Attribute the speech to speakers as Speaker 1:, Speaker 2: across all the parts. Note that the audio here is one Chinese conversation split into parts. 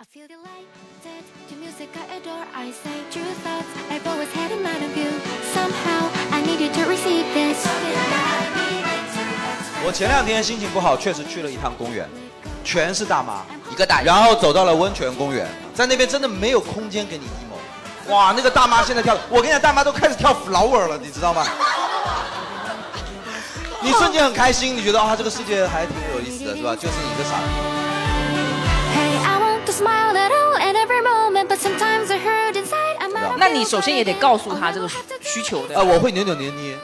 Speaker 1: I feel delighted to music I adore. I say true thoughts I've always had in mind of you. Somehow I needed to receive this.
Speaker 2: 我前两天心情不好，确实去了一趟公园，全是大妈，
Speaker 3: 一个大爷
Speaker 2: 然后走到了温泉公园，在那边真的没有空间给你 emo。哇，那个大妈现在跳，我跟你讲，大妈都开始跳 flower 了，你知道 吗？你瞬间很开心，你觉得啊、这个世界还挺有意思的，是吧？就是一个傻逼。
Speaker 1: Hey, I want to smile at all and every moment, but sometimes I hurt inside. I'm out
Speaker 3: 那你首先也得告诉他这个需求的。
Speaker 2: 呃，我会扭扭捏捏，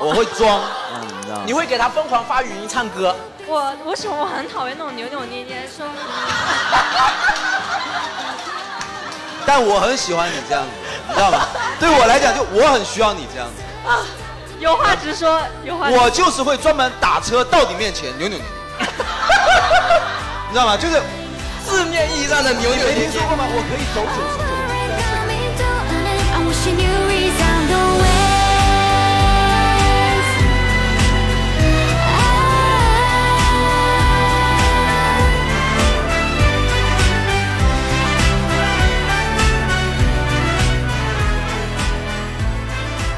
Speaker 2: 我会装，嗯，你知道吗
Speaker 4: 你会给他疯狂发语音唱歌，
Speaker 5: 我为什么我很讨厌那种扭扭捏捏说？
Speaker 2: 但我很喜欢你这样子，你知道吗？对我来讲，就我很需要你这样子，
Speaker 5: 啊，有话直说，有话直说。
Speaker 2: 我就是会专门打车到你面前扭扭捏捏，你知道吗？就是
Speaker 4: 字面意义上的扭扭
Speaker 2: 没
Speaker 4: 捏
Speaker 2: 听说
Speaker 4: 捏。
Speaker 2: 过吗？我可以走九十九。
Speaker 1: coming to an end. I'm wishing you resound always. Ah.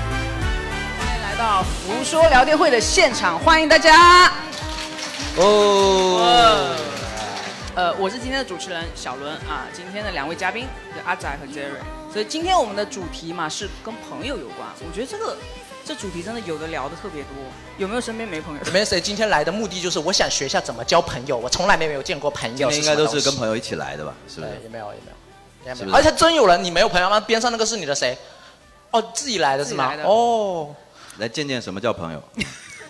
Speaker 3: 来到福说聊天会的现场，欢迎大家。
Speaker 2: 哦，
Speaker 3: 呃，我是今天的主持人小伦啊，今天的两位嘉宾是阿仔和 Jerry，所以今天我们的主题嘛是跟朋友有关。我觉得这个这主题真的有的聊的特别多，有没有身边没朋友？
Speaker 4: 没谁今天来的目的就是我想学一下怎么交朋友，我从来没有见过朋
Speaker 2: 今
Speaker 4: 友。
Speaker 2: 天应该都是跟
Speaker 4: 友，
Speaker 2: 朋友一起来的吧？是不
Speaker 4: 对
Speaker 2: 是？，
Speaker 4: 哎也没有也没有，也
Speaker 2: 是不
Speaker 4: 没有。
Speaker 2: 是
Speaker 4: 而且真有人，你没有朋友吗？边上那个是你的谁？哦，自己来的是
Speaker 3: 自
Speaker 4: 吗
Speaker 3: 己来？的
Speaker 4: 哦，
Speaker 2: 来见见什么叫朋友，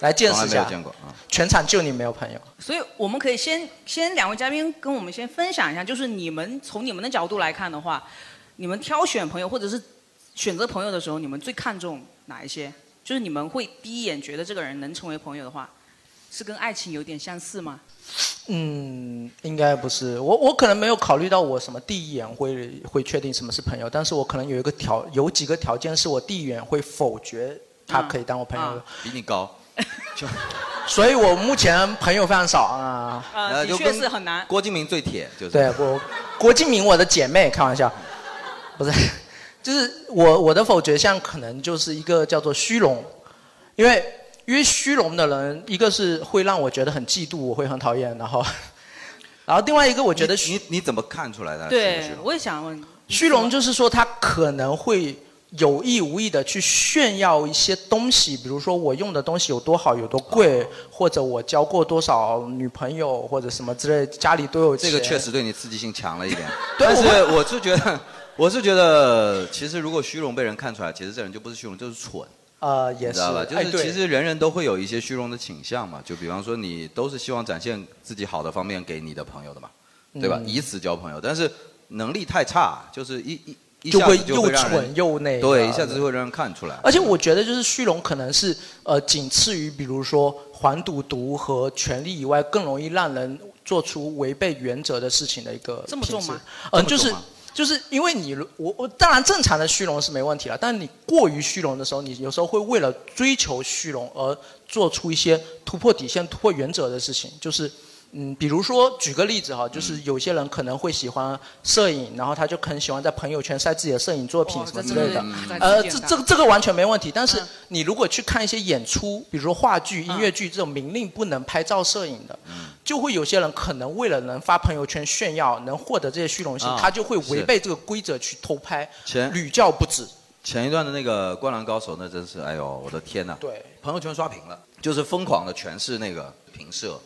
Speaker 4: 来见
Speaker 2: 从来
Speaker 4: 识一
Speaker 2: 没有
Speaker 4: 下。
Speaker 2: 见过啊。
Speaker 4: 全场就你没有朋友。
Speaker 3: 所以我们可以先先两位嘉宾跟我们先分享一下，就是你们从你们的角度来看的话，你们挑选朋友或者是选择朋友的时候，你们最看重哪一些？就是你们会第一眼觉得这个人能成为朋友的话，是跟爱情有点相似吗？
Speaker 4: 嗯，应该不是我，我可能没有考虑到我什么第一眼会会确定什么是朋友，但是我可能有一个条，有几个条件是我第一眼会否决他可以当我朋友的，
Speaker 3: 嗯
Speaker 2: 比你高，
Speaker 4: 所以我目前朋友非常少啊。
Speaker 2: 然后
Speaker 3: 呃，的
Speaker 2: 就
Speaker 3: 确
Speaker 2: 跟
Speaker 3: 是很难。
Speaker 2: 郭敬明最铁就是。
Speaker 4: 对，我郭敬明我的姐妹，开玩笑，不是， 就是我我的否决项可能就是一个叫做虚荣，因为因为虚荣的人，一个是会让我觉得很嫉妒，我会很讨厌，然后然后另外一个我
Speaker 2: 你
Speaker 4: 觉得虚
Speaker 2: 你你怎么看出来的？
Speaker 3: 对，我也想问，
Speaker 4: 虚荣就是说他可能会有意无意的去炫耀一些东西，比如说我用的东西有多好、有多贵，或者我交过多少女朋友或者什么之类，家里都有
Speaker 2: 这
Speaker 4: 钱。
Speaker 2: 个确实对你刺激性强了一点，
Speaker 4: 对
Speaker 2: 但是
Speaker 4: 我
Speaker 2: 我是觉得，我是觉得，其实如果虚荣被人看出来，其实这人就不是虚荣，就是蠢，
Speaker 4: 呃也
Speaker 2: 你知
Speaker 4: 是，
Speaker 2: 道吧？就
Speaker 4: 哎
Speaker 2: 是
Speaker 4: 对
Speaker 2: 其实人人都会有一些虚荣的倾向嘛，就比方说你都是希望展现自己好的方面给你的朋友的嘛，对吧？
Speaker 4: 嗯
Speaker 2: 以此交朋友，但是能力太差，就是一一一
Speaker 4: 就
Speaker 2: 下
Speaker 4: 会
Speaker 2: 子就
Speaker 4: 又
Speaker 2: 会让人
Speaker 4: 蠢又那个
Speaker 2: 对，一下子就会让人看出来。
Speaker 4: 而且我觉得就是虚荣可能是呃仅次于比如说还赌毒和权力以外，更容易让人做出违背原则的事情的一个
Speaker 3: 这么重吗
Speaker 4: 品质？嗯、
Speaker 2: 这么重
Speaker 4: 就是
Speaker 2: 吗
Speaker 4: 就是因为你我我当然正常的虚荣是没问题了，但你过于虚荣的时候，你有时候会为了追求虚荣而做出一些突破底线、突破原则的事情，就是。嗯，比如说举个例子哈，就是有些人可能会喜欢摄影，然后他就很喜欢在朋友圈晒自己的摄影作品
Speaker 2: 哦
Speaker 3: 哇
Speaker 4: 什么
Speaker 3: 这
Speaker 4: 之
Speaker 3: 真
Speaker 4: 类的
Speaker 3: 是。打击
Speaker 4: 呃，
Speaker 3: 点
Speaker 4: 这
Speaker 3: 大
Speaker 4: 这个这个完全没问题。但是
Speaker 3: 嗯
Speaker 4: 你如果去看一些演出，比如说话剧、音乐剧这种明令不能拍照摄影的，
Speaker 6: 嗯
Speaker 4: 就会有些人可能为了能发朋友圈炫耀，能获得这些虚荣心
Speaker 2: 啊，
Speaker 4: 他就会违
Speaker 2: 是
Speaker 4: 背这个规则去偷拍，
Speaker 2: 前
Speaker 4: 屡教不止。
Speaker 2: 前一段的那个《灌篮高手》，那真是，哎呦，我的天呐！
Speaker 4: 对，
Speaker 2: 朋友圈刷屏了，就是疯狂的全是那个评射，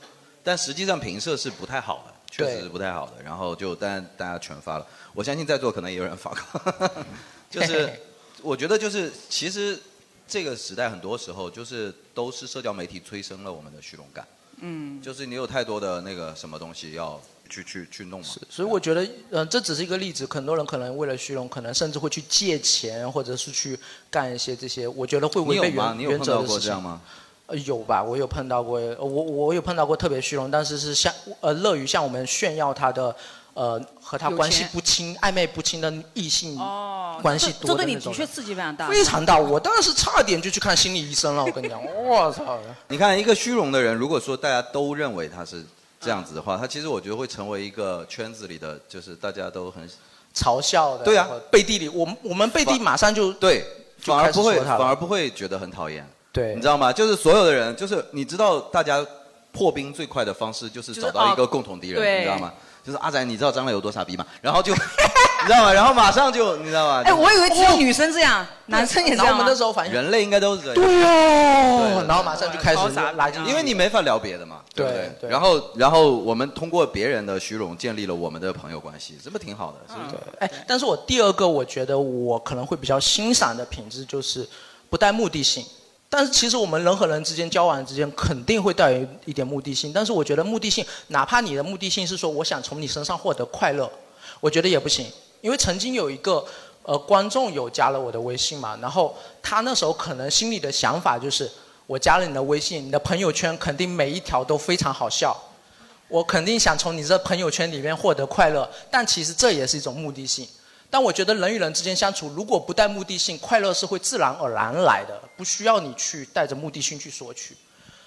Speaker 2: 但实际上评射是不太好的，确实
Speaker 4: 对
Speaker 2: 是不太好的。然后就，但大家全发了，我相信在座可能也有人发过， 就是我觉得就是其实这个时代很多时候就是都是社交媒体催生了我们的虚荣感，
Speaker 3: 嗯，
Speaker 2: 就是你有太多的那个什么东西要去去去弄嘛。
Speaker 4: 所以我觉得，嗯、这只是一个例子。很多人可能为了虚荣，可能甚至会去借钱，或者是去干一些这些，我觉得会
Speaker 2: 你
Speaker 4: 违
Speaker 2: 有
Speaker 4: 背
Speaker 2: 吗？
Speaker 4: 原
Speaker 2: 你有
Speaker 4: 原
Speaker 2: 碰
Speaker 4: 则
Speaker 2: 到
Speaker 4: 的
Speaker 2: 过
Speaker 4: 事
Speaker 2: 这
Speaker 4: 情
Speaker 2: 样。吗？
Speaker 4: 呃，有吧？我有碰到过，呃我我有碰到过特别虚荣，但是是向呃乐于向我们炫耀他的呃和他
Speaker 3: 有
Speaker 4: 关系
Speaker 3: 钱
Speaker 4: 不清、暧昧不清的异性
Speaker 3: 哦，
Speaker 4: 关系
Speaker 3: 这这
Speaker 4: 多的
Speaker 3: 对
Speaker 4: 那
Speaker 3: 你
Speaker 4: 种
Speaker 3: 的
Speaker 4: 人。
Speaker 3: 确刺激非常大。
Speaker 4: 非常大，我当时差点就去 看心理医生了。我跟你讲，我操！
Speaker 2: 你看一个虚荣的人，如果说大家都认为他是这样子的话，他其实我觉得会成为一个圈子里的，就是大家都很
Speaker 4: 嘲笑的，
Speaker 2: 对啊
Speaker 4: 或背地里，我们我们背地马上就
Speaker 2: 对，
Speaker 4: 就
Speaker 2: 反而
Speaker 4: 开始
Speaker 2: 不会，
Speaker 4: 说他了
Speaker 2: 反而不会觉得很讨厌。
Speaker 4: 对
Speaker 2: 你知道吗？就是所有的人，就是你知道，大家破冰最快的方式就是
Speaker 3: 就是
Speaker 2: 找到一个
Speaker 3: 哦
Speaker 2: 共同敌人，
Speaker 3: 对
Speaker 2: 你知道吗？就是阿仔，你知道张磊有多傻逼吗？然后就， 你知道吗？然后马上就，你知道吗？
Speaker 3: 哎，我以为只有女生这样，男生也这
Speaker 4: 然后
Speaker 3: 样啊
Speaker 4: 我
Speaker 3: 吗
Speaker 4: 们那时候反应，
Speaker 2: 人类应该都是这样。
Speaker 4: 对哦，
Speaker 2: 对
Speaker 4: 然后马上就开始
Speaker 3: 超傻逼
Speaker 4: 拉近，
Speaker 2: 因为你没法聊别的嘛，对不
Speaker 4: 对对
Speaker 2: 然后，然后我们通过别人的虚荣建立了我们的朋友关系，这不挺好的？是不是？
Speaker 4: 哎，但是我第二个我觉得我可能会比较欣赏的品质就是不带目的性。但是其实我们人和人之间交往之间肯定会带有一点目的性，但是我觉得目的性，哪怕你的目的性是说我想从你身上获得快乐，我觉得也不行，因为曾经有一个呃观众有加了我的微信嘛，然后他那时候可能心里的想法就是我加了你的微信，你的朋友圈肯定每一条都非常好笑，我肯定想从你这朋友圈里面获得快乐，但其实这也是一种目的性。但我觉得人与人之间相处，如果不带目的性，快乐是会自然而然来的，不需要你去带着目的性去索取。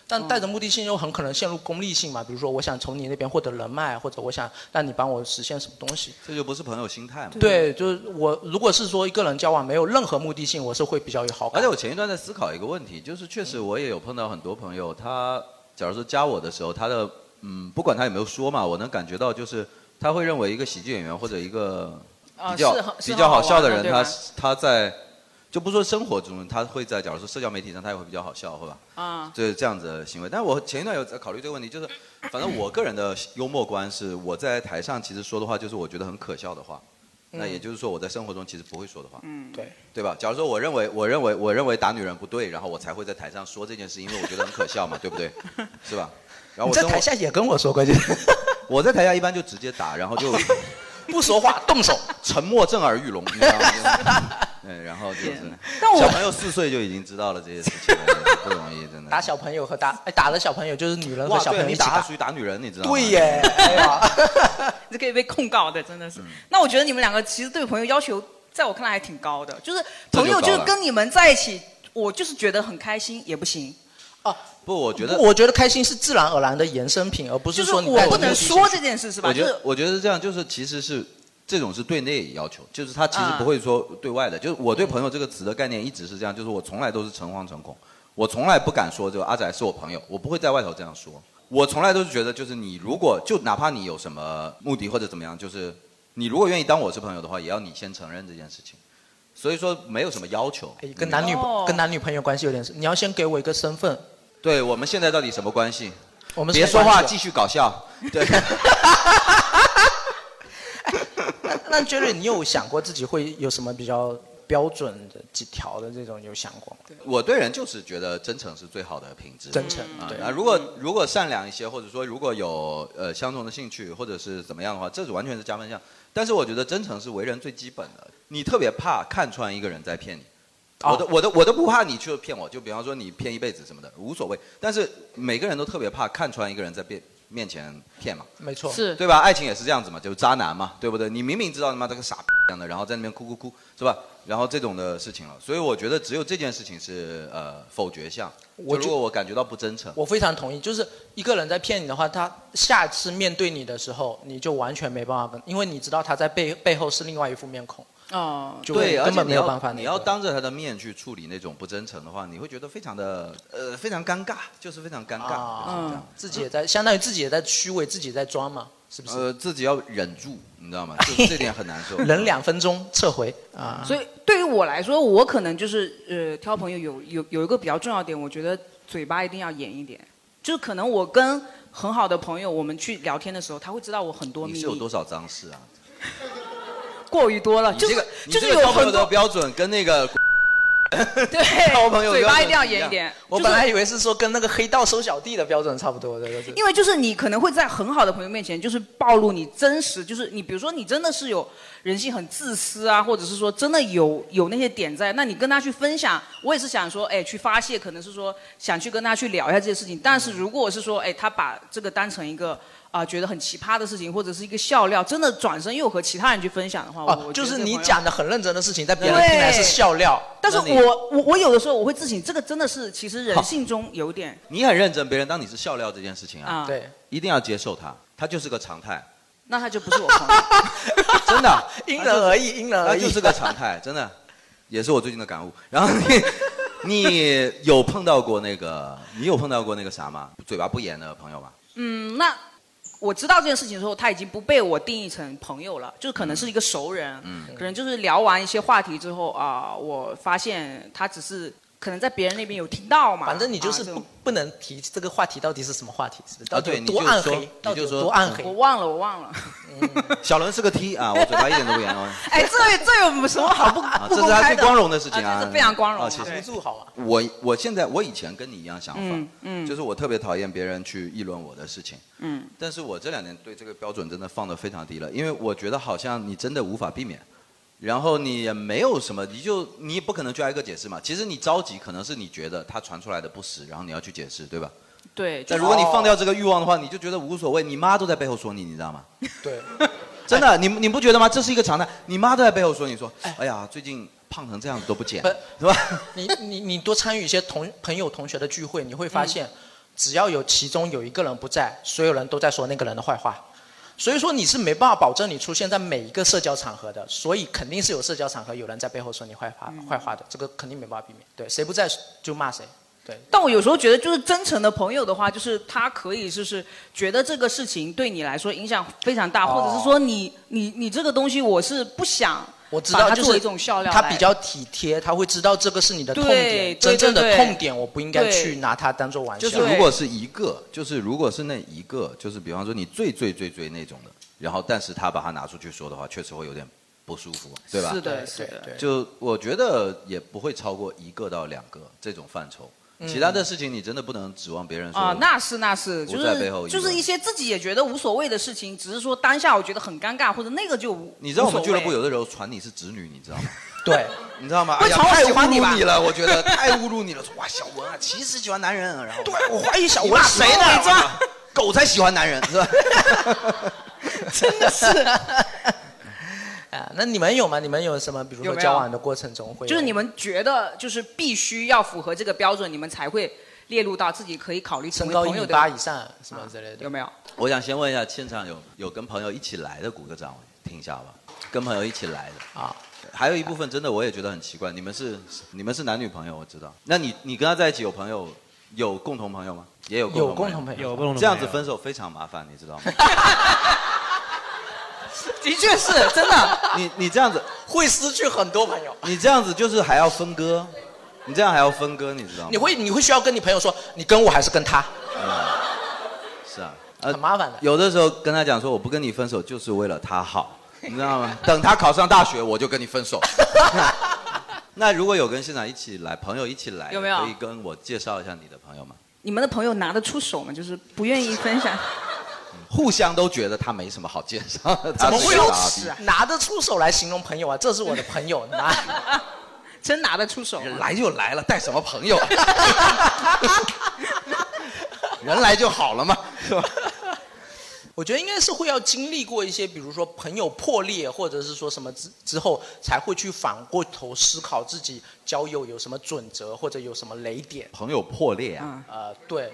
Speaker 4: 但带着目的性又很可能陷入功利性嘛，比如说我想从你那边获得人脉，或者我想让你帮我实现什么东西。
Speaker 2: 这就不是朋友心态嘛。
Speaker 4: 对，就是我如果是说一个人交往没有任何目的性，我是会比较有好感。
Speaker 2: 而且我前一段在思考一个问题，就是确实我也有碰到很多朋友，他假如说加我的时候，他的嗯，不管他有没有说嘛，我能感觉到就是他会认为一个喜剧演员或者一个
Speaker 3: 啊
Speaker 2: 比较、
Speaker 3: 是很是
Speaker 2: 比
Speaker 3: 很
Speaker 2: 较好
Speaker 3: 好玩
Speaker 2: 笑的
Speaker 3: 的
Speaker 2: 人，
Speaker 3: 对
Speaker 2: 他
Speaker 3: 吧
Speaker 2: 他在就不说生活中，他会在假如说社交媒体上，他也会比较好笑，会吧？
Speaker 3: 啊，
Speaker 2: 就是这样子的行为。但我前一段有在考虑这个问题，就是反正我个人的幽默观是，我在台上其实说的话就是我觉得很可笑的话，那也就是说我在生活中其实不会说的话，
Speaker 3: 嗯，
Speaker 4: 对，
Speaker 2: 对吧？假如说我认为我认为我认为打女人不对，然后我才会在台上说这件事，因为我觉得很可笑嘛，对不对？是吧？然后我
Speaker 4: 你在
Speaker 2: 生活
Speaker 4: 台下也跟我说过，就是
Speaker 2: 我在台下一般就直接打，然后就
Speaker 4: 不说话动手。
Speaker 2: 沉默震耳欲聋，你知道吗？ 对，然后就是
Speaker 3: 天哪但我
Speaker 2: 小朋友四岁就已经知道了这些事情了，不容易，真的。
Speaker 4: 打小朋友和打哎打了小朋友就是女人和
Speaker 2: 哇，
Speaker 4: 小朋
Speaker 2: 对
Speaker 4: 友一
Speaker 2: 你
Speaker 4: 起
Speaker 2: 打他
Speaker 4: 打
Speaker 2: 属。于打女人，你知道吗？
Speaker 4: 对耶，哎呀，
Speaker 3: 这可以被控告的，真的是。那我觉得你们两个其实对朋友要求，在我看来还挺高的，就是
Speaker 2: 这就
Speaker 3: 朋友
Speaker 2: 高
Speaker 3: 就是
Speaker 2: 了
Speaker 3: 跟你们在一起，我就是觉得很开心也不行，
Speaker 2: 不，我觉得
Speaker 4: 我觉得开心是自然而然的衍生品，而不
Speaker 3: 就是是
Speaker 4: 说你带
Speaker 3: 我
Speaker 4: 着
Speaker 3: 不
Speaker 4: 目
Speaker 3: 能
Speaker 4: 的性
Speaker 3: 说这件事是吧？
Speaker 2: 我觉
Speaker 3: 就
Speaker 2: 得
Speaker 3: 是
Speaker 2: 我觉得是这样，就是其实是这种是对内要求，就是他其实
Speaker 3: 啊
Speaker 2: 不会说对外的。就是
Speaker 3: 嗯
Speaker 2: 我对朋友这个词的概念一直是这样，就是我从来都是诚惶诚恐，我从来不敢说这个阿仔是我朋友，我不会在外头这样说。我从来都是觉得，就是你如果就哪怕你有什么目的或者怎么样，就是你如果愿意当我是朋友的话，也要你先承认这件事情。所以说没有什么要求
Speaker 4: 哎。跟男女
Speaker 3: 哦
Speaker 4: 跟男女朋友关系有点事，你要先给我一个身份，
Speaker 2: 对我们现在到底什么关系？
Speaker 4: 我们是
Speaker 2: 别说话，
Speaker 4: 没关系啊
Speaker 2: 继续搞笑。对，
Speaker 4: 的。那 Jerry，你有想过自己会有什么比较标准的几条的这种有想过吗？
Speaker 2: 我对人就是觉得真诚是最好的品质。
Speaker 4: 真诚，
Speaker 2: 啊
Speaker 4: 嗯对，，
Speaker 2: 那如果如果善良一些，或者说如果有呃相同的兴趣或者是怎么样的话，这是完全是加分项。但是我觉得真诚是为人最基本的。你特别怕看穿一个人在骗你，
Speaker 4: 哦
Speaker 2: 我都我都我都不怕你去骗我，就比方说你骗一辈子什么的无所谓。但是每个人都特别怕看穿一个人在面面前骗嘛，
Speaker 4: 没错，
Speaker 3: 是
Speaker 2: 对吧？爱情也是这样子嘛，就是渣男嘛，对不对？你明明知道他妈这个傻逼一样的，然后在那边哭哭哭，是吧？然后这种的事情了，所以我觉得只有这件事情是呃否决项。
Speaker 4: 我
Speaker 2: 就
Speaker 4: 觉
Speaker 2: 如果我感觉到不真诚。
Speaker 4: 我非常同意，就是一个人在骗你的话，他下次面对你的时候，你就完全没办法跟，因为你知道他在背背后是另外一副面孔，
Speaker 3: 哦，
Speaker 4: 就
Speaker 2: 对，
Speaker 4: 会
Speaker 2: 而且
Speaker 4: 根本
Speaker 2: 你
Speaker 4: 没有
Speaker 2: 要
Speaker 4: 办法那个。
Speaker 2: 你要当着他的面去处理那种不真诚的话，你会觉得非常的呃非常尴尬，就是非常尴尬，就是这
Speaker 4: 啊
Speaker 2: 样。，
Speaker 4: 自己也在，相当于自己也在虚伪，自己也在装嘛，是不是？
Speaker 2: 呃，自己要忍住，你知 道吗？就是这点很难受。
Speaker 4: 忍两分钟撤回啊，
Speaker 3: 所以对于我来说，我可能就是呃，挑朋友有有有一个比较重要点，我觉得嘴巴一定要严一点。就是可能我跟很好的朋友，我们去聊天的时候，他会知道我很多
Speaker 2: 你
Speaker 3: 秘
Speaker 2: 是有多
Speaker 3: 密，
Speaker 2: 少张事啊？
Speaker 3: 过于多了，
Speaker 2: 你
Speaker 3: 就
Speaker 2: 这
Speaker 3: 是
Speaker 2: 个你
Speaker 3: 就
Speaker 2: 这
Speaker 3: 是
Speaker 2: 个
Speaker 3: 有
Speaker 2: 交朋
Speaker 3: 很
Speaker 2: 友的
Speaker 3: 多
Speaker 2: 标准跟那 个
Speaker 3: 对
Speaker 2: 交朋友的
Speaker 3: 嘴
Speaker 2: 标
Speaker 3: 巴
Speaker 2: 准
Speaker 3: 一定要
Speaker 2: 是一
Speaker 3: 严一
Speaker 2: 样
Speaker 3: 点。
Speaker 4: 我
Speaker 3: 就是
Speaker 4: 本来以为是说跟那个黑道收小弟的标准差不多 的，就是
Speaker 3: 因为就是你可能会在很好的朋友面前，就是暴露你真实，就是你比如说你真的是有人性很自私啊，或者是说真的有有那些点在，那你跟他去分享，我也是想说，哎，去发泄，可能是说想去跟他去聊一下这些事情。但是如果是说，哎，他把这个当成一个啊、觉得很奇葩的事情，或者是一个笑料，真的转身又和其他人去分享的话，我
Speaker 4: 哦，
Speaker 3: 我
Speaker 4: 就是
Speaker 3: 觉得
Speaker 4: 你
Speaker 3: 朋友
Speaker 4: 讲的很认真的事情，在别人听来是笑料。
Speaker 3: 但是
Speaker 2: 那你
Speaker 3: 我我我有的时候我会自省，这个真的是其实人性中有点
Speaker 2: 你很认真，别人当你是笑料这件事情
Speaker 3: 啊
Speaker 2: 啊，
Speaker 3: 对，
Speaker 2: 一定要接受它，它就是个常态，
Speaker 3: 那他就不是我朋友。
Speaker 2: 真的，
Speaker 4: 因
Speaker 2: 它
Speaker 4: 人
Speaker 2: 就是
Speaker 4: 而异，因人而
Speaker 2: 它
Speaker 4: 异。
Speaker 2: 就是个常态， 真的，也是我最近的感悟。然后你你有碰到过那个，你有碰到过那个啥吗？嘴巴不严的朋友吗？
Speaker 3: 嗯，那我知道这件事情之后，他已经不被我定义成朋友了，就是可能是一个熟人，
Speaker 2: 嗯
Speaker 4: 嗯
Speaker 3: 可能就是聊完一些话题之后啊、我发现他只是可能在别人那边有听到嘛，
Speaker 4: 反正你就是
Speaker 3: 啊这
Speaker 4: 不
Speaker 3: 种
Speaker 4: 不能提这个话题到底是什么话题，是不是？
Speaker 2: 啊
Speaker 4: 到底
Speaker 2: 对
Speaker 4: 有
Speaker 2: 你
Speaker 4: 多
Speaker 2: 就
Speaker 4: 暗
Speaker 2: 说
Speaker 4: 黑
Speaker 2: 你？
Speaker 4: 到底
Speaker 2: 就
Speaker 4: 有
Speaker 2: 说
Speaker 4: 多暗黑
Speaker 3: 我？忘了，我忘了。
Speaker 2: 小伦是个 T 啊，我嘴巴一点都不严哦。
Speaker 3: 哎，这这有什么好不
Speaker 2: 啊，
Speaker 3: 不
Speaker 2: 这是
Speaker 3: 公
Speaker 2: 他
Speaker 3: 开
Speaker 2: 最
Speaker 3: 的？
Speaker 2: 光荣的事情
Speaker 3: 啊
Speaker 2: 啊，
Speaker 3: 这是非常光荣
Speaker 2: 啊谢谢
Speaker 3: 对
Speaker 4: 住好啊。
Speaker 2: 我我现在我以前跟你一样想法，
Speaker 3: 嗯嗯
Speaker 2: 就是我特别讨厌别人去议论我的事情，
Speaker 3: 嗯，
Speaker 2: 但是我这两年对这个标准真的放得非常低了，因为我觉得好像你真的无法避免，然后你也没有什么，你就你也不可能去挨个解释嘛。其实你着急，可能是你觉得他传出来的不实，然后你要去解释，对吧？
Speaker 3: 对，就
Speaker 2: 但
Speaker 3: 是
Speaker 2: 如果你放掉这个欲望的话，你就觉得无所谓，你妈都在背后说你，你知道吗？
Speaker 7: 哦
Speaker 4: 对，
Speaker 2: 真的，你你不觉得吗？这是一个常态，你妈都在背后说你说，哎呀，最近胖成这样子都不减
Speaker 4: 不，
Speaker 2: 是吧？
Speaker 4: 你你你多参与一些同朋友同学的聚会，你会
Speaker 3: 嗯
Speaker 4: 发现，只要有其中有一个人不在，所有人都在说那个人的坏话。所以说你是没办法保证你出现在每一个社交场合的，所以肯定是有社交场合有人在背后说你坏话、
Speaker 3: 嗯
Speaker 4: 坏话的，这个肯定没办法避免。对，谁不在就骂谁。对，
Speaker 3: 但我有时候觉得，就是真诚的朋友的话，就是他可以就是觉得这个事情对你来说影响非常大，或
Speaker 4: 哦
Speaker 3: 者是说你你你这个东西我是不想
Speaker 4: 我知
Speaker 3: 把
Speaker 4: 道，
Speaker 3: 它
Speaker 4: 就
Speaker 3: 作为
Speaker 4: 是
Speaker 3: 一种笑料
Speaker 4: 他
Speaker 3: 来
Speaker 4: 比较体贴，他会知道这个是你的痛
Speaker 3: 对
Speaker 4: 点，
Speaker 3: 对
Speaker 4: 真正的
Speaker 3: 对对
Speaker 4: 痛点，我不应该
Speaker 3: 对
Speaker 4: 去拿它当做玩笑。
Speaker 2: 就是
Speaker 3: 对
Speaker 2: 如果是一个，就是如果是那一个，就是比方说你最最最最那种的，然后但是他把它拿出去说的话，确实会有点不舒服，对吧？
Speaker 3: 是的，
Speaker 4: 对
Speaker 3: 是
Speaker 4: 对
Speaker 3: 的
Speaker 4: 对。
Speaker 2: 就我觉得也不会超过一个到两个这种范畴，其他的事情你真的不能指望别人
Speaker 3: 嗯
Speaker 2: 说
Speaker 3: 啊，那是那是，就
Speaker 2: 不在背后
Speaker 3: 是
Speaker 2: 议论
Speaker 3: 就是一些自己也觉得无所谓的事情，只是说当下我觉得很尴尬，或者那个就无
Speaker 2: 你知道我们
Speaker 3: 无
Speaker 2: 俱
Speaker 3: 所谓
Speaker 2: 乐部有的时候传你是直女，你知道吗？
Speaker 4: 对，
Speaker 2: 你知道吗？
Speaker 3: 会
Speaker 2: 哎呀，
Speaker 3: 传我
Speaker 2: 太
Speaker 3: 喜欢你吧
Speaker 2: 侮辱你了，我觉 得太侮辱你了。说哇，小文啊，其实喜欢男人啊，然后对
Speaker 4: 我怀疑小
Speaker 2: 我
Speaker 4: 文
Speaker 2: 谁呢？我操狗才喜欢男人 是吧？
Speaker 4: 真 的是。啊，那你们有吗？你们有什么？比如
Speaker 3: 有
Speaker 4: 说
Speaker 3: 没有
Speaker 4: 交往的过程中会有
Speaker 3: 就是你们觉得就是必须要符合这个标准，你们才会列入到自己可以考虑成
Speaker 4: 身
Speaker 3: 为
Speaker 4: 高一
Speaker 3: 朋友
Speaker 4: 米
Speaker 3: 的
Speaker 4: 八以上什么之类的
Speaker 3: 有，没有？
Speaker 2: 我想先问一下，现场有有跟朋友一起来的，鼓个掌，听一下吧。跟朋友一起来的，
Speaker 4: 啊，
Speaker 2: 还有一部分真的我也觉得很奇怪。你们是你们是男女朋友，我知道。那你你跟他在一起有朋友有共同朋友吗？也有
Speaker 4: 有
Speaker 2: 共
Speaker 4: 共
Speaker 2: 同
Speaker 4: 同
Speaker 2: 朋
Speaker 4: 朋友
Speaker 8: 有不同的
Speaker 2: 友。这样子
Speaker 8: 朋友
Speaker 2: 分手非常麻烦，你知 道吗？
Speaker 3: 的确是真的，
Speaker 2: 你你这样子，
Speaker 4: 会失去很多朋友。
Speaker 2: 你这样子就是还要分割，你这样还要分割，你知道吗？
Speaker 4: 你会你会需要跟你朋友说，你跟我还是跟他，
Speaker 2: 是啊，
Speaker 4: 很麻烦的
Speaker 2: 有的时候跟他讲说，我不跟你分手就是为了他好，你知道吗？等他考上大学，我就跟你分手。 那如果有跟现场一起来，朋友一起来，
Speaker 3: 有没有
Speaker 2: 可以跟我介绍一下你的朋友吗？
Speaker 3: 你们的朋友拿得出手吗？就是不愿意分享。
Speaker 2: 互相都觉得他没什么好介绍 的，
Speaker 4: 怎
Speaker 2: 怎
Speaker 4: 么会
Speaker 3: 有
Speaker 4: 用
Speaker 3: 耻啊
Speaker 4: 拿得出手来形容朋友啊？这是我的朋 友，拿
Speaker 3: 真拿得出手啊吗？
Speaker 2: 来就来了，带什么朋 友、啊？人来就好了嘛，是吧？
Speaker 4: 我觉得应该是会要经历过一些，比如说朋友破裂，或者是说什么之之后，才会去反过头思考自己交友有什么准则，或者有什么雷点。
Speaker 2: 朋友破裂啊！
Speaker 3: 啊
Speaker 4: 呃，对，
Speaker 2: 哎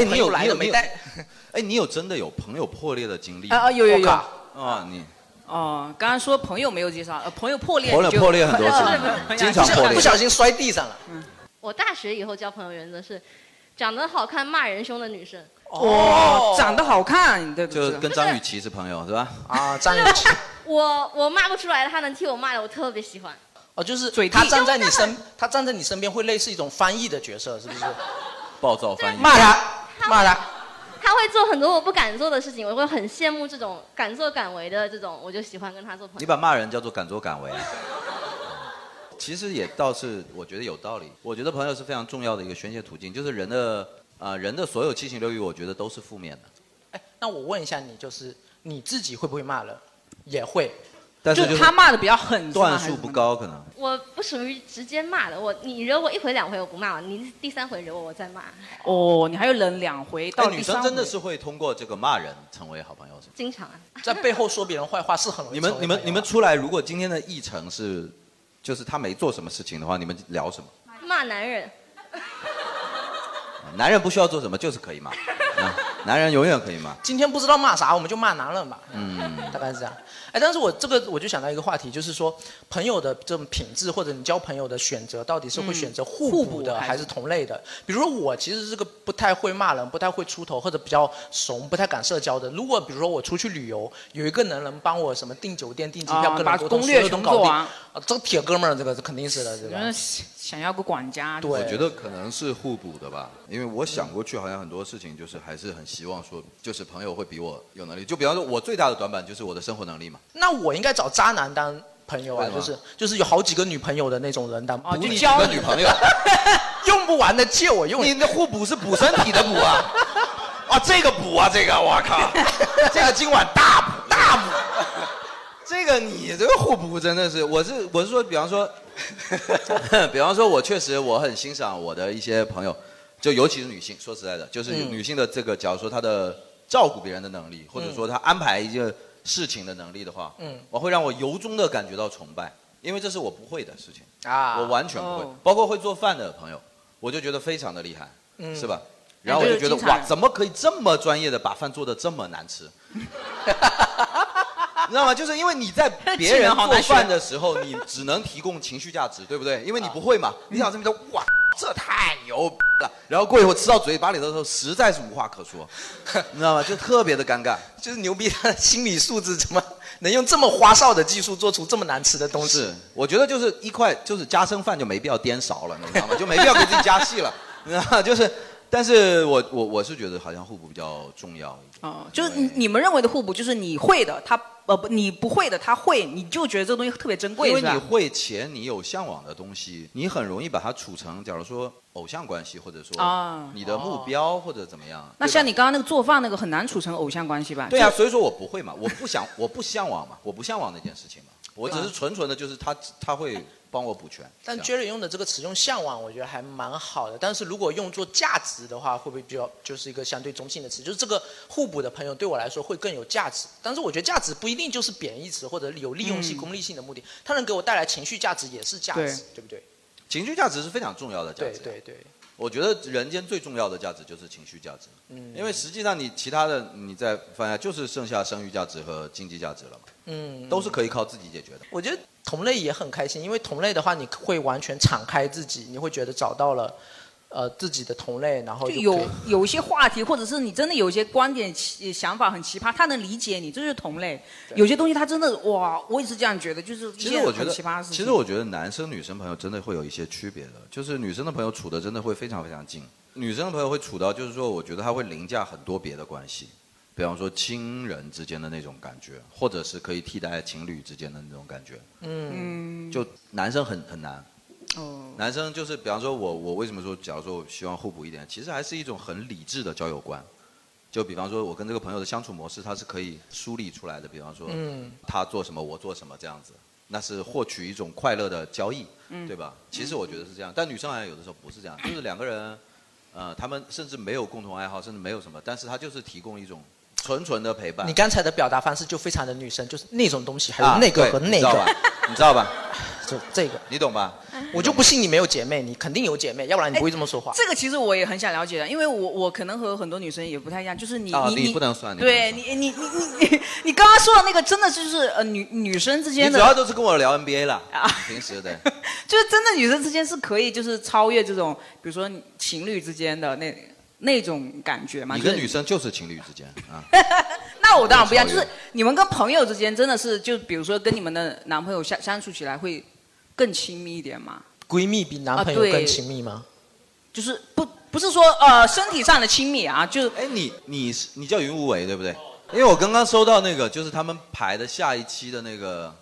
Speaker 4: 带
Speaker 2: 你
Speaker 4: 朋
Speaker 2: 有
Speaker 4: 友来
Speaker 2: 你有
Speaker 4: 了
Speaker 2: 你
Speaker 4: 没
Speaker 2: 有
Speaker 4: 带？
Speaker 2: 哎，你有真的有朋友破裂的经历
Speaker 3: 啊
Speaker 2: 吗？
Speaker 3: 啊有有有
Speaker 4: 我靠
Speaker 2: 哦，你
Speaker 3: 哦，刚刚说朋友没有介绍，呃，朋友破裂
Speaker 2: 朋友
Speaker 3: 就
Speaker 2: 破裂很多次
Speaker 5: 不是不
Speaker 3: 是，
Speaker 2: 经 常破裂
Speaker 4: 不。小心摔地上了。
Speaker 2: 嗯
Speaker 5: 我大学以后交朋友原则是，长得好看骂人凶的女生，
Speaker 3: 哦，长得好看，对不
Speaker 2: 就
Speaker 3: 对？
Speaker 2: 跟张雨绮是朋友是吧？
Speaker 4: 啊，张雨绮，
Speaker 5: 我我骂不出来，她能替我骂的，我特别喜欢。
Speaker 4: 哦，就是
Speaker 3: 嘴
Speaker 4: 他
Speaker 3: 替
Speaker 4: 站在你身，他站在你身边会类似一种翻译的角色，是不是？
Speaker 2: 暴躁翻译。
Speaker 4: 骂他，骂他，
Speaker 5: 她会做很多我不敢做的事情，我会很羡慕这种敢作敢为的这种，我就喜欢跟她做朋
Speaker 2: 你
Speaker 5: 友。
Speaker 2: 把骂人叫做敢作敢为。啊其实也倒是，我觉得有道理。我觉得朋友是非常重要的一个宣泄途径，就是人的啊、呃人的所有七情六欲，我觉得都是负面的。
Speaker 4: 那我问一下你，就是你自己会不会骂人？也会，
Speaker 2: 但是
Speaker 3: 就
Speaker 2: 就是
Speaker 3: 他骂的比较狠，是吗
Speaker 2: 段数不。高，可能
Speaker 5: 我不属于直接骂的，我你惹我一回两回我不骂，你第三回惹我我再骂。
Speaker 3: 还是怎么 哦，你还有忍两回到
Speaker 2: 但
Speaker 3: 第
Speaker 2: 哎女
Speaker 3: 三
Speaker 2: 生
Speaker 3: 回
Speaker 2: 真的是会通过这个骂人成为好朋友，是吗？
Speaker 5: 经常啊，
Speaker 4: 在背后说别人坏话是很容易
Speaker 2: 你们
Speaker 4: 成为
Speaker 2: 你们
Speaker 4: 朋友
Speaker 2: 你们出来，如果今天的议程是，就是他没做什么事情的话，你们聊什么？
Speaker 5: 骂男人，
Speaker 2: 啊男人不需要做什么，就是可以骂。啊男人永远可以骂。
Speaker 4: 今天不知道骂啥，我们就骂男人吧。
Speaker 2: 嗯，
Speaker 4: 大概是这样。哎，但是我这个我就想到一个话题，就是说朋友的这种品质，或者你交朋友的选择，到底是会选择互补的、
Speaker 8: 嗯
Speaker 4: 还是同类的？比如说我其实是个不太会骂人、不太会出头，或者比较怂、不太敢社交的。如果比如说我出去旅游，有一个人能帮我什么订酒店、订机票、
Speaker 3: 啊
Speaker 4: 跟
Speaker 3: 把
Speaker 4: 人沟通，
Speaker 3: 攻略
Speaker 4: 所有都
Speaker 3: 全
Speaker 4: 搞
Speaker 3: 做
Speaker 4: 定，
Speaker 3: 完
Speaker 4: 啊这个铁哥们儿，这个是肯定是的，对吧？
Speaker 3: 就是想要个管家。
Speaker 2: 我觉得可能是互补的吧，因为我想过去好像很多事情就是还是很希望说，就是朋友会比我有能力。就比方说，我最大的短板就是我的生活能力嘛。
Speaker 4: 那我应该找渣男当朋友啊
Speaker 2: 为，什
Speaker 4: 就
Speaker 2: 么
Speaker 4: 是就是有好几个女朋友的那种人当，
Speaker 2: 补
Speaker 4: 哦就
Speaker 2: 你几
Speaker 4: 教
Speaker 2: 个
Speaker 4: 你
Speaker 2: 女朋友，
Speaker 4: 用不完的借我用。
Speaker 2: 你的互补是补身体的补 啊，啊这个补啊这个，我 靠，这个今晚大补大补，这个你这个互补真的是，我是我是说，比方说， 比方说，我确实我很欣赏我的一些朋友，就尤其是女性，说实在的，就是
Speaker 9: 嗯
Speaker 2: 女性的这个，假如说她的照顾别人的能力，或者说她安排一件事情的能力的话，
Speaker 4: 嗯
Speaker 2: 我会让我由衷的感觉到崇拜，因为这是我不会的事情
Speaker 4: 啊
Speaker 2: 我完全不会
Speaker 4: 哦，
Speaker 2: 包括会做饭的朋友，我就觉得非常的厉害，
Speaker 4: 嗯
Speaker 2: 是吧？
Speaker 4: 那
Speaker 2: 然后我
Speaker 4: 就
Speaker 2: 就是觉得
Speaker 4: 经常
Speaker 2: 哇，怎么可以这么专业的把饭做的这么难吃？你知道吗？就是因为你在 别
Speaker 9: 技
Speaker 2: 人
Speaker 9: 能好
Speaker 2: 做
Speaker 9: 难学
Speaker 2: 饭的时候，你只能提供情绪价值，对不对？因为你不会嘛，你想这么说，哇，这太牛逼了。然后过一会儿吃到嘴巴里头的时候，实在是无话可说， 你知道吗？就特别的尴尬。
Speaker 4: 就是牛逼，他的心理素质怎么能用这么花哨的技术做出这么难吃的东西？
Speaker 2: 是，我觉得就是一块就是加生饭就没必要颠勺了，你知道吗？就没必要给自己加戏了， 你知道吗？就是，但是我我我是觉得好像互补比较重要一点。
Speaker 3: 哦，就是你你们认为的互补，就是你会的他呃不，你不会的他会，你就觉得这个东西特别珍贵，
Speaker 2: 因为
Speaker 3: 是吧
Speaker 2: 你会且你有向往的东西，你很容易把它处成，假如说偶像关系，或者说
Speaker 3: 啊
Speaker 2: 你的目标或者怎么样。
Speaker 4: 哦
Speaker 3: 那像你刚刚那个做饭那个很难处成偶像关系吧？
Speaker 2: 对啊，
Speaker 3: 就
Speaker 2: 所以说我不会嘛，我不想，我不向往嘛，我不向往那件事情嘛，我只是纯纯的，就是他他会帮我补全。
Speaker 4: 但
Speaker 2: 这样
Speaker 4: Jerry 用的这个词用向往，我觉得还蛮好的。但是如果用作价值的话，会不会比较就是一个相对中性的词？就是这个互补的朋友对我来说会更有价值。但是我觉得价值不一定就是贬义词或者有利用性、
Speaker 2: 嗯
Speaker 4: 功利性的目的，它能给我带来情绪价值也是价值，
Speaker 2: 对
Speaker 4: 对不对？
Speaker 2: 情绪价值是非常重要的价
Speaker 4: 对
Speaker 2: 值。
Speaker 4: 对对，
Speaker 2: 我觉得人间最重要的价值就是情绪价值。
Speaker 4: 嗯，
Speaker 2: 因为实际上你其他的你再翻下，就是剩下生育价值和经济价值了嘛，
Speaker 4: 嗯
Speaker 2: 都是可以靠自己解决的。
Speaker 4: 我觉得同类也很开心，因为同类的话，你会完全敞开自己，你会觉得找到了呃自己的同类，然后
Speaker 3: 就
Speaker 4: 就
Speaker 3: 有
Speaker 4: 可以
Speaker 3: 有一些话题，或者是你真的有一些观点、奇想法很奇葩，他能理解你，这就是同类。有些东西他真的哇，我也是这样觉得，就是一
Speaker 2: 其
Speaker 3: 些
Speaker 2: 实我觉
Speaker 3: 很
Speaker 2: 得
Speaker 3: 奇葩的，事情。
Speaker 2: 其实我觉得男生女生朋友真的会有一些区别的，就是女生的朋友处的真的会非常非常近，女生的朋友会处到就是说，我觉得他会凌驾很多别的关系，比方说亲人之间的那种感觉，或者是可以替代情侣之间的那种感觉，
Speaker 3: 嗯
Speaker 2: 就男生很很难。
Speaker 3: 哦
Speaker 2: 男生就是，比方说我，我为什么说，假如说我希望互补一点，其实还是一种很理智的交友观。就比方说，我跟这个朋友的相处模式，它是可以梳理出来的。比方说，
Speaker 4: 嗯
Speaker 2: 他做什么，我做什么，这样子，那是获取一种快乐的交易，
Speaker 4: 嗯
Speaker 2: 对吧？其实我觉得是这样，但女生好像有的时候不是这样，就是两个人，呃，他们甚至没有共同爱好，甚至没有什么，但是他就是提供一种纯纯的陪伴。
Speaker 4: 你刚才的表达方式就非常的女生，就是那种东西，还有
Speaker 2: 啊
Speaker 4: 那个
Speaker 2: 对
Speaker 4: 和那
Speaker 2: 你知道
Speaker 4: 个，
Speaker 2: 吧？你知道吧？
Speaker 4: 就这个，
Speaker 2: 你懂吧？
Speaker 4: 我就不信你没有姐妹，你肯定有姐妹，要不然你不会这么说话。
Speaker 3: 哎这个其实我也很想了解的，因为我我可能和很多女生也不太一样，就是你、
Speaker 2: 啊
Speaker 3: 你
Speaker 2: 你不能算你
Speaker 3: 对你你你你 你你刚刚说的那个真的就是呃女女生之
Speaker 2: 你
Speaker 3: 间
Speaker 2: 主要
Speaker 3: 的，
Speaker 2: 都是跟我聊 NBA 了，平时对。
Speaker 3: 就是真的女生之间是可以就是超越这种，比如说情侣之间的那那种感觉嘛。
Speaker 2: 你
Speaker 3: 就
Speaker 2: 跟
Speaker 3: 是
Speaker 2: 女生就是情侣之间啊，
Speaker 3: 那我当然不一样，
Speaker 2: 超
Speaker 3: 就
Speaker 2: 越
Speaker 3: 是你们跟朋友之间真的是就比如说跟你们的男朋友相相处起来会更亲密一点嘛？
Speaker 4: 闺蜜比男朋友
Speaker 3: 啊对
Speaker 4: 更亲密吗？
Speaker 3: 就是不不是说呃身体上的亲密啊，就是
Speaker 2: 哎你你是你叫云无为对不对？因为我刚刚收到那个就是他们排的下一期的那个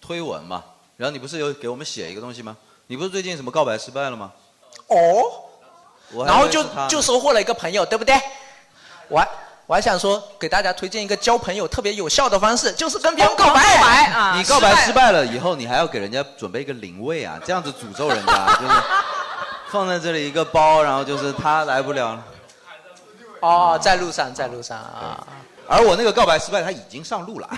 Speaker 2: 推文嘛，然后你不是有给我们写一个东西吗？你不是最近什么告白失败了吗？
Speaker 4: 哦，
Speaker 2: 我还
Speaker 4: 然后
Speaker 2: 认识
Speaker 4: 就
Speaker 2: 他呢
Speaker 4: 就收获了一个朋友，对不对？我哦还我还想说，给大家推荐一个交朋友特别有效的方式，就是跟别人告白
Speaker 3: 告白啊啊，
Speaker 2: 你告白
Speaker 3: 失
Speaker 2: 失败了以后，你还要给人家准备一个灵位啊，这样子诅咒人家，就是放在这里一个包，然后就是他来不了。
Speaker 4: 哦，在路上，在路上啊。
Speaker 2: 而我那个告白失败，他已经上路了。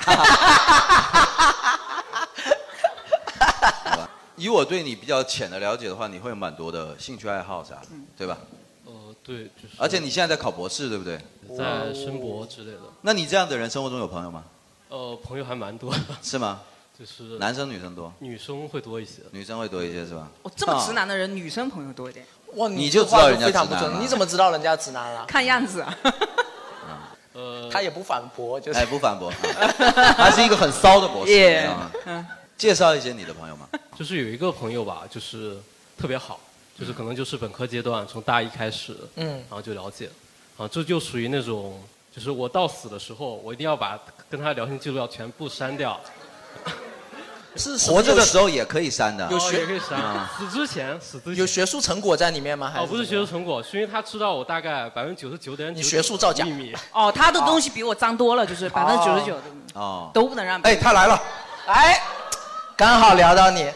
Speaker 2: 对吧以我对你比较浅的了解的话，你会有蛮多的兴趣爱好啥的，对吧？
Speaker 8: 呃，对，就是
Speaker 2: 而且你现在在考博士，对不对？哦
Speaker 8: 在申博之类的，
Speaker 2: 那你这样的人生活中有朋友吗？
Speaker 8: 呃，朋友还蛮多的，
Speaker 2: 是吗？
Speaker 8: 就是
Speaker 2: 男生女生多？
Speaker 8: 女生会多一些，
Speaker 2: 女生会多一些是吧？
Speaker 3: 我这么直男的人，女生朋友多一点，
Speaker 4: 哇，
Speaker 2: 啊你
Speaker 4: 这
Speaker 2: 就
Speaker 4: 话
Speaker 2: 知道人家
Speaker 4: 非常
Speaker 2: 直
Speaker 4: 不
Speaker 2: 男
Speaker 4: 准，
Speaker 2: 了
Speaker 4: 你怎么知道人家直男了？
Speaker 3: 看样子啊。
Speaker 8: 呃，
Speaker 4: 他也不反驳，就是
Speaker 2: 哎，不反驳，他是一个很骚的博 士。
Speaker 3: 耶
Speaker 2: 你知道吗
Speaker 3: 嗯
Speaker 2: 介绍一些你的朋友吗？
Speaker 8: 就是有一个朋友吧，就是特别好，就是可能就是本科阶段，从大一开始，
Speaker 4: 嗯
Speaker 8: 然后就了解，啊，这就属于那种，就是我到死的时候，我一定要把跟他聊天记录要全部删 掉，
Speaker 4: 是
Speaker 2: 活着的时
Speaker 4: 候
Speaker 2: 候也可以删的。
Speaker 4: 有
Speaker 8: 哦
Speaker 4: 学嗯
Speaker 8: 也可以删
Speaker 2: 啊，
Speaker 8: 死之前，死之前
Speaker 4: 有学术成果在里面吗？还
Speaker 8: 哦，不是
Speaker 4: 怎
Speaker 8: 学
Speaker 4: 么
Speaker 8: 术
Speaker 4: 样
Speaker 8: 成果，是因为他知道我大概百分之九十九点
Speaker 4: 你学术造假
Speaker 8: 秘密，
Speaker 3: 哦，他的东西比我脏多了，就是百分之九十九
Speaker 2: 哦，
Speaker 3: 都不能让别
Speaker 2: 哎，
Speaker 3: 人。
Speaker 2: 他来了，
Speaker 4: 哎，刚好聊到你，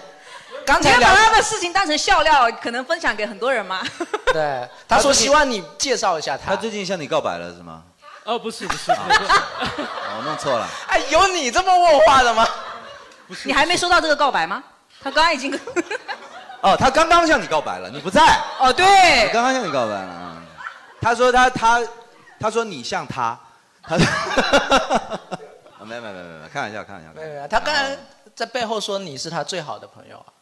Speaker 4: 刚
Speaker 3: 你
Speaker 4: 才
Speaker 3: 要
Speaker 4: 聊
Speaker 3: 把他的事情当成笑料，可能分享给很多人 嘛。
Speaker 4: 对，他说希望你介绍一下
Speaker 2: 他
Speaker 4: 他。
Speaker 2: 最近向你告白了是吗？
Speaker 8: 哦，不是不 是不是，
Speaker 2: 我弄错了，
Speaker 4: 哎，有你这么问话的吗？
Speaker 3: 你还没收到这个告白吗？他刚刚已经，
Speaker 2: 哦，他刚刚向你告白了，你不在，
Speaker 3: 哦
Speaker 2: 我
Speaker 3: 对，
Speaker 2: 刚刚向你告白了啊。他说他他他说你像他，他说， 啊没有没有没有没有，开玩笑开玩笑，开
Speaker 4: 没
Speaker 2: 玩
Speaker 4: 有没
Speaker 2: 笑
Speaker 4: 有，他刚才在背后说你是他最好的朋友啊。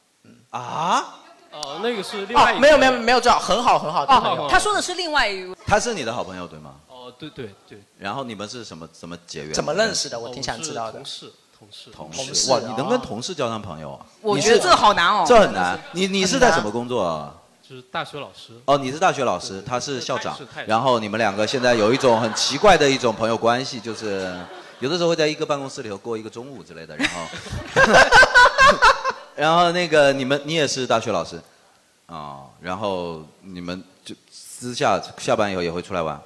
Speaker 2: 啊，
Speaker 8: 哦，那个是另外一
Speaker 4: 哦，
Speaker 8: 个，
Speaker 4: 没有没有没有最好，很好很好的朋友。
Speaker 3: 哦他说的是另外一位，
Speaker 2: 他是你的好朋友对吗？
Speaker 8: 哦，对对对，
Speaker 2: 然后你们是什么怎么结缘？
Speaker 4: 怎么认识的？我
Speaker 8: 哦
Speaker 4: 挺想知道
Speaker 8: 是
Speaker 4: 的
Speaker 8: 同。事同事
Speaker 2: 同
Speaker 4: 同
Speaker 2: 事
Speaker 4: 事
Speaker 2: 哇，
Speaker 4: 啊
Speaker 2: 你能跟同事交上朋友啊？
Speaker 3: 我
Speaker 2: 你
Speaker 3: 觉得
Speaker 2: 是
Speaker 3: 这好难哦。
Speaker 2: 这很难。你你是在
Speaker 4: 很难
Speaker 2: 什么工作啊？
Speaker 8: 就是大学老师，
Speaker 2: 哦，你是大学老师，
Speaker 8: 对
Speaker 2: 他是校长
Speaker 8: 他也是他也，是
Speaker 2: 然后你们两个现在有一种很奇怪的一种朋友关系，就是有的时候会在一个办公室里头过一个中午之类的，然后， 然后那个你们你也是大学老师，啊、然后你们就私下下班以后也会出来玩，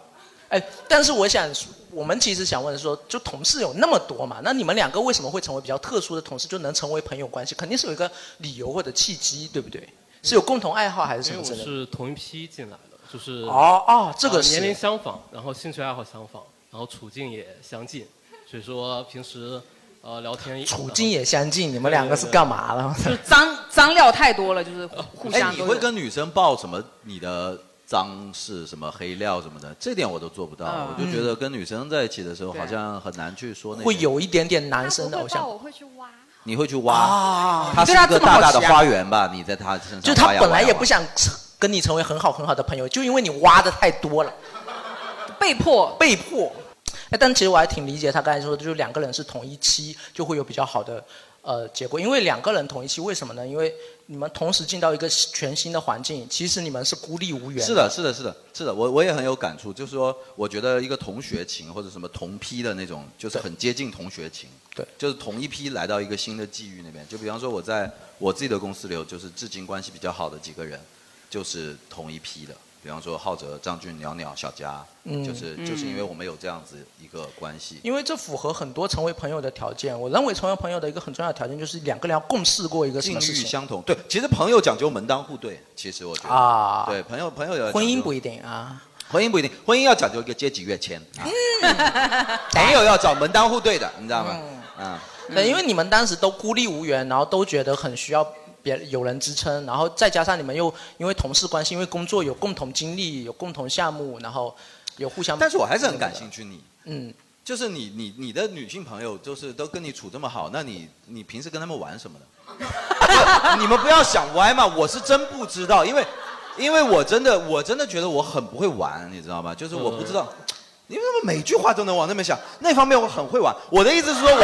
Speaker 4: 哎，但是我想说，我们其实想问说，就同事有那么多嘛，那你们两个为什么会成为比较特殊的同事，就能成为朋友关系？肯定是有一个理由或者契机，对不对？是有共同爱好还是
Speaker 8: 因
Speaker 4: 什
Speaker 8: 为
Speaker 4: 么
Speaker 8: 我
Speaker 4: 之类的？
Speaker 8: 是同一批进来的，就是
Speaker 4: 哦哦，这
Speaker 8: 呃
Speaker 4: 个
Speaker 8: 年龄
Speaker 4: 是
Speaker 8: 相仿，然后兴趣爱好相仿，然后处境也相近，所以说平时呃聊天也
Speaker 4: 处境也相近，你们两个是干 嘛了？
Speaker 3: 就脏脏料太多了，就是互
Speaker 2: 哎，
Speaker 3: 相
Speaker 2: 你
Speaker 3: 都
Speaker 2: 会
Speaker 3: 有。
Speaker 2: 跟女生报什么你的脏事、什么黑料什么的，这点我都做不到，
Speaker 3: 嗯
Speaker 2: 我就觉得跟女生在一起的时候
Speaker 3: 对
Speaker 2: 好像很难去说那些
Speaker 4: 会，有一点点男生的偶
Speaker 1: 会抱，
Speaker 4: 像
Speaker 1: 我会去挖。
Speaker 2: 你会去挖。
Speaker 4: 啊，
Speaker 2: 他是
Speaker 3: 对他
Speaker 2: 一个
Speaker 3: 这么好
Speaker 2: 大大的
Speaker 3: 奇啊
Speaker 2: 花园吧？你在他身上
Speaker 4: 就他
Speaker 2: 挖呀
Speaker 4: 本
Speaker 2: 挖
Speaker 4: 来
Speaker 2: 呀
Speaker 4: 也
Speaker 2: 挖
Speaker 4: 不想成跟你成为很好很好的朋友，就因为你挖的太多了，
Speaker 3: 被迫
Speaker 4: 被迫。哎，但其实我还挺理解他刚才说的，就是两个人是同一期，就会有比较好的呃结果。因为两个人同一期，为什么呢？因为你们同时进到一个全新的环境，其实你们是孤立无援。
Speaker 2: 是的，，是的，是的，是的，我我也很有感触，就是说，我觉得一个同学情或者什么同批的那种，就是
Speaker 4: 对
Speaker 2: 很接近同学情，
Speaker 4: 对
Speaker 2: 就是同一批来到一个新的际遇那边。就比方说我在我自己的公司里头，就是至今关系比较好的几个人，就是同一批的。比方说浩哲、张俊、袅袅、小佳，
Speaker 4: 嗯
Speaker 2: 就是就是因为我们有这样子一个关系，
Speaker 4: 因为这符合很多成为朋友的条件。我认为成为朋友的一个很重要的条件就是两个人要共事过一个什
Speaker 2: 境
Speaker 4: 么事
Speaker 2: 遇
Speaker 4: 情
Speaker 2: 相同。对，其实朋友讲究门当户对，其实我觉得，
Speaker 4: 啊。
Speaker 2: 对朋友朋友有
Speaker 4: 婚姻不
Speaker 2: 一
Speaker 4: 一定啊。
Speaker 2: 婚姻不一定，婚姻要讲究一个阶级跃迁，
Speaker 4: 嗯
Speaker 2: 啊、朋友要找门当户对的，你知道吗？啊。
Speaker 4: 嗯对，因为你们当时都孤立无援，然后都觉得很需要别有人支撑，然后再加上你们又因为同事关系，因为工作有共同经历，有共同项目，然后有互相。
Speaker 2: 但是我还是很感兴。趣你，
Speaker 4: 啊嗯，
Speaker 2: 就是你你你的女性朋友就是都跟你处这么好，那你你平时跟他们玩什么的？ 你们不要想歪嘛，我是真不知道，因为因为我真的我真的觉得我很不会玩，你知道吗？就是我不知道。
Speaker 4: 嗯
Speaker 2: 你们怎么每句话都能往那边想？那方面我很会玩。我的意思是说我，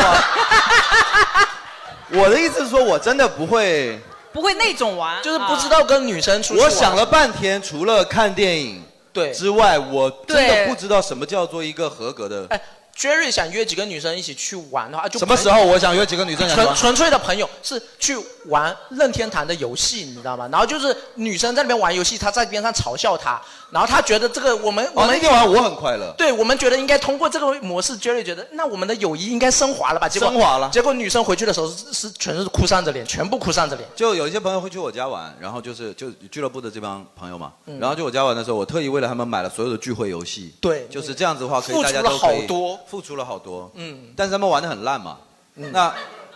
Speaker 2: 我的意思是说我真的不会。
Speaker 3: 不会那种玩，
Speaker 4: 就是不知
Speaker 3: 啊。
Speaker 4: 道跟女生出去。
Speaker 2: 我想，了半天，除了看电影
Speaker 4: 对，
Speaker 2: 之外，我真的
Speaker 3: 对
Speaker 2: 不知道什么叫做一个合格的。
Speaker 4: 哎， Jerry 想约几个女生一起去玩的话，啊就
Speaker 2: 什么时候我想约几个女生想去玩
Speaker 4: 纯纯粹的朋友是去玩任天堂的游戏，你知道吗？然后就是女生在那边玩游戏，他在边上嘲笑他，然后他觉得这个我们、我
Speaker 2: 哦，
Speaker 4: 们
Speaker 2: 那天晚上我很快乐。
Speaker 4: 对我们觉得应该通过这个模式，Jerry 觉得那我们的友谊应该升华了吧？结果
Speaker 2: 升华了
Speaker 4: 结果女生回去的时候是是全是哭丧着脸，全部哭丧着脸。
Speaker 2: 就有一些朋友会去我家玩，然后就是就俱乐部的这帮朋友嘛，
Speaker 4: 嗯
Speaker 2: 然后就我家玩的时候，我特意为了他们买了所有的聚会游戏，
Speaker 4: 对
Speaker 2: 就是这样子的话，可以
Speaker 4: 付
Speaker 2: 大家
Speaker 4: 出了
Speaker 2: 都可以
Speaker 4: 好多，
Speaker 2: 付出了好多，
Speaker 4: 嗯，
Speaker 2: 但是他们玩的很烂嘛，
Speaker 4: 嗯
Speaker 2: 那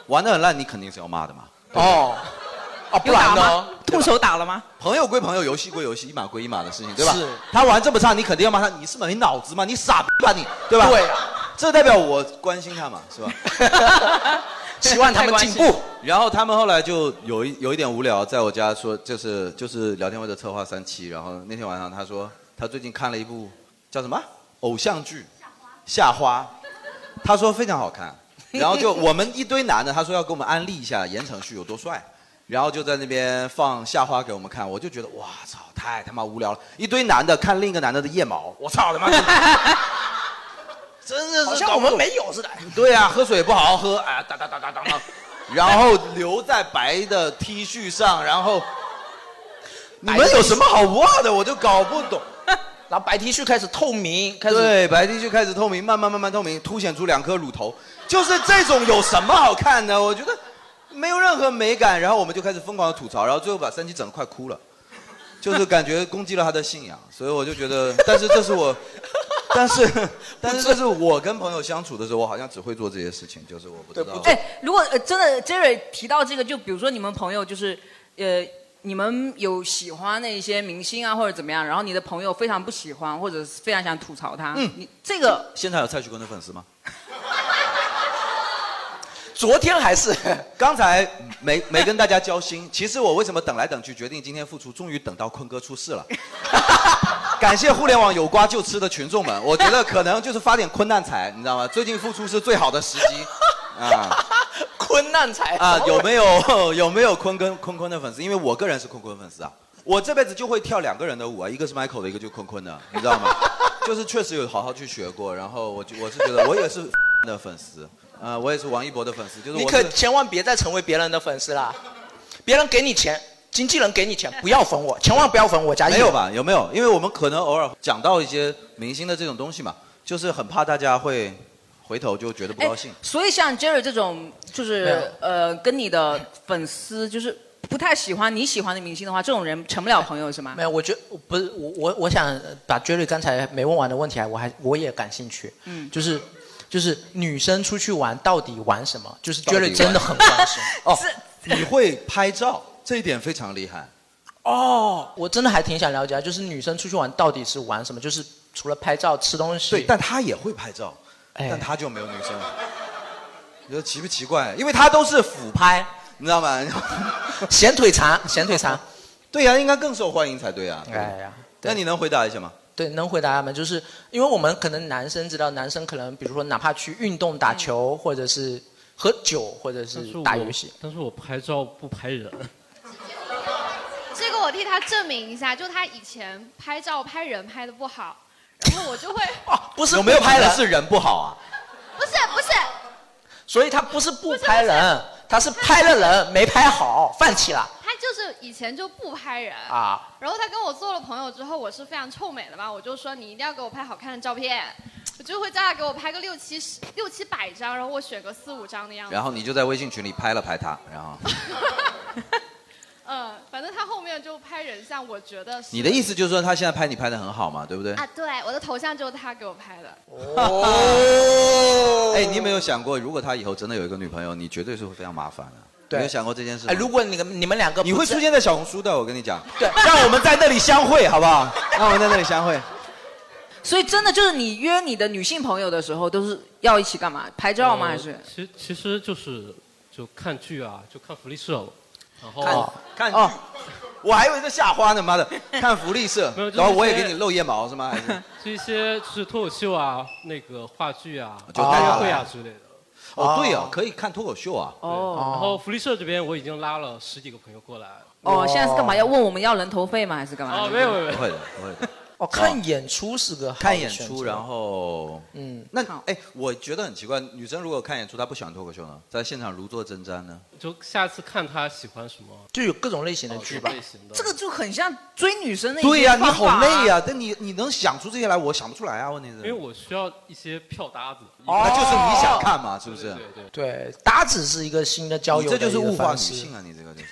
Speaker 2: 玩的很烂，你肯定是要骂的嘛。
Speaker 4: 哦，哦，不然
Speaker 2: 有打
Speaker 4: 呢
Speaker 2: 吗？
Speaker 3: 动手打了吗？
Speaker 2: 朋友归朋友，游戏归游戏，一码归一码的事情，对吧？
Speaker 4: 是
Speaker 2: 他玩这么差，你肯定要骂他，你是没脑子吗？你傻逼吧你，对吧？
Speaker 4: 对啊
Speaker 2: 这代表我关心他嘛，是吧？
Speaker 4: 希望他们进 步。
Speaker 2: 然后他们后来就有一有一点无聊，在我家说，就是就是聊天会的策划三期。然后那天晚上他说，他最近看了一部叫什么偶像剧《夏花》，他说非常好看。然后就我们一堆男的，他说要给我们安利一下言承旭有多帅，然后就在那边放《夏花》给我们看。我就觉得哇操，太他妈无聊了！一堆男的看另一个男的的腋毛，我操他妈！真的是
Speaker 4: 好像
Speaker 2: 搞
Speaker 4: 我
Speaker 2: 不
Speaker 4: 们
Speaker 2: 懂
Speaker 4: 没有似的。
Speaker 2: 对啊，喝水不好好喝，啊，哒哒哒 哒哒哒，然后留在白的 T 恤上，然后你们有什么好哇的，我就搞不 懂。
Speaker 4: 然后白 T 恤开始透明，开始
Speaker 2: 对，白 T 恤开始透明，慢慢慢慢透明，凸显出两颗乳头，就是这种有什么好看的？我觉得没有任何美感。然后我们就开始疯狂的吐槽，然后最后把三七整得快哭了，就是感觉攻击了他的信仰， 所以我就觉得，但是这是我，但 是但是这是我跟朋友相处的时候，我好像只会做这些事情，就是我不知道。
Speaker 3: 哎，如果、呃、真的 Jerry 提到这个，就比如说你们朋友就是，呃，你们有喜欢的一些明星啊，或者怎么样，然后你的朋友非常不喜欢，或者是非常想吐槽他，
Speaker 2: 嗯
Speaker 3: 你这个
Speaker 2: 现场有蔡徐坤的粉丝吗？
Speaker 4: 昨天还是
Speaker 2: 刚才没没跟大家交心。其实我为什么等来等去，决定今天复出，终于等到坤哥出事 了。感谢互联网有瓜就吃的群众们，我觉得可能就是发点昆难财，你知道吗？最近复出是最好的时机。 啊
Speaker 4: 昆难 才
Speaker 2: 啊，有没有 有没有坤跟坤坤的粉丝？因为我个人是坤坤粉丝啊，我这辈子就会跳两个人的舞啊，一个是 Michael 的，一个就是坤坤的，你知道吗？ 就是确实有好好去学过，然后我就我是觉得我也是 的粉丝，啊，我也是王一博的粉丝，就是
Speaker 4: 你
Speaker 2: 我
Speaker 4: 可
Speaker 2: 是
Speaker 4: 千万别再成为别人的粉丝啦！别人给你钱，经纪人给你钱，不要粉我，千万不要粉我家艺
Speaker 2: 没
Speaker 4: 人
Speaker 2: 有？吧？有没有？因为我们可能偶尔讲到一些明星的这种东西嘛，就是很怕大家会回头就觉得不
Speaker 3: 哎
Speaker 2: 高兴。
Speaker 3: 所以像 Jerry 这种，就
Speaker 4: 没
Speaker 3: 是
Speaker 4: 有
Speaker 3: 呃，跟你的粉丝就是不太喜欢你喜欢的明星的话，这种人成不了朋友是吗
Speaker 4: 没？有，我觉我不是我我我想把 Jerry 刚才没问完的问题啊，我还我也感兴趣，
Speaker 3: 嗯
Speaker 4: 就是就是女生出去玩到底玩什么？就是
Speaker 2: 到底
Speaker 4: Jerry
Speaker 2: 玩
Speaker 4: 真的很关 心哦
Speaker 2: 你会拍照，这一点非常厉害。
Speaker 4: 哦，我真的还挺想了解啊，就是女生出去玩到底是玩什么？就是除了拍照、吃东西，
Speaker 2: 对，但他也会拍照，
Speaker 4: 哎
Speaker 2: 但他就没有女生。你说奇不奇怪？因为他都是俯拍，你知道吗？
Speaker 4: 显腿长，显腿长，
Speaker 2: 对呀、应该更受欢迎才对啊。
Speaker 4: 哎呀。
Speaker 2: 那
Speaker 4: 对
Speaker 2: 你能回答一下吗？
Speaker 4: 对，能回答他们，就是因为我们可能男生知道，男生可能比如说哪怕去运动、打
Speaker 2: 嗯
Speaker 4: 球，或者是喝酒，或者是
Speaker 8: 但是我
Speaker 4: 打游戏。，
Speaker 8: 但是我拍照不拍人，
Speaker 9: 这个我替他证明一下，就他以前拍照拍人拍的不好，然后我就会，
Speaker 4: 哦，不是
Speaker 2: 有没有
Speaker 4: 不拍
Speaker 2: 拍
Speaker 4: 人
Speaker 2: 的是人不好啊？
Speaker 9: 不是不是，
Speaker 4: 所以他不是不拍人，他是拍了人没拍好，放弃了
Speaker 9: 他就是以前就不拍人
Speaker 4: 啊。
Speaker 9: 然后他跟我做了朋友之后，我是非常臭美的嘛，我就说你一定要给我拍好看的照片，我就会叫他给我拍个六七十、六七百张，然后我选个四五张的样子。
Speaker 2: 然后你就在微信群里拍了拍他，然后
Speaker 9: 嗯，反正他后面就拍人像，我觉得是
Speaker 2: 你的意思就是说他现在拍你拍的很好嘛，对不对？
Speaker 9: 啊，对，我的头像就是他给我拍的。
Speaker 4: 哦
Speaker 2: 哎，你有没有想过，如果他以后真的有一个女朋友，你绝对是会非常麻烦的。
Speaker 4: 对
Speaker 2: 你有想过这件事吗？
Speaker 4: 哎，如果你们你们两个
Speaker 2: 你会
Speaker 4: 不是
Speaker 2: 出现在小红书的，我跟你讲。
Speaker 4: 对
Speaker 2: 让我们在那里相会，好不 好？让我们在那里相会。
Speaker 3: 所以真的就是你约你的女性朋友的时候，都是要一起干嘛？拍照吗？还是
Speaker 8: 呃？其其实就是就看剧啊，就看福利社了，然后
Speaker 2: 看
Speaker 4: 哦
Speaker 2: 看剧
Speaker 4: 哦，
Speaker 2: 我还以为是夏花呢，妈的，看福利社
Speaker 8: 没有，就是
Speaker 2: 然后我也
Speaker 8: 那些
Speaker 2: 给你露腋毛是吗？还是
Speaker 8: 这一些就是脱口秀啊，那个话剧啊，
Speaker 2: 哦就
Speaker 8: 音
Speaker 2: 大家
Speaker 8: 乐
Speaker 2: 来
Speaker 8: 会啊之类的。
Speaker 2: 哦，对哦，可以看脱口秀啊。
Speaker 8: 哦，
Speaker 3: 哦
Speaker 8: 然后福利社这边我已经拉了十几个朋友过来。
Speaker 3: 哦哦，现在是干嘛？要问我们要人头费吗？还是干嘛？
Speaker 2: 啊
Speaker 8: 哦，没有没有没
Speaker 2: 不会
Speaker 8: 有，
Speaker 2: 的，不会的。
Speaker 4: 哦，看演出是个好的
Speaker 2: 看演
Speaker 4: 选
Speaker 2: 出，
Speaker 4: 择
Speaker 2: 然后
Speaker 4: 嗯，
Speaker 2: 那哎，我觉得很奇怪，女生如果看演出她不喜欢脱口秀呢，在现场如坐针毡呢？
Speaker 8: 就下次看他喜欢什么。
Speaker 4: 就有各种类型的
Speaker 8: 剧
Speaker 2: 吧
Speaker 8: 类型的。
Speaker 3: 这个就很像追女生的一些
Speaker 2: 对呀、你
Speaker 3: 方法
Speaker 2: 好
Speaker 4: 啊
Speaker 2: 累呀、但你你能想出这些来，我想不出来啊，问题是。哦
Speaker 8: 因为我需要一些票搭子。
Speaker 2: 那就是你想看嘛，是不是？
Speaker 8: 对对
Speaker 4: 对，搭子是一个新的交友
Speaker 2: 你
Speaker 4: 的
Speaker 2: 这
Speaker 4: 一个
Speaker 2: 就是物化女
Speaker 4: 方式
Speaker 2: 性啊！你这个 就是。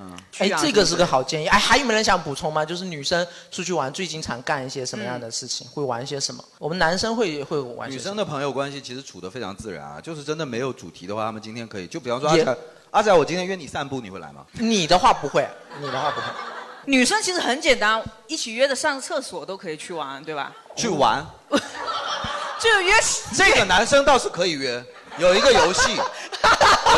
Speaker 2: 嗯。
Speaker 4: 哎，这个是个好建议。哎，还有没有人想补充吗？就是女生出去玩最经常干一些什么样
Speaker 2: 嗯
Speaker 4: 的事情？会玩一些什么？我们男生会会玩
Speaker 2: 女
Speaker 4: 些什
Speaker 2: 生
Speaker 4: 么？
Speaker 2: 的朋友关系其实处得非常自然啊，就是真的没有主题的话，他们今天可以，就比方说阿
Speaker 4: 也
Speaker 2: 仔，阿仔，我今天约你散步，你会来吗？
Speaker 4: 你的话不会，你的话不会。
Speaker 3: 女生其实很简单，一起约着上厕所都可以去玩，对吧？
Speaker 2: 去玩，
Speaker 3: 就约
Speaker 2: 这个男生倒是可以约，有一个游 戏，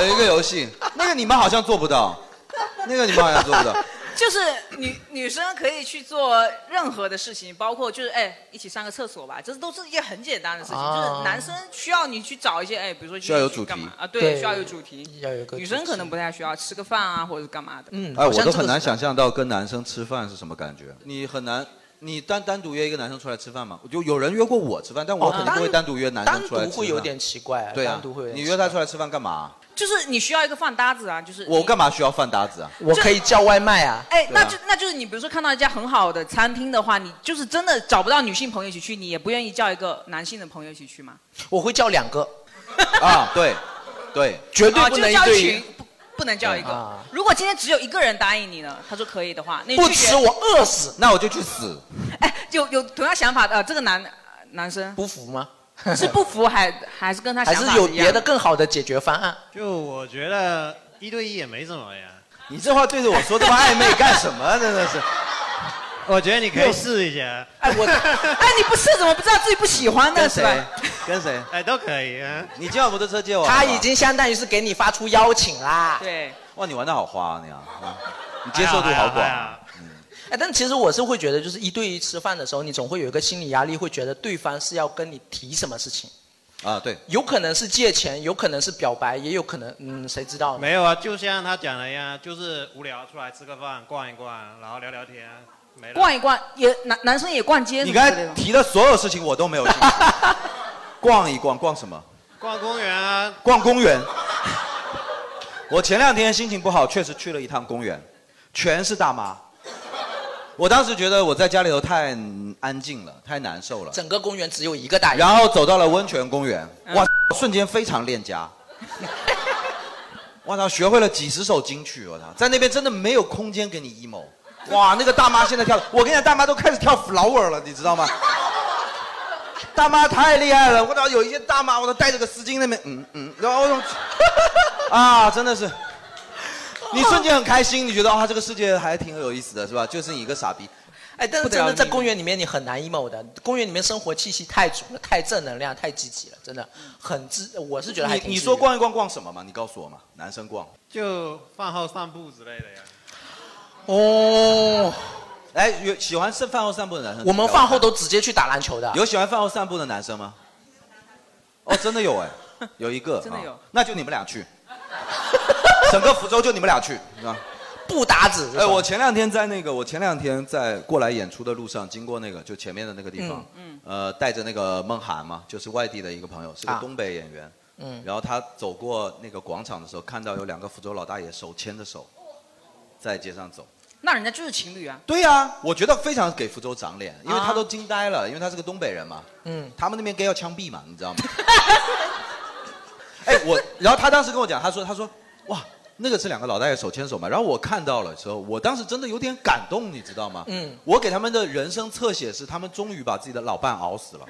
Speaker 2: 有一个游戏，那个你们好像做不到， 那个你们好像做不到。
Speaker 3: 就是女女生可以去做任何的事情，包括就是哎一起上个厕所吧，这都是一件很简单的事情。
Speaker 4: 啊
Speaker 3: 就是男生需要你去找一些哎，比如说
Speaker 2: 需要有主题
Speaker 3: 干嘛啊？
Speaker 4: 对
Speaker 3: 对，需要有主题。
Speaker 4: 要有个
Speaker 3: 女生可能不太需要吃个饭啊，或者是干嘛的。
Speaker 4: 嗯
Speaker 2: 哎，我都很难想象到跟男生吃饭是什么感觉。你很难，你单单独约一个男生出来吃饭吗？就有人约过我吃饭，但我肯定不会单独约男生出来吃饭。
Speaker 4: 哦单独会有点奇怪，
Speaker 2: 对啊
Speaker 4: 单独会有，点
Speaker 2: 你
Speaker 4: 奇
Speaker 2: 约他出来吃饭干嘛？
Speaker 3: 就是你需要一个饭搭子啊，就是
Speaker 2: 我干嘛需要饭搭子啊？
Speaker 4: 我可以叫外卖啊。
Speaker 3: 哎，
Speaker 2: 对啊
Speaker 3: 那就那就是你，比如说看到一家很好的餐厅的话，你就是真的找不到女性朋友一起去，你也不愿意叫一个男性的朋友一起去嘛？
Speaker 4: 我会叫两个，
Speaker 2: 啊，对，对，
Speaker 4: 绝对
Speaker 3: 啊，
Speaker 4: 不
Speaker 3: 就
Speaker 4: 能一
Speaker 3: 叫一
Speaker 4: 对一
Speaker 3: 群。，不不能叫一
Speaker 4: 对
Speaker 3: 个
Speaker 4: 啊。
Speaker 3: 如果今天只有一个人答应你呢，他说可以的话，那你
Speaker 4: 不
Speaker 3: 拒绝
Speaker 4: 吃我饿死，
Speaker 2: 那我就去死。
Speaker 3: 哎，有有同样想法的、呃、这个男男 生
Speaker 4: 不服 吗？
Speaker 3: 是不服还还是跟他
Speaker 4: 还
Speaker 3: 想法
Speaker 4: 是有
Speaker 3: 一
Speaker 4: 别
Speaker 3: 样
Speaker 4: 的更好的解决方案？
Speaker 10: 就我觉得一对一也没什么呀，
Speaker 2: 你这话对着我说这么暧昧干什么？真的是，
Speaker 10: 我觉得你可以试一下，
Speaker 3: 哎 我哎你不是怎么不知道自己不喜欢呢
Speaker 2: 跟
Speaker 3: 是
Speaker 2: 谁
Speaker 3: 吧？？
Speaker 2: 跟谁？
Speaker 10: 哎，都可以啊。
Speaker 2: 你叫摩托车借我好不好？
Speaker 4: 他已经相当于是给你发出邀请啦。
Speaker 3: 对，
Speaker 2: 哇，你玩的好花啊你啊，
Speaker 10: 哎
Speaker 2: 嗯你接受度好广
Speaker 10: 还
Speaker 2: 啊。
Speaker 10: 好
Speaker 4: 哎，但其实我是会觉得，就是一对一吃饭的时候，你总会有一个心理压力，会觉得对方是要跟你提什么事情，
Speaker 2: 啊，对，
Speaker 4: 有可能是借钱，有可能是表白，也有可能，嗯，谁知道呢？
Speaker 10: 没有啊，就像他讲的一样，就是无聊出来吃个饭，逛一逛，然后聊聊天，没了。
Speaker 3: 逛一逛也男男生也逛街什
Speaker 2: 你
Speaker 3: 么
Speaker 2: 刚
Speaker 3: 之
Speaker 2: 才
Speaker 3: 类的。
Speaker 2: 提的所有事情我都没有兴趣。 逛一逛，逛什么？
Speaker 10: 逛公园啊，
Speaker 2: 逛公园。 我前两天心情不好，确实去了一趟公园，全是大妈。我当时觉得我在家里头太安静了，太难受了。
Speaker 4: 整个公园只有一个大爷，嗯
Speaker 2: 然后走到了温泉公园，哇，瞬间非常恋 家。我操，学会了几十首金曲，我操，在那边真的没有空间给你 emo。哇，那个大妈现在跳，我跟你讲，大妈都开始跳 flower 了，你知 道吗？大妈太厉害了，我操，有一些大妈，我都戴着个丝巾那边，嗯嗯，然后我 说啊，真
Speaker 4: 哦
Speaker 2: 的是，你瞬间很开心，你觉得啊，这个世界还挺有意思的，是吧？就是你一个傻逼，
Speaker 4: 哎，但是
Speaker 3: 不得
Speaker 4: 真
Speaker 3: 了
Speaker 4: 的在
Speaker 3: 你
Speaker 4: 公园里面你很难 emo 的，公园里面生活气息太足了，太正能量，太积极了，真的很自，我是觉得还挺
Speaker 2: 你你
Speaker 4: 治愈
Speaker 2: 说
Speaker 4: 的
Speaker 2: 逛一逛逛什么嘛？你告诉我嘛，男生逛。
Speaker 10: 就饭后散步之类的呀。
Speaker 4: 哦，
Speaker 2: 哎，有喜欢是饭后散步的男生？啊
Speaker 4: 我们饭后都直接去打篮球啊的，
Speaker 2: 有喜欢饭后散步的男生吗？哦，真的有 哎，有一个，
Speaker 3: 真的有
Speaker 2: 啊那就你们俩去，整个福州就你们俩去，是吧？
Speaker 4: 不打子。
Speaker 2: 哎，我前两天在那个，我前两天在过来演出的路上，经过那个就前面的那个
Speaker 4: 嗯
Speaker 2: 地方，呃，带着那个梦涵嘛，就是外地的一个朋友，是个
Speaker 4: 啊
Speaker 2: 东北演员，
Speaker 4: 嗯，
Speaker 2: 然后他走过那个广场的时候，看到有两个福州老大爷手牵着手在街上走。
Speaker 3: 那人家就是情侣啊，
Speaker 2: 对呀、我觉得非常给福州长脸，因为他都惊呆了，因为他是个东北人嘛。
Speaker 4: 嗯
Speaker 2: 嗯，他们那边 gay 要枪毙嘛，你知道吗？哎，我，然后他当时跟我讲，他说，他说，哇，那个是两个老大爷手牵手嘛。然后我看到了之后，我当时真的有点感动，你知道吗？
Speaker 4: 嗯
Speaker 2: 嗯，我给他们的人生侧写是，他们终于把自己的老伴熬死了。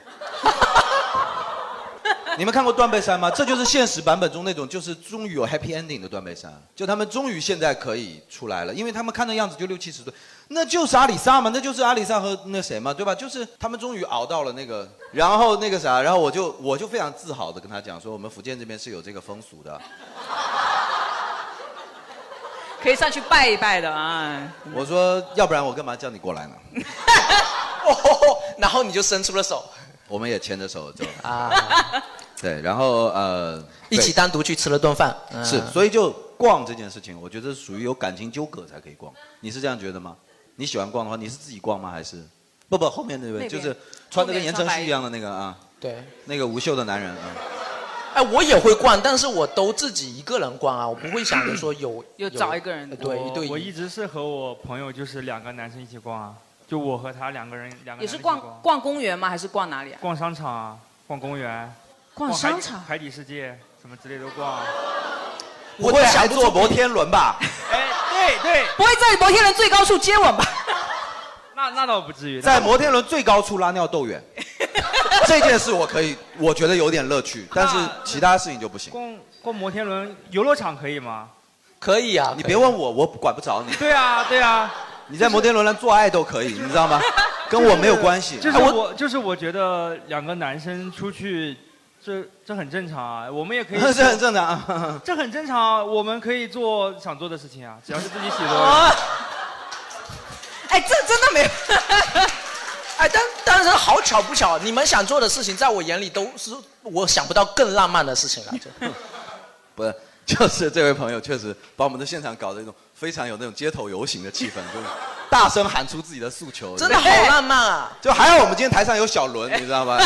Speaker 2: 你们看过《断背山》吗？这就是现实版本中那种，就是终于有 happy ending 的《断背山》，就他们终于现在可以出来了，因为他们看那样子就六七十岁，那就是阿里萨嘛，那就是阿里萨和那谁嘛，对吧？就是他们终于熬到了那个，然后那个啥，然后我就我就非常自豪的跟他讲说，我们福建这边是有这个风俗的。
Speaker 3: 可以上去拜一拜的啊。
Speaker 2: 我说，要不然我干嘛叫你过来呢？
Speaker 4: 哦，然后你就伸出了手
Speaker 2: 我们也牵着手走，
Speaker 4: 啊，
Speaker 2: 对，然后呃，
Speaker 4: 一起
Speaker 2: 对
Speaker 4: 单独去吃了顿饭。嗯
Speaker 2: 是，所以就逛这件事情，我觉得属于有感情纠葛才可以逛，你是这样觉得吗？你喜欢逛的话，你是自己逛吗？还是？不不，后面那位
Speaker 4: 那边
Speaker 2: 就是穿的
Speaker 4: 后
Speaker 2: 跟
Speaker 4: 面
Speaker 2: 言
Speaker 4: 穿
Speaker 2: 承
Speaker 4: 白
Speaker 2: 旭一样的那个啊，
Speaker 4: 对，
Speaker 2: 那个无袖的男人 啊。
Speaker 4: 哎，我也会逛，但是我都自己一个人逛啊，我不会想着说有
Speaker 3: 有嗯找一个
Speaker 2: 呃
Speaker 3: 人
Speaker 4: 对，一对
Speaker 11: 我我
Speaker 4: 一
Speaker 11: 一直是和我朋友就是两个男生一起逛啊，就我和他两个人两个
Speaker 3: 也是
Speaker 11: 男生一起
Speaker 3: 逛逛公园吗？还是逛哪里啊？
Speaker 11: 逛商场啊，逛公园，
Speaker 3: 逛
Speaker 11: 海
Speaker 3: 商
Speaker 11: 底
Speaker 3: 场
Speaker 11: 海底世界什么之类都 逛啊。
Speaker 2: 不会还坐摩天轮吧？
Speaker 11: 对对，
Speaker 3: 不会在摩天轮最高处接吻吧？
Speaker 11: 那那倒不至于。
Speaker 2: 在摩天轮最高处拉尿斗 远，这件事我可以，我觉得有点乐趣，但是其他事情就不行。
Speaker 11: 逛逛摩天轮游乐场可以吗？
Speaker 4: 可以啊，
Speaker 2: 你别问我，我管不着你。
Speaker 11: 对啊对啊，
Speaker 2: 你在摩天轮上做爱都可以，你知道吗？跟我没有关 系。
Speaker 11: 就是
Speaker 2: 哎。
Speaker 11: 我就是我觉得两个男生出去，这这很正常啊，我们也可以
Speaker 2: 这很正常啊。
Speaker 11: 这很正常啊，我们可以做想做的事情啊，只要是自己喜欢
Speaker 2: 啊
Speaker 4: 哦
Speaker 11: 的。
Speaker 4: 哎，这真的没有。 哎，但但是好巧不巧，你们想做的事情，在我眼里都是我想不到更浪漫的事 情了。就
Speaker 2: 不是，就是这位朋友确实把我们的现场搞得一种非常有那种街头游行的气氛，就是大声喊出自己的诉求。
Speaker 4: 真的好浪漫啊！
Speaker 2: 就还好我们今天台上有小伦，你知道吗？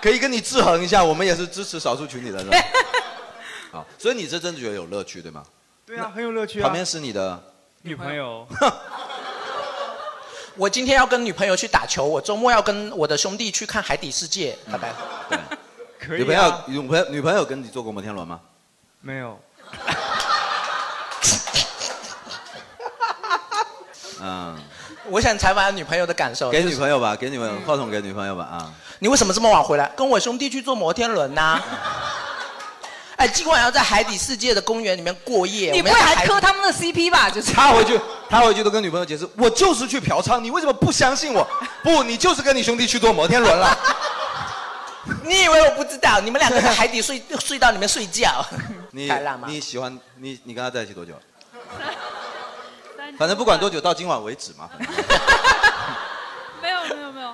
Speaker 2: 可以跟你制衡一下，我们也是支持少数群体的人。好，所以你是真的觉得有乐趣，对吗？
Speaker 11: 对啊，很有乐趣啊。
Speaker 2: 旁边是你的，
Speaker 11: 女朋友，
Speaker 4: 我今天要跟女朋友去打球，我周末要跟我的兄弟去看海底世界，拜拜。
Speaker 11: 嗯可
Speaker 2: 女
Speaker 11: 以
Speaker 2: 朋友
Speaker 11: 啊。，
Speaker 2: 女朋友，女朋友跟你坐过摩天轮吗？
Speaker 11: 没有，
Speaker 2: 嗯，
Speaker 4: 我想采访女朋友的感受。
Speaker 2: 给
Speaker 4: 就
Speaker 2: 女
Speaker 4: 是
Speaker 2: 朋友吧，给女朋
Speaker 11: 嗯
Speaker 2: 友，话筒给女朋友吧啊。
Speaker 4: 你为什么这么晚回来？跟我兄弟去坐摩天 轮呐、哎，今晚要在海底世界的公园里面过夜。
Speaker 3: 你
Speaker 4: 我
Speaker 3: 不
Speaker 4: 们
Speaker 3: 会
Speaker 4: 要在
Speaker 3: 还
Speaker 4: 海啊
Speaker 3: 磕他们的 CP 吧？就是
Speaker 2: 他回去，他回去都跟女朋友解释，我就是去嫖娼，你为什么不相 信我？不，你就是跟你兄弟去坐摩天轮了。
Speaker 4: 你以为我不知道？你们两个在海底睡隧道里面睡觉，
Speaker 2: 你
Speaker 4: 太浪漫
Speaker 2: 你。喜欢你你跟他在一起 多久？
Speaker 9: 但
Speaker 2: 反正不管多久，到今晚为止嘛。反正
Speaker 9: 没有没有没有，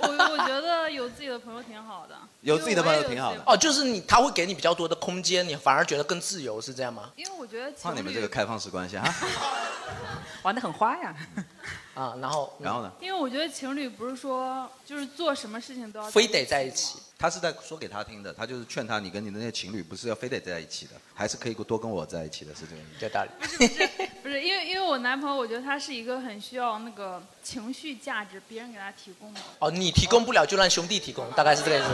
Speaker 9: 我我觉得有自己的朋友挺好的，
Speaker 2: 有自己的朋友挺好的。
Speaker 4: 哦，就是你，他会给你比较多的空间，你反而觉得更自由，是这样吗？
Speaker 9: 因为我觉得
Speaker 2: 怕你
Speaker 9: 情
Speaker 2: 们这个
Speaker 9: 侣，
Speaker 2: 开放式关系啊。
Speaker 3: 玩的很花呀。
Speaker 4: 啊，然后
Speaker 11: 嗯
Speaker 2: 然后呢？
Speaker 9: 因为我觉得情侣不是说就是做什么事情都要
Speaker 4: 非得在一起，
Speaker 2: 他是在说给他听的，他就是劝他，你跟你的那些情侣不是要非得在一起的，还是可以多跟我在一起的，是这个意思。
Speaker 4: 有道理。
Speaker 9: 不是因为因为我男朋友，我觉得他是一个很需要那个情绪价值别人给他提供的，
Speaker 4: 哦，你提供不了就让兄弟提供，大概是这个意思。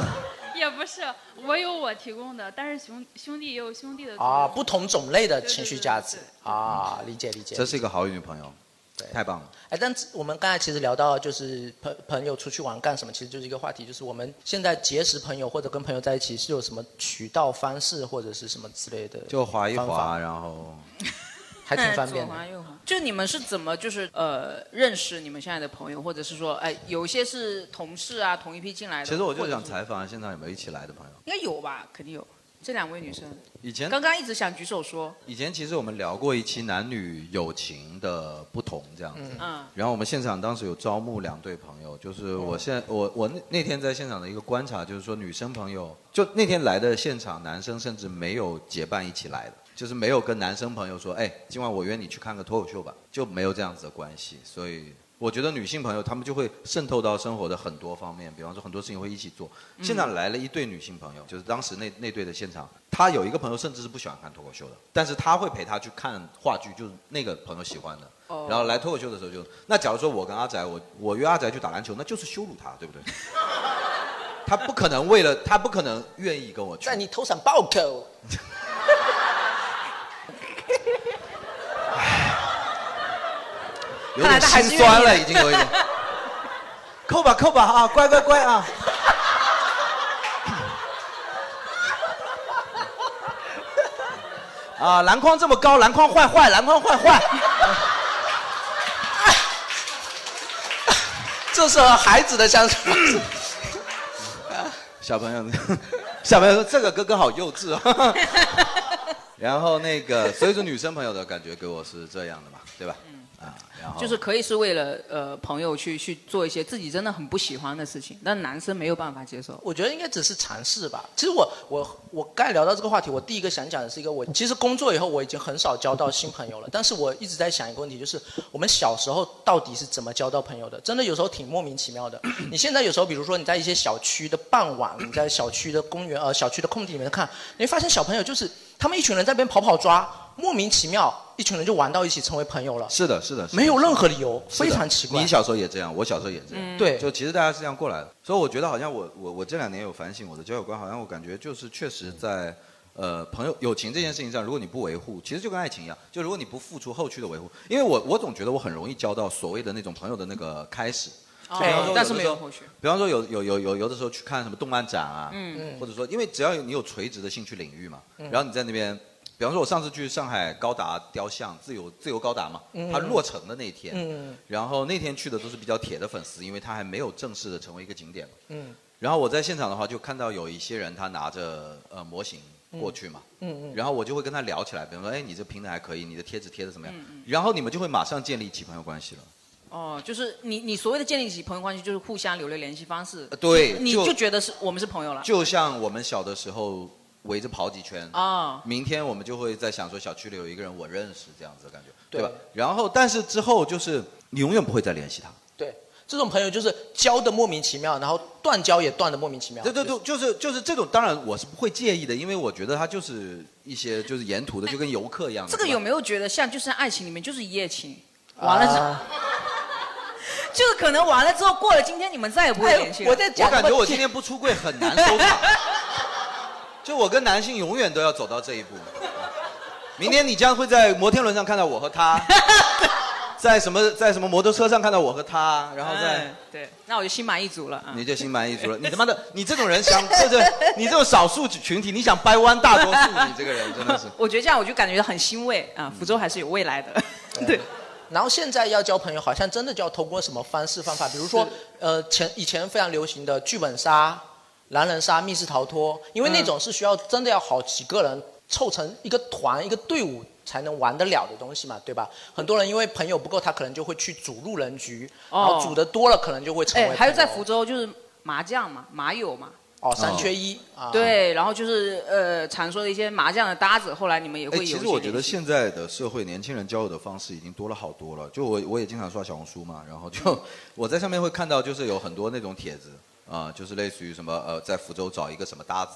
Speaker 9: 也不是我有我提供的，但是兄兄弟也有兄弟的
Speaker 4: 啊，不同种类的情绪价值啊，理解理解。
Speaker 2: 这是一个好女朋友
Speaker 4: 对，
Speaker 2: 太棒了。
Speaker 4: 哎，但我们刚才其实聊到，就是朋朋友出去玩干什么，其实就是一个话题，就是我们现在结识朋友或者跟朋友在一起是有什么渠道方式或者是什么之类的，
Speaker 2: 就划一
Speaker 4: 方
Speaker 2: 划，
Speaker 4: 法
Speaker 2: 然后
Speaker 4: 还挺方便
Speaker 3: 左
Speaker 4: 的。
Speaker 3: 嗯滑右滑就你们是怎么就是呃认识你们现在的朋友，或者是说哎有一些是同事啊，同一批进来的。
Speaker 2: 其实我就
Speaker 3: 或者
Speaker 2: 想
Speaker 3: 是
Speaker 2: 采访现场有没有一起来的朋友。
Speaker 3: 应该有吧，肯定有。这两位女生
Speaker 2: 以前
Speaker 3: 刚刚一直想举手说，
Speaker 2: 以前其实我们聊过一期男女友情的不同这样子，
Speaker 3: 嗯
Speaker 2: 然后我们现场当时有招募两对朋友，就是我现在我我那那天在现场的一个观察就是说，女生朋友就那天来的现场，男生甚至没有结伴一起来的，就是没有跟男生朋友说，哎，今晚我约你去看个脱口秀吧，就没有这样子的关系，所以。我觉得女性朋友她们就会渗透到生活的很多方面，比方说很多事情会一起做。现场来了一对女性朋友，就是当时那那对的现场，她有一个朋友甚至是不喜欢看脱口秀的，但是她会陪她去看话剧，就是那个朋友喜欢的。
Speaker 3: 哦
Speaker 2: 然后来脱口秀的时候就，那假如说我跟阿宅，我我约阿宅去打篮球，那就是羞辱他，对不 对？他不可能为了他不可能愿意跟我去
Speaker 4: 在。你头上暴扣，
Speaker 2: 有点心酸了，已经有一 点。扣吧扣吧啊，乖乖乖啊！啊，篮筐这么高，篮筐坏坏，篮筐坏坏。
Speaker 4: 这是和孩子的相处方式。
Speaker 2: 小朋友，小朋友说这个哥哥好幼稚啊、哦 然后那个，所以说女生朋友的感觉给我是这样的嘛，对吧？
Speaker 4: 嗯
Speaker 2: 啊，然后
Speaker 3: 就是可以是为了呃朋友去去做一些自己真的很不喜欢的事情，但男生没有办法接受。
Speaker 4: 我觉得应该只是尝试吧。其实我我我刚才聊到这个话题，我第一个想讲的是一个我其实工作以后我已经很少交到新朋友了，但是我一直在想一个问题，就是我们小时候到底是怎么交到朋友的？真的有时候挺莫名其妙的。你现在有时候比如说你在一些小区的傍晚，你在小区的公园呃小区的空地里面看，你会发现小朋友就是他们一群人在那边跑跑抓，莫名其妙一群人就玩到一起成为朋友了。
Speaker 2: 是的，是的，是的
Speaker 4: 没有任何理由，
Speaker 2: 是的
Speaker 4: 非常奇怪。嗯
Speaker 2: 你小时候也这样，我小时候也这
Speaker 3: 嗯
Speaker 2: 样。
Speaker 4: 对
Speaker 2: 就其实大家是这样过来的，所以我觉得好像我我我这两年有反省我的交友观，好像我感觉就是确实在。呃，朋友友情这件事情上，如果你不维护，其实就跟爱情一样，就如果你不付出后续的维护，因为我我总觉得我很容易交到所谓的那种朋友的那个开始，
Speaker 3: 哦
Speaker 2: 比方说
Speaker 3: 但是
Speaker 2: 的
Speaker 3: 没
Speaker 2: 时候
Speaker 3: 有后续
Speaker 2: 比方说有有有有有的时候去看什么动漫展啊，
Speaker 3: 嗯嗯
Speaker 2: 或者说因为只要有你有垂直的兴趣领域嘛，
Speaker 3: 嗯
Speaker 2: 然后你在那边，比方说我上次去上海高达雕像自由自由高达嘛，
Speaker 4: 嗯
Speaker 2: 它落成的那一天，
Speaker 4: 嗯
Speaker 2: 然后那天去的都是比较铁的粉丝，因为它还没有正式的成为一个景点嘛。
Speaker 4: 嗯
Speaker 2: 然后我在现场的话，就看到有一些人他拿着呃模型过去嘛，
Speaker 4: 嗯嗯。
Speaker 2: 然后我就会跟他聊起来，比方说，哎，你这平台还可以，你的贴纸贴的怎么样？
Speaker 3: 嗯嗯
Speaker 2: 然后你们就会马上建立起朋友关系了。
Speaker 3: 哦，就是你你所谓的建立起朋友关系，就是互相留了联系方式。
Speaker 2: 呃对
Speaker 3: 你
Speaker 2: 就
Speaker 3: 就觉得是我们是朋友了。
Speaker 2: 就像我们小的时候围着跑几圈
Speaker 3: 啊
Speaker 2: 明天我们就会在想说小区里有一个人我认识这样子的感觉，
Speaker 4: 对
Speaker 2: 对吧？然后但是之后就是你永远不会再联系他。
Speaker 4: 对，这种朋友就是交的莫名其妙，然后断交也断的莫名其妙。
Speaker 2: 对对对，就是就是这种，当然我是不会介意的，因为我觉得他就是一些就是沿途的，就跟游客一样的。
Speaker 3: 这个
Speaker 2: 对吧
Speaker 3: 有没有觉得像就是爱情里面就是一夜情，完了之后、
Speaker 2: 啊
Speaker 3: 就是可能完了之后过了今天你们再也不会联系了。
Speaker 2: 我感觉我今天不出柜很难收场。就我跟男性永远都要走到这一步。明天你将会在摩天轮上看到我和 他，在什么在什么摩托车上看到我和他，然后 在
Speaker 3: 哎对，那我就心满意足了啊。
Speaker 2: 你就心满意足了。你他妈的，你这种人 想或者你这种少数群体，你想掰弯大多数，你这 个人真的是。
Speaker 3: 我觉得这样我就感觉很欣慰
Speaker 2: 嗯
Speaker 3: 啊，福州还是有未来 的。对。
Speaker 4: 然后现在要交朋友，好像真的就要通过什么方式方法，比如说，呃，前以前非常流行的剧本杀、狼人杀、密室逃脱，
Speaker 3: 嗯
Speaker 4: 因为那种是需要真的要好几个人凑成一个团、一个队伍才能玩得了的东西嘛，对吧？很多人因为朋友不够，他可能就会去组路人局，
Speaker 3: 哦
Speaker 4: 然后组的多了，可能就会成为
Speaker 3: 哎，还有
Speaker 4: 朋
Speaker 3: 在
Speaker 4: 友
Speaker 3: 福州就是麻将嘛，麻友嘛。
Speaker 4: 哦三缺一啊，
Speaker 3: 对，然后就是呃，常说的一些麻将的搭子，后来你们也会
Speaker 2: 哎，
Speaker 3: 有一些
Speaker 2: 其
Speaker 3: 联系。
Speaker 2: 实我觉得现在的社会，年轻人交友的方式已经多了好多了。就我我也经常刷小红书嘛，然后
Speaker 3: 嗯
Speaker 2: 就 我在上面会看到，就是有很多那种帖子啊、就是类似于什么呃，在福州找一个什么搭子，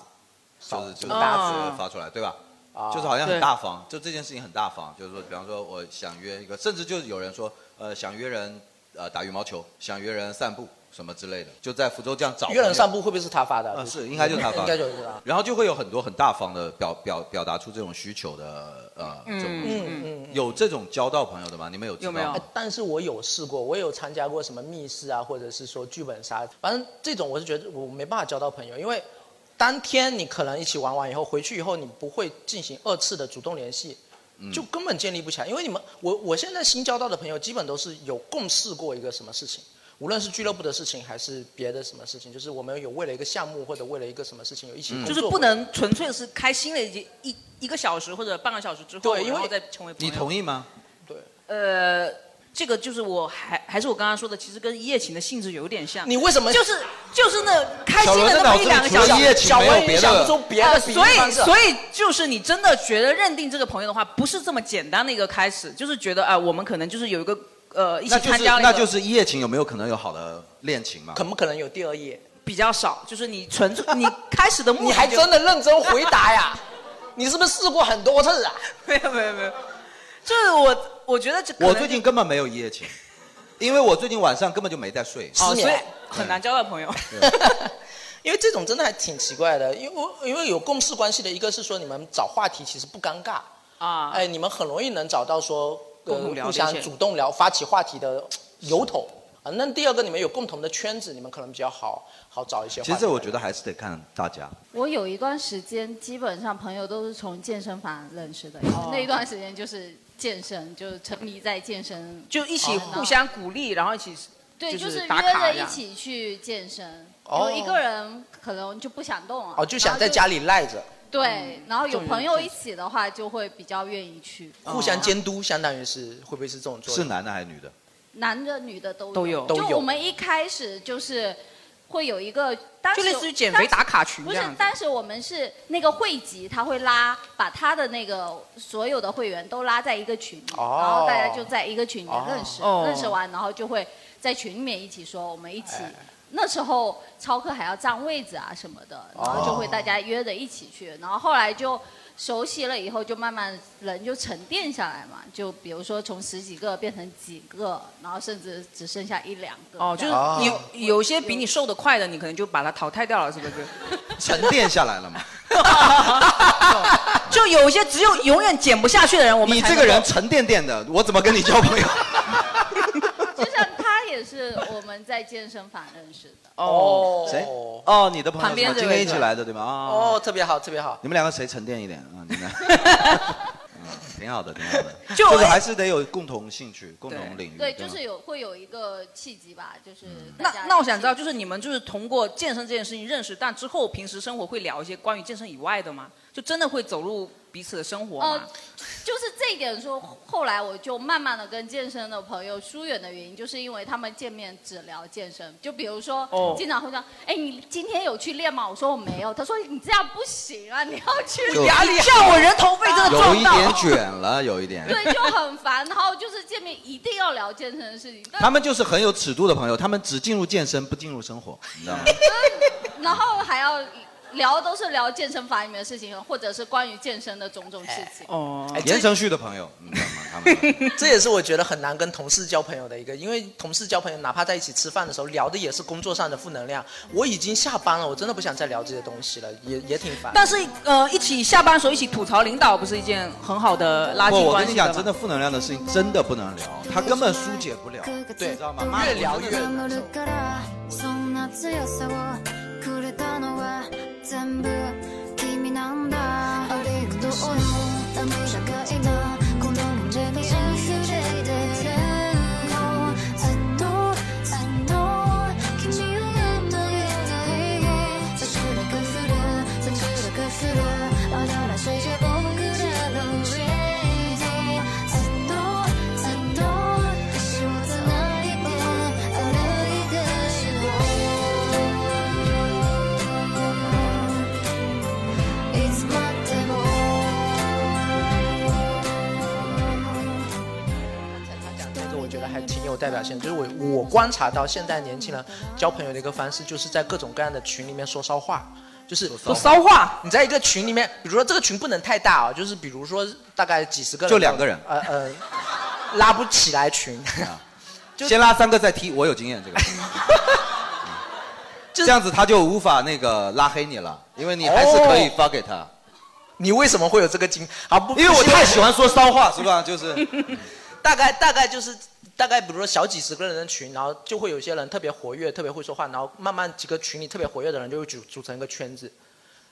Speaker 2: 就是就是
Speaker 4: 哦
Speaker 2: 搭子发出来，对吧？
Speaker 4: 啊
Speaker 2: 就是好像很
Speaker 4: 对
Speaker 2: 大方，就这件事情很大方，就是说，比方说我想约一个，甚至就是有人说呃想约人呃打羽毛球，想约人散步什么之类的，就在福州这样找朋友。
Speaker 4: 约人散步会不会是他发的？
Speaker 2: 啊，是应该就是他发的，
Speaker 4: 应该就是他。
Speaker 2: 然后就会有很多很大方的表表表达出这种需求的呃，这种
Speaker 4: 嗯
Speaker 2: 东西
Speaker 4: 嗯嗯
Speaker 2: 有这种交到朋友的吗？你们有知道吗
Speaker 4: 哎但是我有试过，我有参加过什么密室啊，或者是说剧本杀，反正这种我是觉得我没办法交到朋友，因为当天你可能一起玩完以后，回去以后你不会进行二次的主动联系。就根本建立不起来，因为你们，我我现在新交到的朋友，基本都是有共事过一个什么事情，无论是俱乐部的事情还是别的什么事情，就是我们有为了一个项目或者为了一个什么事情有一起工
Speaker 3: 就
Speaker 4: 作
Speaker 3: 是
Speaker 4: 过
Speaker 3: 不能纯粹是开心了一一一个小时或者半个小时之后，
Speaker 4: 对因为
Speaker 3: 然后再成为朋
Speaker 2: 你
Speaker 3: 友。
Speaker 2: 同意吗？
Speaker 3: 呃，这个就是我还还是我刚刚说的，其实跟一夜情的性质有点像。
Speaker 4: 你为什么
Speaker 3: 就是就是那开心的
Speaker 2: 小
Speaker 3: 那
Speaker 2: 伦
Speaker 3: 么
Speaker 2: 的
Speaker 3: 一两个小
Speaker 2: 脑子里除了一夜
Speaker 3: 时，
Speaker 2: 情小没有文别的想不出别的
Speaker 3: 呃
Speaker 2: 比喻
Speaker 3: 所
Speaker 2: 方
Speaker 3: 以
Speaker 2: 式
Speaker 3: 所以就是你真的觉得认定这个朋友的话，不是这么简单的一个开始，就是觉得啊、我们可能就是有一个呃一起
Speaker 2: 那就
Speaker 3: 参
Speaker 2: 是
Speaker 3: 加了一个
Speaker 2: 那就是一夜情有没有可能有好的恋情嘛？
Speaker 4: 可不可能有第二页？
Speaker 3: 比较少，就是你纯 粹你开始的目的
Speaker 4: 你还
Speaker 3: 就
Speaker 4: 真的认真回 答呀？你是不是试过很多次啊？
Speaker 3: 没有没有没有，就是我我觉得这可能
Speaker 2: 我最近根本没有一夜情，因为我最近晚上根本就没在睡。
Speaker 3: 哦，所以很难交到朋友。
Speaker 4: 因为这种真的还挺奇怪的，因为我因为有共事关系的，一个是说你们找话题其实不尴尬，
Speaker 3: 啊，
Speaker 4: 哎，你们很容易能找到说、呃
Speaker 3: 共同聊
Speaker 4: 互
Speaker 3: 这些
Speaker 4: 相主动聊、发起话题的由头啊。那第二个，你们有共同的圈子，你们可能比较好好找一些话题。
Speaker 2: 其实这我觉得还是得看大家。
Speaker 12: 我有一段时间，基本上朋友都是从健身房认识的，
Speaker 3: 哦
Speaker 12: 那一段时间就是健身，就是沉迷在健身，
Speaker 3: 就一起
Speaker 12: 然后
Speaker 3: 互相鼓励，然后一起
Speaker 12: 对，就是
Speaker 3: 是
Speaker 12: 约
Speaker 3: 打卡
Speaker 12: 着
Speaker 3: 这
Speaker 12: 一
Speaker 3: 样。
Speaker 12: 起去健身。
Speaker 4: 哦
Speaker 12: 有一个人可能就不想动啊，
Speaker 3: 哦
Speaker 4: 哦，就想在家里赖着。
Speaker 12: 然
Speaker 3: 嗯
Speaker 12: 对，然后有
Speaker 4: 重于
Speaker 12: 朋友一起的话，就会比较愿意去。
Speaker 4: 互
Speaker 3: 哦
Speaker 4: 相监督，相当于是会不会是这种做？
Speaker 2: 是男的还是女的？
Speaker 12: 男的女的都
Speaker 4: 都有都
Speaker 12: 就
Speaker 4: 有
Speaker 12: 我们一开始就是会有一个，当时
Speaker 3: 就类似于减肥打卡群
Speaker 12: 当时不
Speaker 3: 这样
Speaker 12: 是
Speaker 3: 子，
Speaker 12: 当时我们是那个会籍，他会拉把他的那个所有的会员都拉在一个群里，
Speaker 3: 哦
Speaker 12: 然后大家就在一个群里认识，
Speaker 3: 哦
Speaker 12: 认识完然后就会在群里面一起说我们一
Speaker 3: 哎
Speaker 12: 起。那时候超课还要占位置啊什么的，然后就会大家约着一起去，然后后来就熟悉了以后，就慢慢人就沉淀下来嘛。就比如说从十几个变成几个，然后甚至只剩下一两个。
Speaker 3: 哦，就是
Speaker 12: 这样
Speaker 3: 有有些比你瘦得快的，你可能就把它淘汰掉了，是不 是？
Speaker 2: 沉淀下来了嘛？
Speaker 3: 就有一些只有永远减不下去的人，我们
Speaker 2: 你
Speaker 3: 才
Speaker 2: 这
Speaker 3: 能
Speaker 2: 个人
Speaker 3: 够
Speaker 2: 沉甸甸的，我怎么跟你交 朋友？
Speaker 12: 就像他也是我们在健身房认识的。
Speaker 4: 哦
Speaker 2: 谁？哦，你的朋友
Speaker 12: 旁
Speaker 2: 是
Speaker 12: 边
Speaker 2: 吗
Speaker 12: 这
Speaker 2: 今
Speaker 12: 位
Speaker 2: 天一起来的对吧？啊
Speaker 4: 哦，特别好，特别好。
Speaker 2: 你们两个谁沉淀一点啊？你们，嗯，挺好的，挺好 的。
Speaker 4: 就
Speaker 2: 就是还是得有共同兴趣、共同领域。
Speaker 12: 对，
Speaker 2: 吧
Speaker 12: 就是有会有一个契机吧，就是
Speaker 2: 嗯
Speaker 3: 那
Speaker 12: 大家
Speaker 3: 那我想知道，就是你们就是通过健身这件事情认识，但之后平时生活会聊一些关于健身以外的吗？就真的会走入彼此的生活吗？
Speaker 12: 呃，就是这一点说，后来我就慢慢的跟健身的朋友疏远的原因，就是因为他们见面只聊健身，就比如说、
Speaker 3: 哦
Speaker 12: 经常会说，哎，你今天有去练吗？我说我没有，他说你这样不行啊，你要去
Speaker 2: 就
Speaker 12: 练
Speaker 2: 压力
Speaker 3: 像我人头被这个
Speaker 2: 有
Speaker 3: 撞
Speaker 2: 一
Speaker 3: 到，
Speaker 2: 点卷了，有一点。
Speaker 12: 对，就很烦。然后就是见面一定要聊健身的事情，但
Speaker 2: 他们就是很有尺度的朋友，他们只进入健身，不进入生活，你知道吗？
Speaker 12: 然后还要聊都是聊健身房里面的事情，或者是关于健身的种种事情。
Speaker 3: 哦
Speaker 4: 哎这
Speaker 2: 言承旭的朋友，你知道吗？他们
Speaker 4: 这也是我觉得很难跟同事交朋友的一个，因为同事交朋友，哪怕在一起吃饭的时候聊的也是工作上的负能量。我已经下班了，我真的不想再聊这些东西了，也也挺烦。
Speaker 3: 但是呃，一起下班的时候一起吐槽领导，不是一件很好的拉
Speaker 2: 不，
Speaker 3: 近
Speaker 2: 我
Speaker 3: 关
Speaker 2: 跟
Speaker 3: 系
Speaker 2: 你
Speaker 3: 的
Speaker 2: 讲，
Speaker 3: 吗
Speaker 2: 真的负能量的事情真的不能聊，他根本疏解不了，
Speaker 4: 对
Speaker 2: 你知道吗？
Speaker 4: 越聊越难受。
Speaker 2: 嗯
Speaker 1: そんな強さをくれたのは全部君なんだありがとうダメ社会だこの胸に溢れてもうずっとずっと君を求めたいそちらが降るそちらが降る新しい僕らの r a ずっとずっと足をつないで歩いてしまういつまでも
Speaker 4: 这我觉得还挺有代表性的，就是我我观察到现在年轻人交朋友的一个方式，就是在各种各样的群里面说骚话，就是
Speaker 3: 说骚话。
Speaker 4: 你在一个群里面，比如说这个群不能太大啊，就是比如说大概几十个人，
Speaker 2: 就两个人
Speaker 4: 呃呃，拉不起来群。
Speaker 2: 先拉三个再踢，我有经验这个。嗯这样子他就无法那个拉黑你了，因为你还是可以发给他。
Speaker 4: 你为什么会有这个经啊？不，
Speaker 2: 因为我
Speaker 4: 不是
Speaker 2: 太喜欢说骚话，是吧？就是
Speaker 4: 大概大概就是大概，比如说小几十个人的群，然后就会有些人特别活跃，特别会说话，然后慢慢几个群里特别活跃的人就会组组成一个圈子。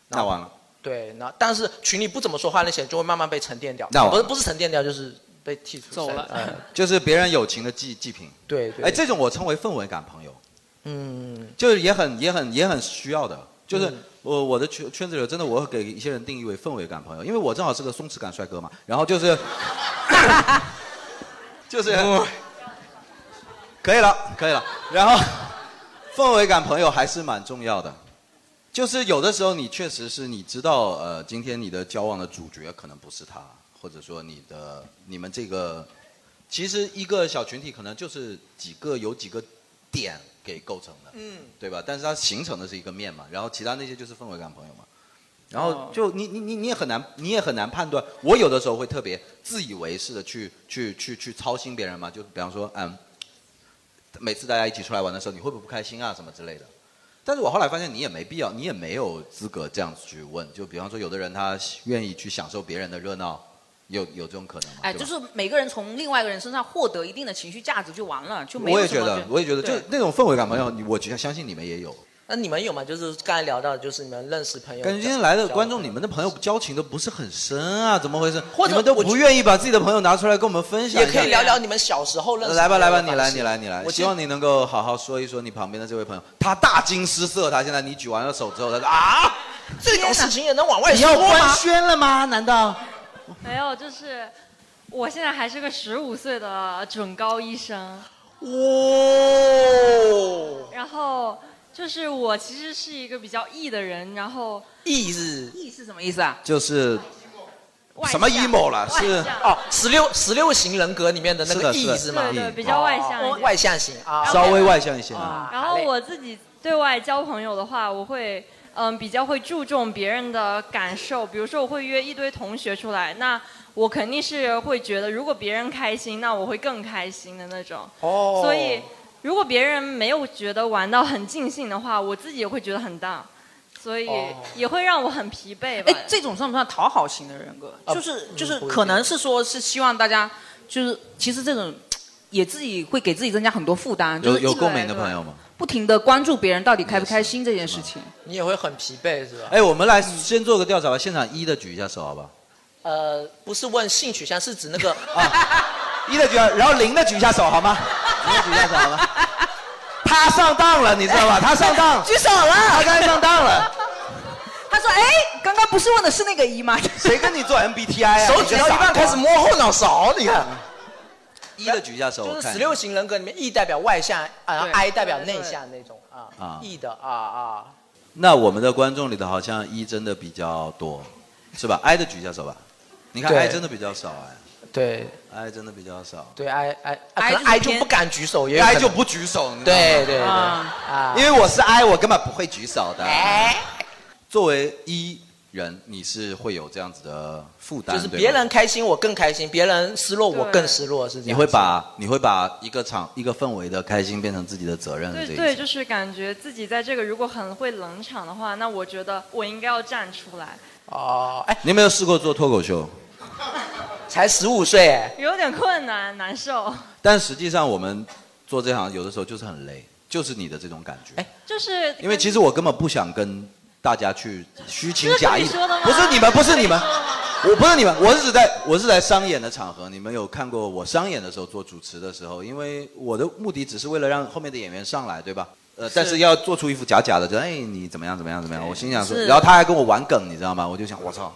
Speaker 2: 那完了，
Speaker 4: 对，那但是群里不怎么说话那些人就会慢慢被沉淀掉，
Speaker 2: 那我
Speaker 4: 不是不是沉淀掉，就是被剔除
Speaker 2: 走了
Speaker 4: 呃
Speaker 2: 嗯就是别人友情的祭祭品。
Speaker 4: 对对
Speaker 2: 哎，这种我称为氛围感朋友，
Speaker 4: 嗯，
Speaker 2: 就是也很也很也很需要的。就是
Speaker 4: 嗯
Speaker 2: 我我的圈圈子里，真的我会给一些人定义为氛围感朋友，因为我正好是个松弛感帅哥嘛。然后就是， 就是
Speaker 4: 嗯
Speaker 2: 可以了，可以了。然后氛围感朋友还是蛮重要的，就是有的时候你确实是你知道，呃，今天你的交往的主角可能不是他，或者说你的你们这个，其实一个小群体可能就是几个有几个点给构成的，
Speaker 4: 嗯，
Speaker 2: 对吧？但是它形成的是一个面嘛，然后其他那些就是氛围感朋友嘛。然后就你你你你也很难你也很难判断，我有的时候会特别自以为是的去去去去操心别人嘛，就比方说嗯，每次大家一起出来玩的时候，你会不会不开心啊什么之类的。但是我后来发现你也没必要，你也没有资格这样子去问。就比方说有的人他愿意去享受别人的热闹，有有这种可能吗？
Speaker 3: 哎，
Speaker 2: 对
Speaker 3: 就
Speaker 2: 吧
Speaker 3: 是每个人从另外一个人身上获得一定的情绪价值就完了，就没有
Speaker 2: 我也
Speaker 3: 什么
Speaker 2: 觉得
Speaker 3: 就，
Speaker 2: 我也觉得，就
Speaker 3: 对
Speaker 2: 那种氛围感朋友，你我觉得相信你们也有。
Speaker 4: 那你们有吗？就是刚才聊到，的，就是你们认识朋友，
Speaker 2: 感觉今天来的观众，你们的朋友交情都不是很深啊，怎么回事？
Speaker 4: 或者
Speaker 2: 你们都
Speaker 4: 我
Speaker 2: 不愿意把自己的朋友拿出来跟我们分享一
Speaker 4: 也
Speaker 2: 下。呃
Speaker 4: 可以聊聊你们小时候认识。
Speaker 2: 来吧，来吧，你来，你来，你来。
Speaker 4: 我
Speaker 2: 希望你能够好好说一说你旁边的这位朋友，他大惊失色。他现在你举完了手之后，他说啊，
Speaker 4: 这种事情也能往外
Speaker 13: 你
Speaker 4: 说
Speaker 13: 要官
Speaker 4: 吗？
Speaker 13: 宣了吗？难道？
Speaker 14: 没有，就是我现在还是个十五岁的准高医生。
Speaker 4: 哦，
Speaker 14: 然后就是我其实是一个比较 E 的人，然后
Speaker 4: 意是
Speaker 14: 意是什么意思啊？
Speaker 2: 就是
Speaker 4: 什么 emo 了？
Speaker 14: 是
Speaker 4: 哦，十六十六型人格里面的那
Speaker 2: 是
Speaker 4: 个
Speaker 2: 的
Speaker 4: E
Speaker 2: 是的
Speaker 4: 是吗？
Speaker 14: 对对比较外向一
Speaker 4: 哦
Speaker 14: 点
Speaker 4: 外向型啊，
Speaker 2: 稍微外向一些。啊
Speaker 14: 然后我自己对外交朋友的话，我会嗯比较会注重别人的感受，比如说我会约一堆同学出来，那我肯定是会觉得如果别人开心，那我会更开心的那种。
Speaker 4: 哦
Speaker 14: 所以如果别人没有觉得玩到很尽兴的话，我自己也会觉得很大，所以
Speaker 3: 哦
Speaker 14: 也会让我很疲惫吧。
Speaker 3: 哎，这种算不算讨好型的人格？
Speaker 2: 呃
Speaker 14: 啊
Speaker 3: 就是
Speaker 14: 嗯
Speaker 3: 就是
Speaker 14: 不，一定
Speaker 3: 可能是说是希望大家就是，其实这种也自己会给自己增加很多负
Speaker 13: 啊
Speaker 3: 担。就
Speaker 2: 有
Speaker 3: 是一
Speaker 2: 有
Speaker 3: 直
Speaker 2: 共
Speaker 3: 来
Speaker 2: 鸣的朋友吗？
Speaker 3: 不停的关注别人到底开不开心这件事情。
Speaker 4: 你也会很疲惫是吧？
Speaker 2: 哎，我们来先做个调查吧，现场一的举一下手，好吧？
Speaker 4: 呃，不是问性取向，是指那个
Speaker 13: 一的举，然后零的举一下手好吗？
Speaker 2: 零的举一下手好吗？
Speaker 13: 他上当了，你知道吧？他上
Speaker 4: 啊
Speaker 13: 当，
Speaker 3: 举手了
Speaker 13: 他刚才上当了。
Speaker 3: 他说：“哎，刚刚不是问的是那个姨吗？”
Speaker 13: 谁跟你做 MBTI 啊？
Speaker 4: 手举到一半开始摸后脑勺，你看。
Speaker 2: 一的举一下手，
Speaker 4: 就
Speaker 2: 我
Speaker 4: 是
Speaker 2: 看
Speaker 4: 十。六型人格里面，E 代表外向，啊
Speaker 3: 对
Speaker 4: ，I 代表内向那种啊
Speaker 2: 啊
Speaker 4: ，E 的啊啊，
Speaker 2: 那我们的观众里头好像一真的比较多，是吧？I 的举一下手吧。你看
Speaker 4: 对
Speaker 2: I 真的比较少
Speaker 4: 对
Speaker 2: 哎，I 真的比较少。
Speaker 4: 对，I I 可
Speaker 2: I 就
Speaker 4: 能
Speaker 2: 是
Speaker 4: I 就不敢举手，也有
Speaker 2: I
Speaker 4: 可能
Speaker 2: 就不举手，你知道吗
Speaker 4: 对对对啊
Speaker 2: 因为我是 I，我根本不会举手的。
Speaker 14: 哎
Speaker 2: 作为一人，你是会有这样子的负担，
Speaker 4: 就是
Speaker 2: 对吧
Speaker 4: 别人开心我更开心，别人失落我
Speaker 14: 对
Speaker 4: 更失落，是这样子。
Speaker 2: 你会把你会把一个场一个氛围的开心变成自己的责任，这
Speaker 14: 对
Speaker 2: 一
Speaker 14: 对，就是感觉自己在这个如果很会冷场的话，那我觉得我应该要站出来，
Speaker 4: 哦，哎，
Speaker 2: 你有没有试过做脱口秀？
Speaker 4: 才十五岁哎，
Speaker 14: 有点困难，难受。
Speaker 2: 但实际上我们做这行有的时候就是很累，就是你的这种感
Speaker 4: 哎
Speaker 2: 觉。
Speaker 14: 就是
Speaker 2: 因为其实我根本不想跟大家去虚情假意
Speaker 14: 这是你说的吗，
Speaker 2: 不是你们，不是你们， 我不是你们，我是指在我是在商演的场合，你们有看过我商演的时候做主持的时候，因为我的目的只是为了让后面的演员上来，对吧？呃，
Speaker 13: 是
Speaker 2: 但是要做出一副假假的，就哎你怎么样怎么样怎么样，我心想说，
Speaker 13: 是
Speaker 2: 然后他还跟我玩梗，你知道吗？我就想我操，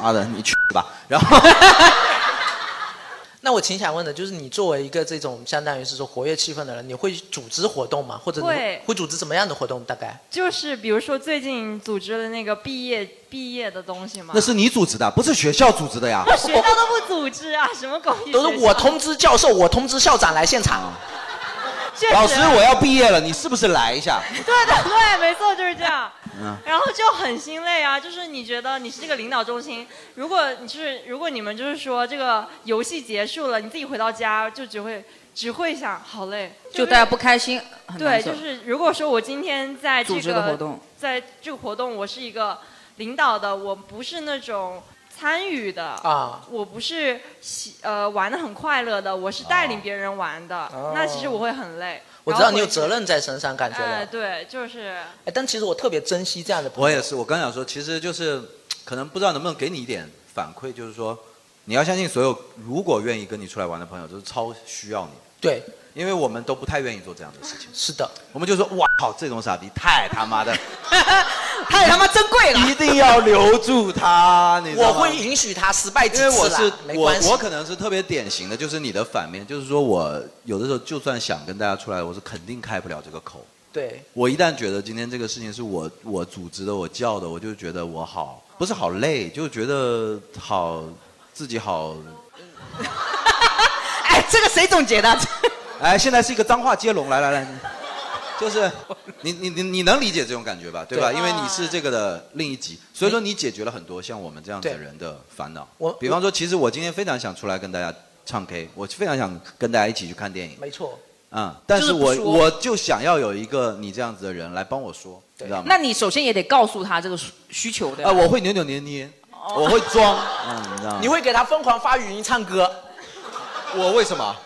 Speaker 2: 妈的你去吧，然后。
Speaker 4: 那我挺想问的，就是你作为一个这种相当于是说活跃气氛的人，你会组织活动吗？或者你
Speaker 14: 会
Speaker 4: 会组织怎么样的活动？大概
Speaker 14: 就是比如说最近组织的那个毕业毕业的东西嘛，
Speaker 2: 那是你组织的，不是学校组织的 呀。
Speaker 14: 我学校都不组织啊，什么狗屁学校
Speaker 4: 哦都是我通知教授，我通知校长来现场。
Speaker 14: 确
Speaker 4: 啊
Speaker 14: 实啊
Speaker 2: 老师，我要毕业了，你是不是来一下？
Speaker 14: 对的对，没错就是这样。
Speaker 2: 嗯，
Speaker 14: 然后就很心累啊，就是你觉得你是这个领导中心，如果你是如果你们就是说这个游戏结束了，你自己回到家就只会只会想好累，
Speaker 3: 就是大家啊不开心，很难
Speaker 14: 对，
Speaker 3: 受
Speaker 14: 就是如果说我今天在这
Speaker 3: 组
Speaker 14: 个
Speaker 3: 织的活动
Speaker 14: 在这个活动我是一个领导的，我不是那种参与的
Speaker 4: 啊，
Speaker 14: 我不是喜呃玩的很快乐的，我是带领别人玩的，那其实我会很累。
Speaker 4: 啊我知道你有责任在身上，感觉
Speaker 14: 然后回。哎，
Speaker 4: 了。
Speaker 14: 对，就是
Speaker 4: 哎，但其实我特别珍惜这样的朋友。
Speaker 2: 我也是，我刚想说，其实就是可能不知道能不能给你一点反馈，就是说你要相信所有如果愿意跟你出来玩的朋友，就是超需要你。
Speaker 4: 对，
Speaker 2: 因为我们都不太愿意做这样的事情。
Speaker 4: 是的，
Speaker 2: 我们就说哇靠，这种傻逼太他妈的，
Speaker 4: 呃
Speaker 3: 太他妈珍贵了，
Speaker 2: 一定要留住他，你知道
Speaker 4: 我
Speaker 2: 吗？
Speaker 4: 会允许他失败几
Speaker 2: 因为
Speaker 4: 次
Speaker 2: 我
Speaker 4: 啦
Speaker 2: 是
Speaker 4: 没关系。
Speaker 2: 我，我可能是特别典型的，就是你的反面，就是说我有的时候就算想跟大家出来，我是肯定开不了这个口。
Speaker 4: 对
Speaker 2: 我一旦觉得今天这个事情是我我组织的，我叫的，我就觉得我好不是好累，就觉得好自己好。
Speaker 3: 哎，这个谁总结 的？
Speaker 2: 哎，现在是一个脏话接龙，来 来来，就是你你你你能理解这种感觉吧，对吧？
Speaker 4: 对
Speaker 2: 因为你是这个的另一极，所以说你解决了很多像我们这样子的人的烦恼。
Speaker 4: 我
Speaker 2: 比方说，其实我今天非常想出来跟大家唱 K，我非常想跟大家一起去看电影。
Speaker 4: 没错。
Speaker 2: 嗯，但是
Speaker 3: 就
Speaker 2: 我
Speaker 3: 是不说
Speaker 2: 我就想要有一个你这样子的人来帮我说，你知道吗？
Speaker 3: 那你首先也得告诉他这个需需求
Speaker 4: 呃
Speaker 3: 的。
Speaker 2: 啊，我会扭扭捏捏，我会装，嗯，你知道吗？
Speaker 4: 你会给他疯狂发语音唱歌，
Speaker 2: 我为什么？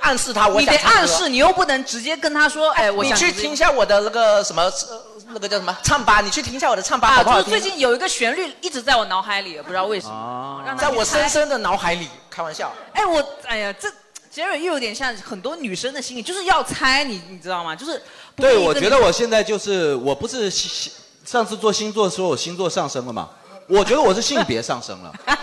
Speaker 4: 暗示他我
Speaker 3: 你得
Speaker 4: 想唱歌
Speaker 3: 暗示，你又不能直接跟他说，哎，我
Speaker 4: 你
Speaker 3: 想
Speaker 4: 去听一下我的那个什么，呃那个叫什么唱吧，你去听一下我的唱吧，
Speaker 3: 啊，
Speaker 4: 好不
Speaker 3: 就
Speaker 4: 好
Speaker 3: 是
Speaker 4: 听？啊
Speaker 3: 最近有一个旋律一直在我脑海里，不知道为什么，让他
Speaker 4: 在我
Speaker 3: 去猜
Speaker 4: 深深的脑海里，开玩笑。
Speaker 3: 哎，我哎呀，这杰瑞又有点像很多女生的心理，就是要猜你，你知道吗？就是不
Speaker 2: 对，
Speaker 3: 愿意
Speaker 2: 我
Speaker 3: 跟
Speaker 2: 觉
Speaker 3: 你
Speaker 2: 得我现在就是我不是希上次做星座说我星座上升了嘛，我觉得我是性别上升了，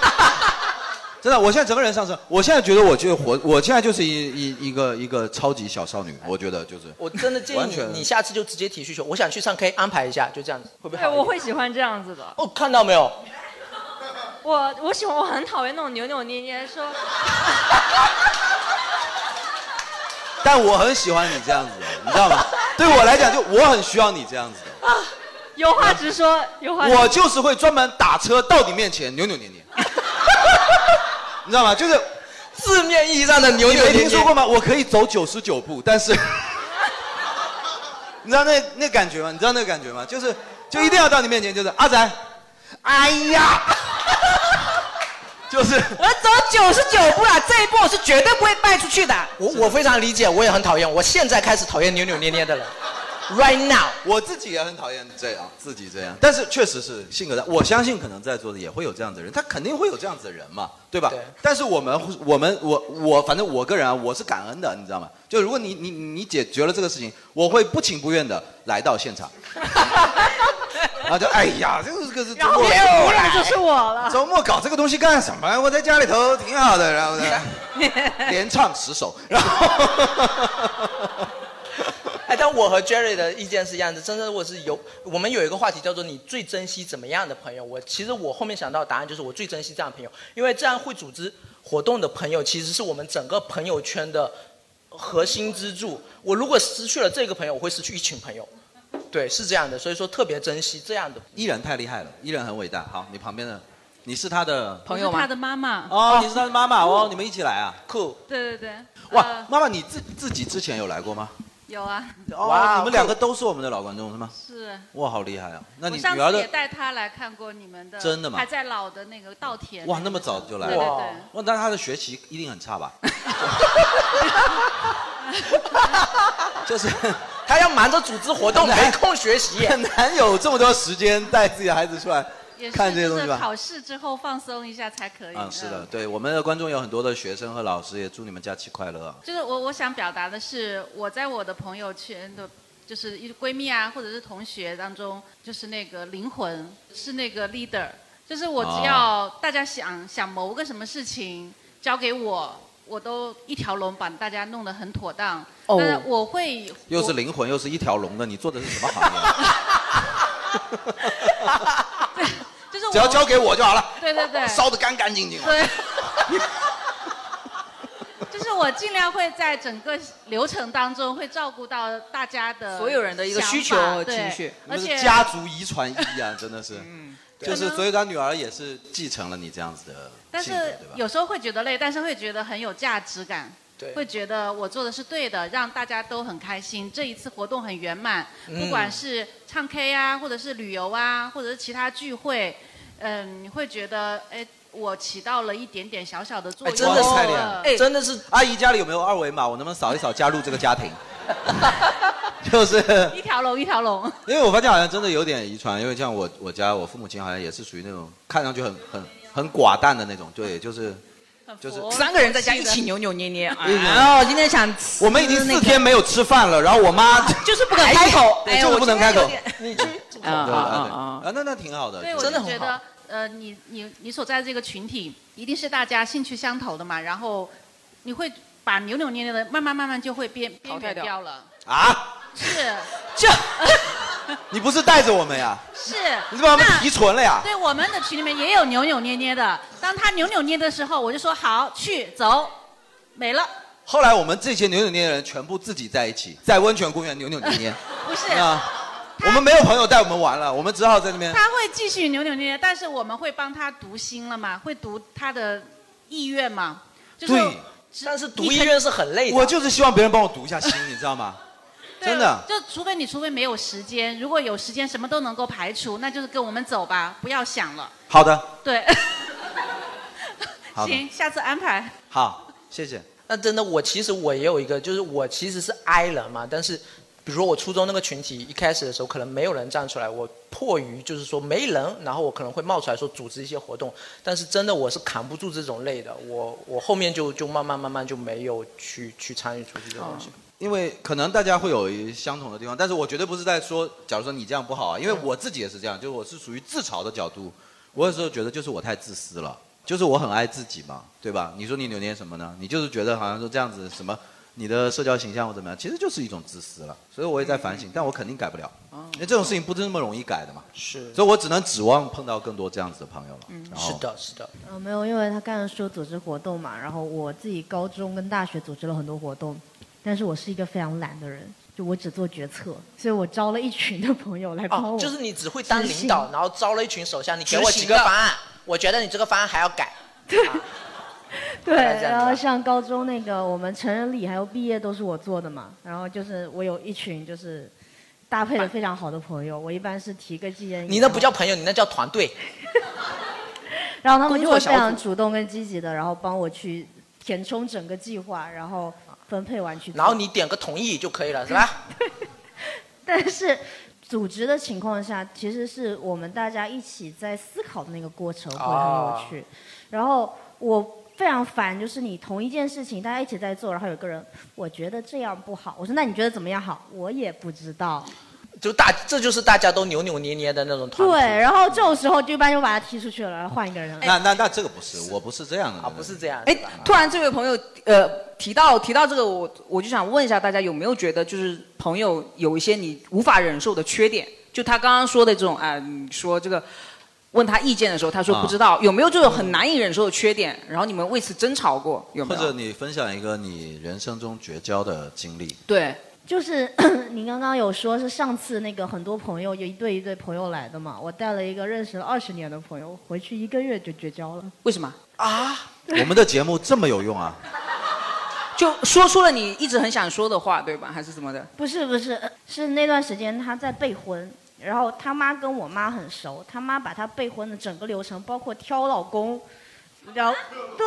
Speaker 2: 真的，我现在整个人上升，我现在觉得我就活，我现在就是一一一个一个超级小少女，我觉得就是
Speaker 4: 我真的建
Speaker 2: 完
Speaker 4: 议
Speaker 2: 全
Speaker 4: 你，你下次就直接提需求，我想去上 K，安排一下，就这样子，会不会
Speaker 14: 对，
Speaker 4: 好一
Speaker 14: 我
Speaker 4: 点？
Speaker 14: 会喜欢这样子的。
Speaker 4: 哦，看到没有？
Speaker 14: 我我喜欢，我很讨厌那种扭扭捏捏说，
Speaker 4: 啊
Speaker 2: 但我很喜欢你这样子，你知道吗？对我来讲，就我很需要你这样子，
Speaker 14: 有话直说，有话直说
Speaker 2: 我就是会专门打车到你面前扭扭捏捏，你知道吗？就是
Speaker 4: 字面意义上的扭扭捏捏
Speaker 2: 你没听说过吗？我可以走九十九步，但是你知道那那感觉吗？你知道那个感觉吗？就是就一定要到你面前，就是阿仔，哎呀，就是
Speaker 7: 我要走九十九步了，这一步我是绝对不会迈出去的。
Speaker 4: 我我非常理解，我也很讨厌，我现在开始讨厌扭扭捏捏的人，right now。
Speaker 2: 我自己也很讨厌这样，自己这样。但是确实是性格上，我相信可能在座的也会有这样的人，他肯定会有这样子的人嘛，对吧？但是我们我们我我反正我个人啊，我是感恩的，你知道吗？就如果你你你解决了这个事情，我会不情不愿的来到现场，然后就哎呀，这个是
Speaker 14: 然后
Speaker 2: 我
Speaker 14: 我来就是我了。
Speaker 2: 周末搞这个东西干什么？我在家里头挺好 的，然后呢，连唱十首，然后
Speaker 4: 哎，但我和 Jerry 的意见是一样的。真的，我是有我们有一个话题叫做“你最珍惜怎么样的朋友”。我其实我后面想到的答案就是我最珍惜这样的朋友，因为这样会组织活动的朋友其实是我们整个朋友圈的核心支柱。我如果失去了这个朋友，我会失去一群朋友。对，是这样的，所以说特别珍惜这样的。
Speaker 2: 依然太厉害了，依然很伟大。好，你旁边的，你是他的
Speaker 7: 我是他的妈妈。
Speaker 2: 哦，你是他的妈妈哦，你们一起来啊，酷！
Speaker 7: 对对对。
Speaker 2: 哇
Speaker 7: 呃，
Speaker 2: 妈妈，你自自己之前有来过吗？
Speaker 7: 有啊。
Speaker 2: 哦，你们两个都是我们的老观众是吗？
Speaker 7: 是。
Speaker 2: 哇，好厉害啊！ 那
Speaker 7: 我
Speaker 2: 你
Speaker 7: 上
Speaker 2: 女儿
Speaker 7: 次也
Speaker 2: 的
Speaker 7: 带她来看过你们的，
Speaker 2: 真的吗
Speaker 7: 还在老的那个稻田。
Speaker 2: 哇，那么早就来
Speaker 7: 对对
Speaker 2: 了，
Speaker 7: 对
Speaker 2: 哇，那她的学习一定很差吧？就是
Speaker 4: 她要忙着组织活动没空学习
Speaker 2: 很难有这么多时间带自己的孩子出来
Speaker 7: 也是
Speaker 2: 看这些东
Speaker 7: 就
Speaker 2: 西
Speaker 7: 是
Speaker 2: 吧？
Speaker 7: 考试之后放松一下才可以。
Speaker 2: 嗯，是的，对我们的观众有很多的学生和老师，也祝你们假期快乐啊。
Speaker 7: 就是我我想表达的是，我在我的朋友圈的，就是一闺蜜啊，或者是同学当中，就是那个灵魂是那个 leader，就是我只要
Speaker 2: 哦
Speaker 7: 大家想、想谋个什么事情，交给我，我都一条龙把大家弄得很妥当。
Speaker 2: 哦
Speaker 7: 但是我会
Speaker 2: 又是灵魂，又是一条龙的，你做的是什么行业？啊
Speaker 7: 就是
Speaker 2: 只要交给我就好了
Speaker 7: 对对对，
Speaker 2: 烧得干干净啊净
Speaker 7: 对。就是我尽量会在整个流程当中会照顾到大家的
Speaker 3: 所有人的一个
Speaker 7: 想法
Speaker 3: 需求和
Speaker 7: 对
Speaker 3: 情绪
Speaker 2: 你
Speaker 7: 而
Speaker 2: 们
Speaker 7: 且嗯
Speaker 2: 是家族遗传一啊，真的是，就是
Speaker 7: 可能
Speaker 2: 所以他女儿也是继承了你这样子的
Speaker 7: 但
Speaker 2: 性格，
Speaker 7: 是
Speaker 2: 对吧？
Speaker 7: 有时候会觉得累，但是会觉得很有价值感，
Speaker 2: 对
Speaker 7: 会觉得我做的是对的，让大家都很开心。这一次活动很圆满，
Speaker 12: 嗯
Speaker 7: 不管是唱 K 啊，或者是旅游啊，或者是其他聚会，嗯，你会觉得哎，我起到了一点点小小的作用。
Speaker 2: 哇太厉害了，
Speaker 7: 哎
Speaker 4: 真的是。
Speaker 2: 阿姨家里有没有二维码？我能不能扫一扫加入这个家庭？ 就是
Speaker 7: 一条龙，一条龙。
Speaker 2: 因为我发现好像真的有点遗传，因为像我我家我父母亲好像也是属于那种看上去很很很寡淡的那种，对，就是就是
Speaker 7: 三
Speaker 3: 个人在家一起扭扭捏啊捏，
Speaker 2: 嗯
Speaker 3: 然后今天想吃
Speaker 2: 我们已经
Speaker 3: 那
Speaker 2: 四
Speaker 3: 个
Speaker 2: 天没有吃饭了，然后我妈
Speaker 3: 就是不肯开口，
Speaker 2: 对就是不能 开口，
Speaker 4: 你去
Speaker 2: 对
Speaker 3: 啊啊啊
Speaker 2: 对啊，那那挺好的，
Speaker 7: 对，我就觉得，呃，你你你所在的这个群体，一定是大家兴趣相投的嘛，然后你会把扭扭捏捏的，慢慢慢慢就会边边
Speaker 3: 汰
Speaker 7: 缘
Speaker 3: 掉
Speaker 7: 掉了。
Speaker 2: 啊，
Speaker 7: 是
Speaker 2: 你不是带着我们呀？，
Speaker 7: 是
Speaker 2: 你怎么把我们提纯了呀
Speaker 7: 那对，我们的群里面也有扭扭捏捏的，当他扭扭捏的时候，我就说好，去走，没了。。
Speaker 2: 后来我们这些扭扭捏捏的人全部自己在一起，在温泉公园扭扭捏捏
Speaker 7: 不是
Speaker 2: 啊，我们没有朋友带我们玩了，我们只好在那边。
Speaker 7: 他会继续扭扭捏捏，但是我们会帮他读心了嘛，会读他的意愿嘛，就是
Speaker 2: 对
Speaker 7: 但是
Speaker 4: 读医院是很累的。啊
Speaker 2: 我就是希望别人帮我读一下心，你知道吗？真的，
Speaker 7: 就除非你除非没有时间，如果有时间什么都能够排除，那就是跟我们走吧，不要想了。
Speaker 2: 好的，
Speaker 7: 对，
Speaker 2: 好 的
Speaker 7: 行，下次安排。
Speaker 2: 好，谢谢。
Speaker 4: 那真的，我其实我也有一个，就是我其实是 I 人嘛，但是比如说我初中那个群体一开始的时候，可能没有人站出来，我迫于就是说没人，然后我可能会冒出来说组织一些活动，但是真的我是扛不住这种累的，我我后面就就慢慢慢慢就没有去去参与出去这种东西。
Speaker 2: 因为可能大家会有一相同的地方，但是我绝对不是在说，假如说你这样不好啊，因为我自己也是这样，就是我是属于自嘲的角度，我有时候觉得就是我太自私了，就是我很爱自己嘛，对吧？你说你扭捏什么呢？你就是觉得好像说这样子什么，你的社交形象或怎么样，其实就是一种自私了，所以我也在反省，但我肯定改不了，因为这种事情不是那么容易改的嘛，
Speaker 4: 是
Speaker 2: 所以我只能指望碰到更多这样子的朋友了。然后
Speaker 4: 是的，是的，
Speaker 6: 呃，没有，因为他刚才说组织活动嘛，然后我自己高中跟大学组织了很多活动，但是我是一个非常懒的人，就我只做决策，所以我招了一群的朋友来帮我、
Speaker 4: 哦，就是你只会当领导，然后招了一群手下，你给
Speaker 6: 执
Speaker 4: 我
Speaker 6: 行
Speaker 4: 几个
Speaker 6: 的
Speaker 4: 方案，我觉得你这个方案还要改。
Speaker 6: 对，
Speaker 4: 大概这样子吧
Speaker 6: 然后像高中那个我们成人礼还有毕业都是我做的嘛，然后就是我有一群就是搭配的非常好的朋友，我一般是提个纪念
Speaker 4: 你那不叫朋友，你那叫团队。
Speaker 6: 然后他们就
Speaker 4: 工作
Speaker 6: 会
Speaker 4: 小
Speaker 6: 非
Speaker 4: 组
Speaker 6: 常主动跟积极的，然后帮我去填充整个计划，然后分配完去做。
Speaker 4: 然后你点个同意就可以了，是吧？
Speaker 6: 但是组织的情况下，其实是我们大家一起在思考的那个过程会很有
Speaker 3: 啊
Speaker 6: 趣。然后我非常烦，就是你同一件事情大家一起在做，然后有个人我觉得这样不好，我说那你觉得怎么样好？我也不知道。
Speaker 4: 就大，这就是大家都扭扭捏捏的那种团
Speaker 6: 对，
Speaker 4: 队。
Speaker 6: 然后这种时候就一般就把他踢出去了，然后换一个人来。
Speaker 2: 那那那这个不是，我不是这样的啊，不
Speaker 4: 是这样
Speaker 3: 哎，突然这位朋友呃提到提到这个，我我就想问一下大家有没有觉得就是朋友有一些你无法忍受的缺点？就他刚刚说的这种啊、你说这个问他意见的时候，他说
Speaker 2: 啊
Speaker 3: 不知道，有没有这种很难以忍受的缺点？然后你们为此争吵过有没
Speaker 2: 或
Speaker 3: 有？
Speaker 2: 者你分享一个你人生中绝交的经历，
Speaker 3: 对，
Speaker 6: 就是 你刚刚有说是上次那个很多朋友有一对一对朋友来的嘛，我带了一个认识了二十年的朋友，回去一个月就绝交了。
Speaker 3: 为什么？
Speaker 6: 啊？
Speaker 2: 我们的节目这么有用啊？
Speaker 3: 就说出了你一直很想说的话，对吧？还是怎么的？
Speaker 6: 不是不是，呃是那段时间他在备婚，然后他妈跟我妈很熟，他妈把他备婚的整个流程，包括挑老公，然后对，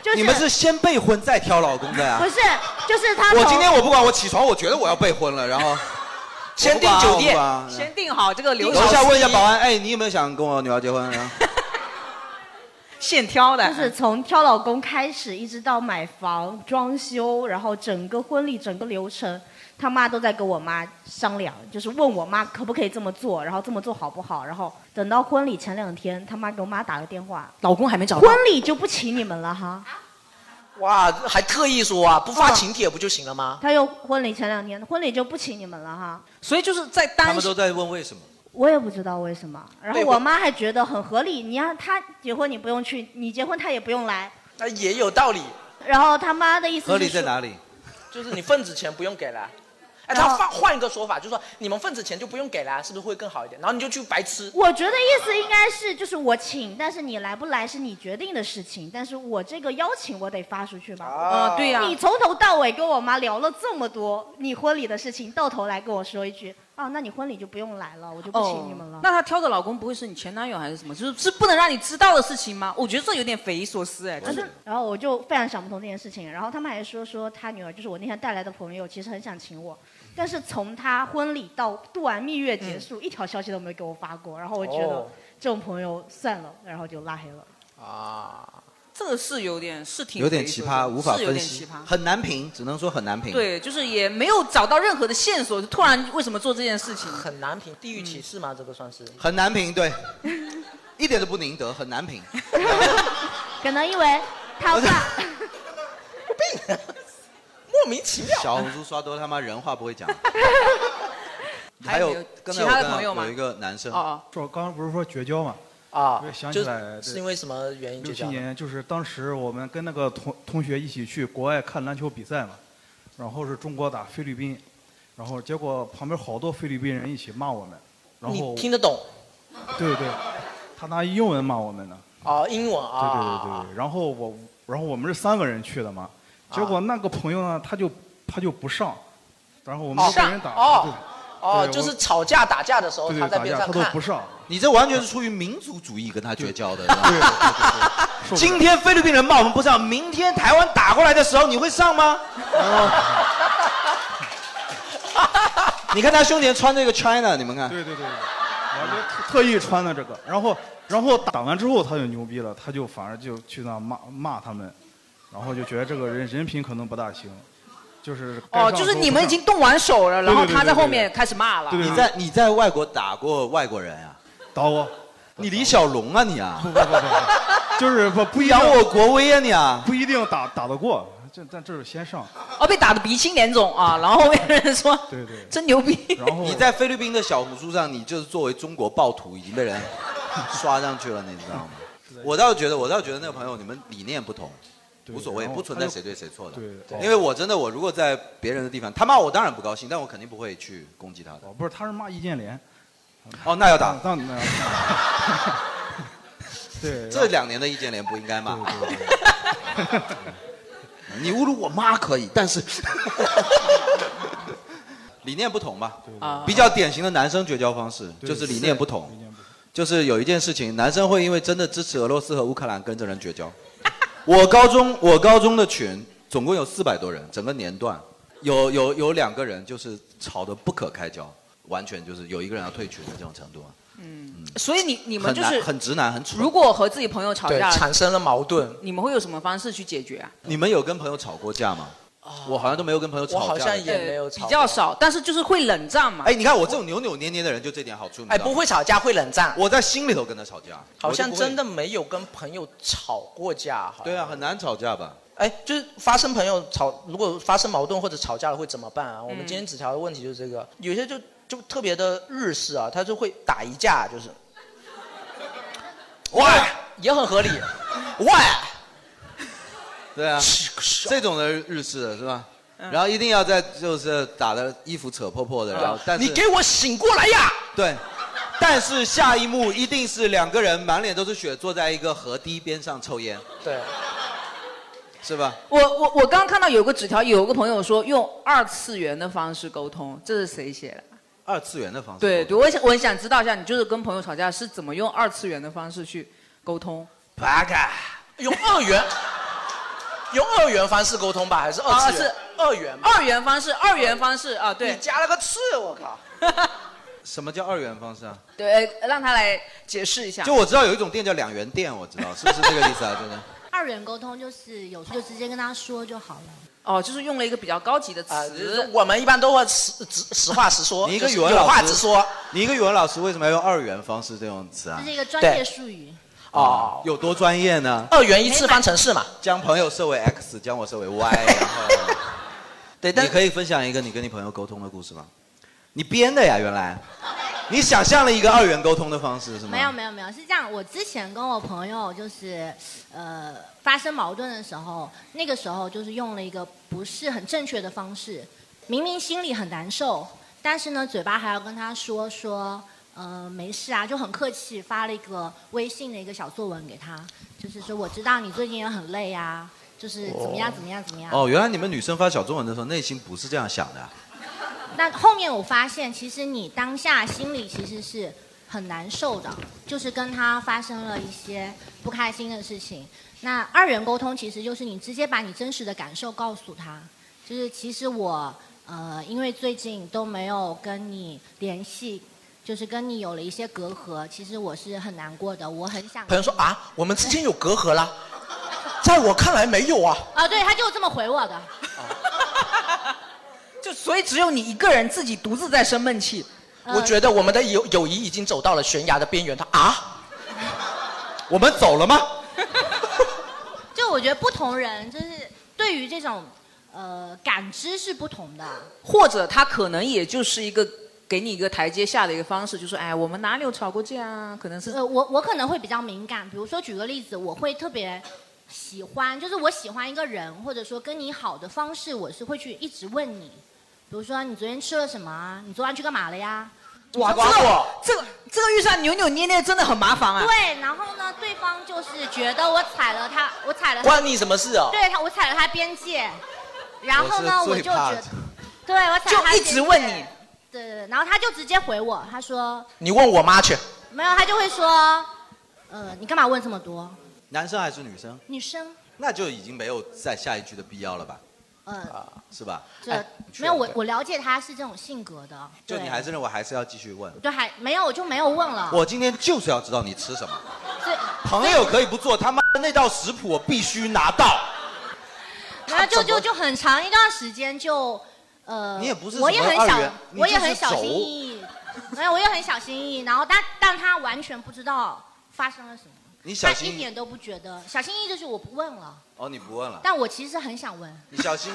Speaker 6: 就是
Speaker 2: 你们是啊先备婚再挑老公的呀、
Speaker 6: 不是就是他
Speaker 2: 我
Speaker 6: 从
Speaker 2: 今天我不管，我起床我觉得我要备婚了，然后
Speaker 4: 先订酒
Speaker 2: 我不
Speaker 4: 店
Speaker 2: 管啊我不管
Speaker 3: 先定好这个流程。
Speaker 2: 楼下问一下保安，哎，你有没有想跟我女儿结婚？然后
Speaker 3: 现挑的，
Speaker 6: 就是从挑老公开始，一直到买房、装修，然后整个婚礼整个流程，他妈都在跟我妈商量，就是问我妈可不可以这么做，然后这么做好不好，然后等到婚礼前两天，他妈给我妈打个电话，
Speaker 3: 老公还没找到
Speaker 6: 婚。礼就不请你们了哈。
Speaker 4: 哇，还特意说啊，不发请帖不就行了吗？
Speaker 6: 他又婚礼前两天，婚礼就不请你们了哈。
Speaker 3: 所以就是在
Speaker 2: 他们都在问为什么。
Speaker 6: 我也不知道为什么，然后
Speaker 4: 对
Speaker 6: 我
Speaker 4: 不
Speaker 6: 妈还觉得很合理，你让她结婚你不用去，你结婚她也不用来。
Speaker 4: 那也有道理，
Speaker 6: 然后他妈的意思是
Speaker 2: 合理在
Speaker 6: 说
Speaker 2: 哪里？
Speaker 4: 就是你份子钱不用 给了。哎，
Speaker 6: 然
Speaker 4: 他
Speaker 6: 后
Speaker 4: 换换一个说法，就是说你们份子钱就不用给了，是不是会更好一点？然后你就去白吃。
Speaker 6: 我觉得意思应该是，就是我请，但是你来不来是你决定的事情，但是我这个邀请我得发出去吧。
Speaker 4: 啊对呀
Speaker 6: 你从头到尾跟我妈聊了这么多你婚礼的事情，到头来跟我说一句，啊，那你婚礼就不用来了，我就不
Speaker 4: 哦
Speaker 6: 请你们了。
Speaker 3: 哦那她挑的老公不会是你前男友还是什么？就是是不能让你知道的事情吗？我觉得这有点匪夷所思哎。
Speaker 6: 然后然后我就非常想不通这件事情。然后他们还说说他女儿就是我那天带来的朋友，其实很想请我，但是从他婚礼到度完蜜月结
Speaker 4: 嗯
Speaker 6: 束，一条消息都没给我发过。然后我觉得
Speaker 3: 哦
Speaker 6: 这种朋友算了，然后就拉黑了。
Speaker 4: 啊，
Speaker 3: 这个是有点是挺
Speaker 2: 有点
Speaker 3: 匪夷
Speaker 2: 奇
Speaker 3: 所
Speaker 2: 葩，
Speaker 3: 思
Speaker 2: 无法
Speaker 3: 是有
Speaker 2: 分
Speaker 3: 点
Speaker 2: 析
Speaker 3: 奇葩，。
Speaker 2: 很难评，只能说很难评。，
Speaker 3: 对，就是也没有找到任何的线索，就突然为什么做这件事情？
Speaker 4: 很难评，地域歧视吗？这个算是。
Speaker 2: 很难评，对， 一点都不宁德，很难评。
Speaker 6: 可能因为他爸。
Speaker 4: 莫名其妙。
Speaker 2: 小红书刷多了，他妈人话不会讲。
Speaker 3: 还
Speaker 2: 有
Speaker 3: 有没有
Speaker 2: 刚
Speaker 3: 其他
Speaker 2: 才我
Speaker 3: 的
Speaker 2: 看到
Speaker 3: 朋友吗
Speaker 2: 有一个男生，
Speaker 3: 哦
Speaker 15: 说刚刚不是说绝交嘛？
Speaker 4: 啊
Speaker 15: 我也想起
Speaker 4: 就
Speaker 15: 来了，
Speaker 4: 是因为什么原因
Speaker 15: 六
Speaker 4: 绝
Speaker 15: 七
Speaker 4: 交的
Speaker 15: 年就是当时我们跟那个同同学一起去国外看篮球比赛嘛，然后是中国打菲律宾，然后结果旁边好多菲律宾人一起骂我们，然后
Speaker 4: 你听得懂？
Speaker 15: 对对，他拿英文骂我们呢。
Speaker 4: 哦，英文
Speaker 15: 对对
Speaker 4: 啊。
Speaker 15: 对对对。然后我，然后我们是三个人去的嘛，结果那个朋友呢，他就他就不上，然后我们
Speaker 4: 哦
Speaker 15: 就被人打。
Speaker 4: 哦哦，
Speaker 15: 对
Speaker 4: 就是
Speaker 15: 我
Speaker 4: 吵架打架的时候，
Speaker 15: 对
Speaker 4: 他
Speaker 15: 对，
Speaker 4: 在
Speaker 15: 打
Speaker 4: 边
Speaker 15: 架
Speaker 4: 上
Speaker 15: 他都
Speaker 4: 看
Speaker 15: 不。上。
Speaker 2: 你这完全是出于民族主义跟他绝交的。是吧
Speaker 13: 今天菲律宾人骂我们不上，明天台湾打过来的时候，你会上吗？
Speaker 15: 哦
Speaker 2: 你看他胸前穿这个 China，你们看。
Speaker 15: 对对对， 特意穿的这个，然后然后打完之后他就牛逼了，他就反而就去那骂骂他们，然后就觉得这个人人品可能不大行，就是该
Speaker 3: 哦，
Speaker 15: 上的
Speaker 3: 就是
Speaker 15: 都
Speaker 3: 你们已
Speaker 15: 上
Speaker 3: 经动完手了，然后
Speaker 15: 对对对
Speaker 3: 他在
Speaker 15: 对对
Speaker 3: 后面开始骂了。
Speaker 2: 你在你在外国打过外国人呀、
Speaker 15: 打过。
Speaker 2: 你李小龙啊你啊！
Speaker 15: 就是不不一定
Speaker 2: 扬我国威啊你啊！
Speaker 15: 不一定打打得过，这但这是先上。
Speaker 3: 哦，被打得鼻青脸肿啊，然后后面人说，
Speaker 15: 对对，
Speaker 3: 真牛逼。
Speaker 15: 然后
Speaker 2: 你在菲律宾的小红书上，你就是作为中国暴徒已经被 人刷上去了，你知道吗？我倒觉得，我倒觉得那个朋友你们理念不同，无所谓，
Speaker 15: 然后
Speaker 2: 不存在
Speaker 15: 他
Speaker 2: 谁
Speaker 15: 就
Speaker 2: 对哦谁错的。
Speaker 15: 对对
Speaker 2: 因为我真的，我如果在别人的地方，他骂我当然不高兴，但我肯定不会去攻击他的。
Speaker 15: 哦不是，他是骂易建联。
Speaker 2: 哦，那要打。
Speaker 15: 那那要 对
Speaker 2: 这两年的易建联不应该骂。 你侮辱我妈可以，但 是理念不同吧？
Speaker 3: 啊
Speaker 2: 比较典型的男生绝交方式
Speaker 13: 对
Speaker 2: 就是理念不同，就是有一件事情，男生会因为真的支持俄罗斯和乌克兰跟着人绝交。 我高中我高中的群总共有四百多人，整个年段有有有两个人就是吵得不可开交，完全就是有一个人要退群的这种程度啊，
Speaker 3: 嗯，所以你你们
Speaker 2: 很
Speaker 3: 就
Speaker 2: 难
Speaker 3: 是
Speaker 2: 很直男很蠢。
Speaker 3: 如果和自己朋友吵架，
Speaker 4: 生了矛盾，
Speaker 3: 你们会有什么方式去解决啊？
Speaker 2: 你们有跟朋友吵过架吗？
Speaker 3: 哦
Speaker 2: 我好像都没有跟朋友吵架，
Speaker 4: 我好像也没有
Speaker 3: 比较少，但是就是会冷战嘛。
Speaker 2: 哎，你看我这种扭扭捏捏的人，就这点好处。你知道
Speaker 4: 哎，
Speaker 2: 吗
Speaker 4: 不会吵架，会冷战。
Speaker 2: 我在心里头跟他吵架，
Speaker 4: 好像
Speaker 2: 我就不会
Speaker 4: 真的没有跟朋友吵过架哈。
Speaker 2: 对啊，很难吵架吧？
Speaker 4: 哎，就是发生朋友吵，如果发生矛盾或者吵架了会怎么办啊？我们今天纸条的问题就是这个，有些就就特别的日式啊，他就会打一架，就是，哇，也很合理，啊哇，
Speaker 2: 对啊，这种的日式的是吧？
Speaker 4: 嗯
Speaker 2: 然后一定要在就是打的衣服扯破破的，然后但是
Speaker 4: 啊你给我醒过来呀！
Speaker 2: 对，但是下一幕一定是两个人满脸都是血，坐在一个河堤边上抽烟，
Speaker 4: 对，
Speaker 2: 是吧？
Speaker 3: 我我我刚看到有个纸条，有个朋友说用二次元的方式沟通，这是谁写的？
Speaker 2: 二次元的方式。
Speaker 3: 对对，我也想我也想知道一下，你就是跟朋友吵架是怎么用二次元的方式去沟通？
Speaker 4: 八嘎，用二元，用二元方式沟通吧，还是二次元？
Speaker 3: 啊
Speaker 4: 二元吧
Speaker 3: 二元方式，二元方式啊，对。
Speaker 4: 你加了个次，我靠。
Speaker 2: 什么叫二元方式啊？
Speaker 3: 对，呃让他来解释一下。
Speaker 2: 就我知道有一种店叫两元店，我知道是 不是这个意思啊？真的。
Speaker 16: 二元沟通就是有就直接跟他说就好了。
Speaker 3: 哦，就是用了一个比较高级的词。
Speaker 4: 啊就是我们一般都会实实实话实说，
Speaker 2: 你一个
Speaker 4: 就是
Speaker 2: 语文老
Speaker 4: 有
Speaker 2: 师，
Speaker 4: 话直说。
Speaker 2: 你一个语文老师为什么要用二元方式这种词啊
Speaker 16: 这？是一个专业术语。
Speaker 2: 哦，有多专业呢？
Speaker 4: 二元一次方程式嘛。
Speaker 2: 将朋友设为 x，将我设为 y，然 后对，但你可以分享一个你跟你朋友沟通的故事吗？你编的呀，原来你想象了一个二元沟通的方式是吗？
Speaker 16: 没有没有没有，是这样。我之前跟我朋友就是，呃，发生矛盾的时候，那个时候就是用了一个不是很正确的方式，明明心里很难受，但是呢，嘴巴还要跟他说说，呃，没事啊，就很客气，发了一个微信的一个小作文给他，就是说我知道你最近也很累啊，就是怎么样怎么样怎么样。
Speaker 2: 哦，原来你们女生发小作文的时候内心不是这样想的啊。
Speaker 16: 但后面我发现，其实你当下心里其实是很难受的，就是跟他发生了一些不开心的事情。那二人沟通其实就是你直接把你真实的感受告诉他，就是其实我呃，因为最近都没有跟你联系，就是跟你有了一些隔阂，其实我是很难过的，我很想
Speaker 4: 朋友说啊，我们之间有隔阂 啦，在我看来没有啊。
Speaker 16: 啊，对，他就这么回我的。
Speaker 3: 就所以只有你一个人自己独自在生闷气。
Speaker 16: 呃
Speaker 3: 呃
Speaker 4: 我觉得我们的友友谊已经走到了悬崖的边缘。他啊，
Speaker 2: 我们走了吗？
Speaker 16: 就我觉得不同人就是对于这种呃感知是不同的。
Speaker 3: 或者他可能也就是一个给你一个台阶下的一个方式，就是哎，我们哪里有吵过架啊？可能是
Speaker 16: 呃，我我可能会比较敏感，比如说举个例子，我会特别喜欢，就是我喜欢一个人，或者说跟你好的方式，我是会去一直问你，比如说你昨天吃了什么啊？你昨晚去干嘛了呀？
Speaker 3: 哇，
Speaker 16: 你说
Speaker 3: 这个
Speaker 16: 这个
Speaker 3: 这个这个预算扭扭捏捏真的很麻烦啊。
Speaker 16: 对，然后呢，对方就是觉得我踩了他，我踩了他
Speaker 4: 关你什么事哦
Speaker 16: 对他，我踩了他边界，然后呢，我
Speaker 4: 我是
Speaker 16: 就
Speaker 4: 最怕
Speaker 16: 觉得，对我踩了他
Speaker 3: 就一直问
Speaker 16: 你，对对对，然后他就直接回我，他说
Speaker 4: 你问我妈去。
Speaker 16: 没有，他就会说，呃，你干嘛问这么多？
Speaker 2: 男生还是女生？
Speaker 16: 女生，
Speaker 2: 那就已经没有再下一句的必要了吧？
Speaker 16: 呃，
Speaker 4: 啊
Speaker 2: 是吧？
Speaker 16: 这、没有我我了解他是这种性格的，
Speaker 2: 就
Speaker 16: 对
Speaker 2: 你还是认为还是要继续问。
Speaker 16: 对啊还没有我就没有问了，
Speaker 2: 我今天就是要知道你吃什么。
Speaker 16: 所以
Speaker 2: 朋友可以不做，他妈的那道食谱我必须拿到。
Speaker 16: 没有就就就很长一段时间就，呃，
Speaker 2: 你也不是
Speaker 16: 我
Speaker 2: 什
Speaker 16: 也
Speaker 2: 么
Speaker 16: 很
Speaker 2: 二
Speaker 16: 小
Speaker 2: 元，你
Speaker 16: 我
Speaker 2: 就
Speaker 16: 也
Speaker 2: 是
Speaker 16: 很小
Speaker 2: 轴
Speaker 16: 心翼翼，没有，我也很小心翼翼。然后但但他完全不知道发生了什么，
Speaker 2: 你小
Speaker 16: 他
Speaker 2: 心
Speaker 16: 一点都不觉得小心翼翼，就是我不问了。
Speaker 2: 哦，你不问了，
Speaker 16: 但我其实很想问，
Speaker 2: 你小 心。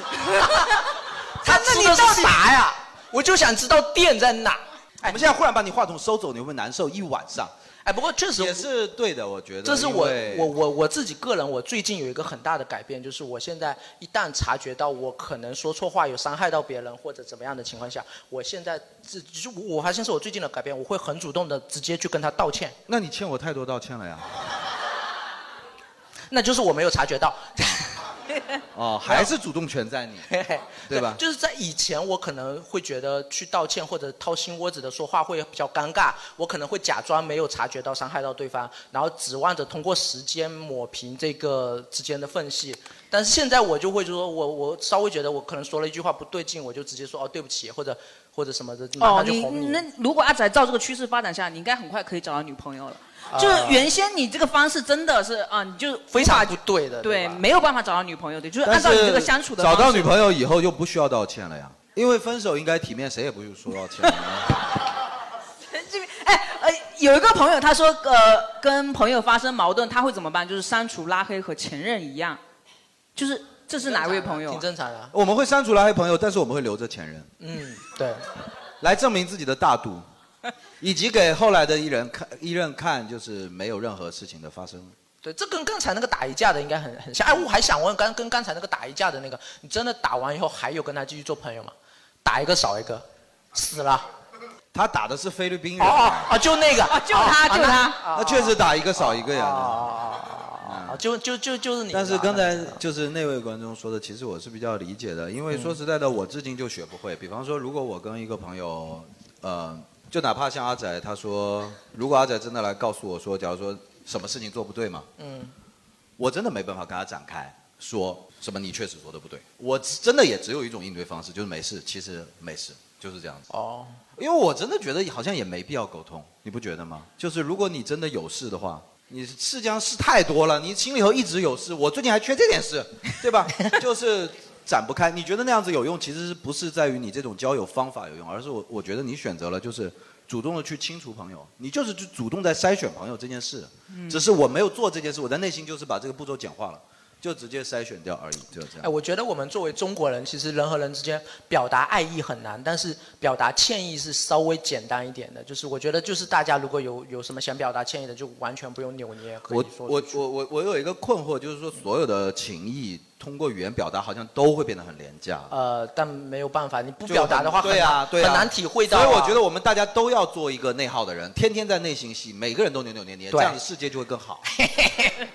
Speaker 4: 他吃的是啥呀？我就想知道店在哪。
Speaker 2: 我们现在忽然把你话筒收走，你会不会难受一晚上？
Speaker 4: 哎，不过确实
Speaker 2: 也是对的，我觉得。
Speaker 4: 这是我
Speaker 2: 因为
Speaker 4: 我我我自己个人，我最近有一个很大的改变，就是我现在一旦察觉到我可能说错话有伤害到别人或者怎么样的情况下，我现在自就我发现是我最近的改变，我会很主动的直接去跟他道歉，
Speaker 2: 那你欠我太多道歉了呀。
Speaker 4: 那就是我没有察觉到。
Speaker 2: 哦，还是主动权在 你，
Speaker 4: 嘿嘿
Speaker 2: 对吧
Speaker 4: 就是在以前，我可能会觉得去道歉或者掏心窝子的说话会比较尴尬，我可能会假装没有察觉到伤害到对方，然后指望着通过时间抹平这个之间的缝隙。但是现在我就会说我我稍微觉得我可能说了一句话不对劲，我就直接说哦对不起或者或者什么的，马
Speaker 3: 哦，
Speaker 4: 上就
Speaker 3: 你
Speaker 4: 红
Speaker 3: 那如果阿仔照这个趋势发展下，你应该很快可以找到女朋友了。
Speaker 4: 啊
Speaker 3: 就是原先你这个方式真的是啊，你就非常
Speaker 4: 不对的
Speaker 3: 对，没有办法找到女朋友的，就是
Speaker 2: 但
Speaker 3: 按
Speaker 2: 是
Speaker 3: 照你这个相处的
Speaker 2: 找
Speaker 3: 方式
Speaker 2: 到 女朋友以后就不需要道歉了呀，因为分手应该体面，谁也不用说道歉 了。
Speaker 3: 呃，有一个朋友他说，呃，跟朋友发生矛盾，他会怎么办？就是删除、拉黑和前任一样，就是这是哪位朋友啊、
Speaker 4: 挺正常的。
Speaker 2: 我们会删除拉黑朋友，但是我们会留着前任，
Speaker 4: 嗯，对。
Speaker 2: 来证明自己的大度，以及给后来的一人看一任看，就是没有任何事情的发生。
Speaker 4: 对，这跟刚才那个打一架的应该很很像。哎，我还想问，刚跟刚才那个打一架的那个，你真的打完以后还有跟他继续做朋友吗？打一个少一个，死了。
Speaker 2: 他打的是菲律宾人
Speaker 4: 哦哦哦，就那个，
Speaker 2: 就他
Speaker 4: 哦
Speaker 2: 就他
Speaker 4: 哦哦
Speaker 2: 那确实打一个少一个呀。嗯
Speaker 4: 哦，就就就就是你。
Speaker 2: 但是刚才就是那位观众说的，其实我是比较理解的，因为
Speaker 4: 嗯
Speaker 2: 说实在的，我至今就学不会。比方说，如果我跟一个朋友，呃，就哪怕像阿仔，他说，如果阿仔真的来告诉我说，假如说什么事情做不对嘛，
Speaker 4: 嗯，
Speaker 2: 我真的没办法跟他展开说什么你确实说的不对，我只真的也只有一种应对方式，就是没事，其实没事，就是这样子。
Speaker 4: 哦，
Speaker 2: 因为我真的觉得好像也没必要沟通，你不觉得吗？就是如果你真的有事的话，你事将事太多了，你心里头一直有事，我最近还缺这点事，对 吧？就是展不开。你觉得那样子有用，其实是不是在于你这种交友方法有用，而是我我觉得你选择了就是主动的去清除朋友，你就是去主动在筛选朋友这件事，
Speaker 4: 嗯
Speaker 2: 只是我没有做这件事，我在内心就是把这个步骤简化了，就直接筛选掉而已，就这样
Speaker 4: 哎，。我觉得我们作为中国人，其实人和人之间表达爱意很难，但是表达歉意是稍微简单一点的。就是我觉得，就是大家如果有有什么想表达歉意的，就完全不用扭捏，可以
Speaker 2: 我
Speaker 4: 说。
Speaker 2: 我我我我有一个困惑，就是说所有的情谊通过语言表达好像都会变得很廉价。
Speaker 4: 呃，但没有办法，你不
Speaker 2: 就
Speaker 4: 表达的话
Speaker 2: 很
Speaker 4: 很
Speaker 2: 对
Speaker 4: 难，
Speaker 2: 啊，对啊，
Speaker 4: 很难体会到啊、
Speaker 2: 所以我觉得我们大家都要做一个内耗的人，天天在内心戏，每个人都扭扭捏捏，
Speaker 4: 对
Speaker 2: 这样的世界就会更好，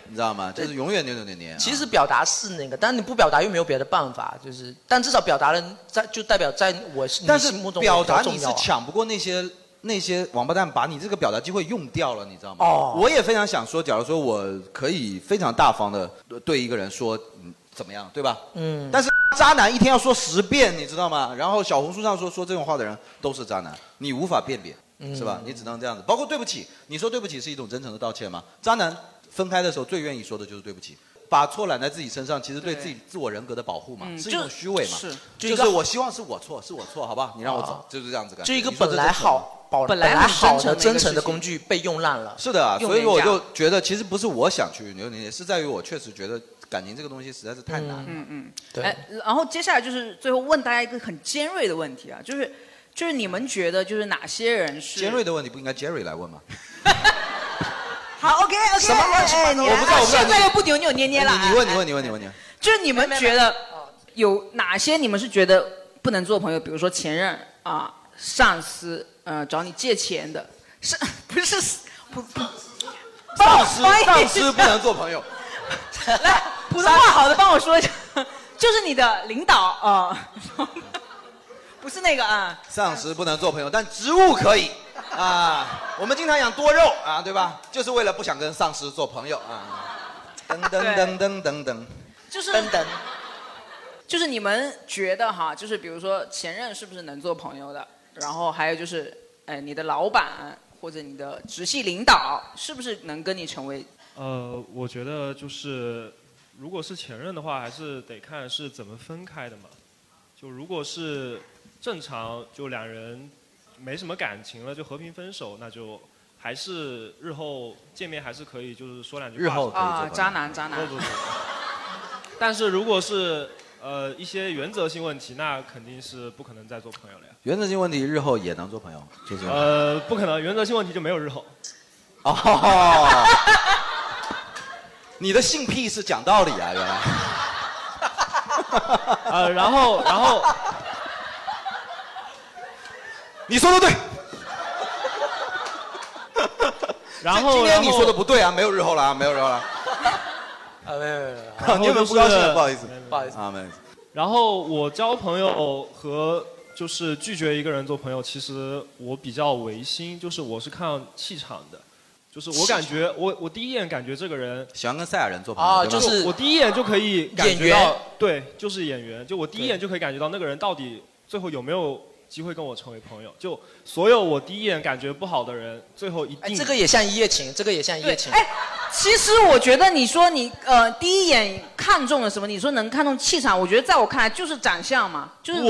Speaker 2: 你知道吗？就是永远扭扭捏捏。
Speaker 4: 啊
Speaker 2: 啊
Speaker 4: 其实表达是那个，但你不表达又没有别的办法，就是，但至少表达了，在就代表在我心
Speaker 2: 但是
Speaker 4: 你心目中
Speaker 2: 表达
Speaker 4: 我比较
Speaker 2: 你
Speaker 4: 重
Speaker 2: 是
Speaker 4: 要啊
Speaker 2: 抢不过那些那些王八蛋，把你这个表达机会用掉了，你知道吗？
Speaker 4: 哦
Speaker 2: 我也非常想说，假如说我可以非常大方的对一个人说，嗯，怎么样，对吧？
Speaker 4: 嗯，
Speaker 2: 但是渣男一天要说十遍，你知道吗？然后小红书上说说这种话的人都是渣男，你无法辨别，
Speaker 4: 嗯
Speaker 2: 是吧？你只能这样子。包括对不起，你说对不起是一种真诚的道歉吗？渣男分开的时候最愿意说的就是对不起。把错揽在自己身上，其实对
Speaker 4: 对
Speaker 2: 自己自我人格的保护嘛，
Speaker 4: 嗯
Speaker 2: 是一种
Speaker 4: 就
Speaker 2: 虚伪嘛。
Speaker 4: 是
Speaker 2: 就
Speaker 4: 就一
Speaker 2: 是
Speaker 4: 个
Speaker 2: 我希望是我错，是我错，好吧？你让我走，
Speaker 4: 啊
Speaker 2: 就是这样子感觉。
Speaker 4: 就一个
Speaker 2: 你说这
Speaker 4: 本来
Speaker 2: 真诚吗
Speaker 4: 好保
Speaker 2: 本来很真
Speaker 4: 好
Speaker 2: 诚的一个
Speaker 4: 真诚
Speaker 2: 事
Speaker 4: 的
Speaker 2: 情
Speaker 4: 工具被用烂了。
Speaker 2: 是的啊，
Speaker 4: 用
Speaker 2: 所以
Speaker 4: 人
Speaker 2: 我
Speaker 4: 家
Speaker 2: 就觉得其实不是我想去扭扭捏，是在于我确实觉得感情这个东西实在是太难了。
Speaker 3: 嗯嗯，
Speaker 4: 对
Speaker 3: 哎，然后接下来就是最后问大家一个很尖锐的问题啊，就是就是你们觉得就是哪些人是
Speaker 2: 尖锐的问题不应该 Jerry 来问吗？
Speaker 3: 好，OK OK，
Speaker 2: 什么乱七
Speaker 3: 哎，
Speaker 2: 八糟
Speaker 3: 哎你来
Speaker 2: 我不知道我不知道
Speaker 3: 现在又不扭扭捏捏了，
Speaker 2: 你你问，你
Speaker 3: 哎，
Speaker 2: 问，你问，你问，你问。
Speaker 3: 就是你们觉得有哪些你们是觉得不能做朋友，比如说前任啊、上司，呃，找你借钱的，是 不是不不，
Speaker 2: 丧尸
Speaker 3: 帮我翻译
Speaker 2: 丧
Speaker 3: 一下
Speaker 2: 尸不能做朋友。
Speaker 3: 来，普通话好的帮我说一下，就是你的领导啊、 不是那个啊，
Speaker 2: 丧尸不能做朋友，但植物可以啊。我们经常养多肉啊，对吧？就是为了不想跟丧尸做朋友啊。噔噔噔噔噔噔。
Speaker 3: 就是等等， 就是你们觉得哈，就是比如说前任是不是能做朋友的，然后还有就是，哎，你的老板或者你的直系领导是不是能跟你成为
Speaker 17: 呃，我觉得就是如果是前任的话，还是得看是怎么分开的嘛。就如果是正常，就两人没什么感情了，就和平分手，那就还是日后见面还是可以，就是说两句话。
Speaker 3: 日后可以啊做朋友渣男渣男
Speaker 17: 不不不。但是如果是呃一些原则性问题，那肯定是不可能再做朋友了呀。
Speaker 2: 原则性问题日后也能做朋友，就是
Speaker 17: 呃，不可能，原则性问题就没有日后。
Speaker 2: 哦，你的性癖是讲道理啊，原来。
Speaker 17: 呃，然后，然后，
Speaker 2: 你说的对。
Speaker 17: 然后
Speaker 2: 今天你
Speaker 17: 然后
Speaker 2: 说的不对啊，没有日后了啊，没有日后了。
Speaker 4: 啊，没有没有没有
Speaker 17: 然后
Speaker 2: 你有没有不
Speaker 17: 就是
Speaker 2: 高兴了？不好意思
Speaker 17: 没有没，有
Speaker 2: 不好意思啊，没有。
Speaker 17: 然后我交朋友和就是拒绝一个人做朋友，其实我比较违心，就是我是看气场的，就是我感觉我我第一眼感觉这个人
Speaker 2: 喜欢跟赛亚人做朋
Speaker 4: 啊
Speaker 2: 友对吗
Speaker 17: 我第一眼就可以感
Speaker 2: 演
Speaker 17: 觉
Speaker 2: 员
Speaker 17: 到，对，就是演员，就我第一眼就可以感觉到那个人到底最后有没有机会跟我成为朋友，就所有我第一眼感觉不好的人，最后一定
Speaker 4: 哎这个也像一夜情，这个也像一夜情。
Speaker 3: 哎，其实我觉得你说你呃第一眼看中了什么？你说能看中气场，我觉得在我看来就是长相嘛，就是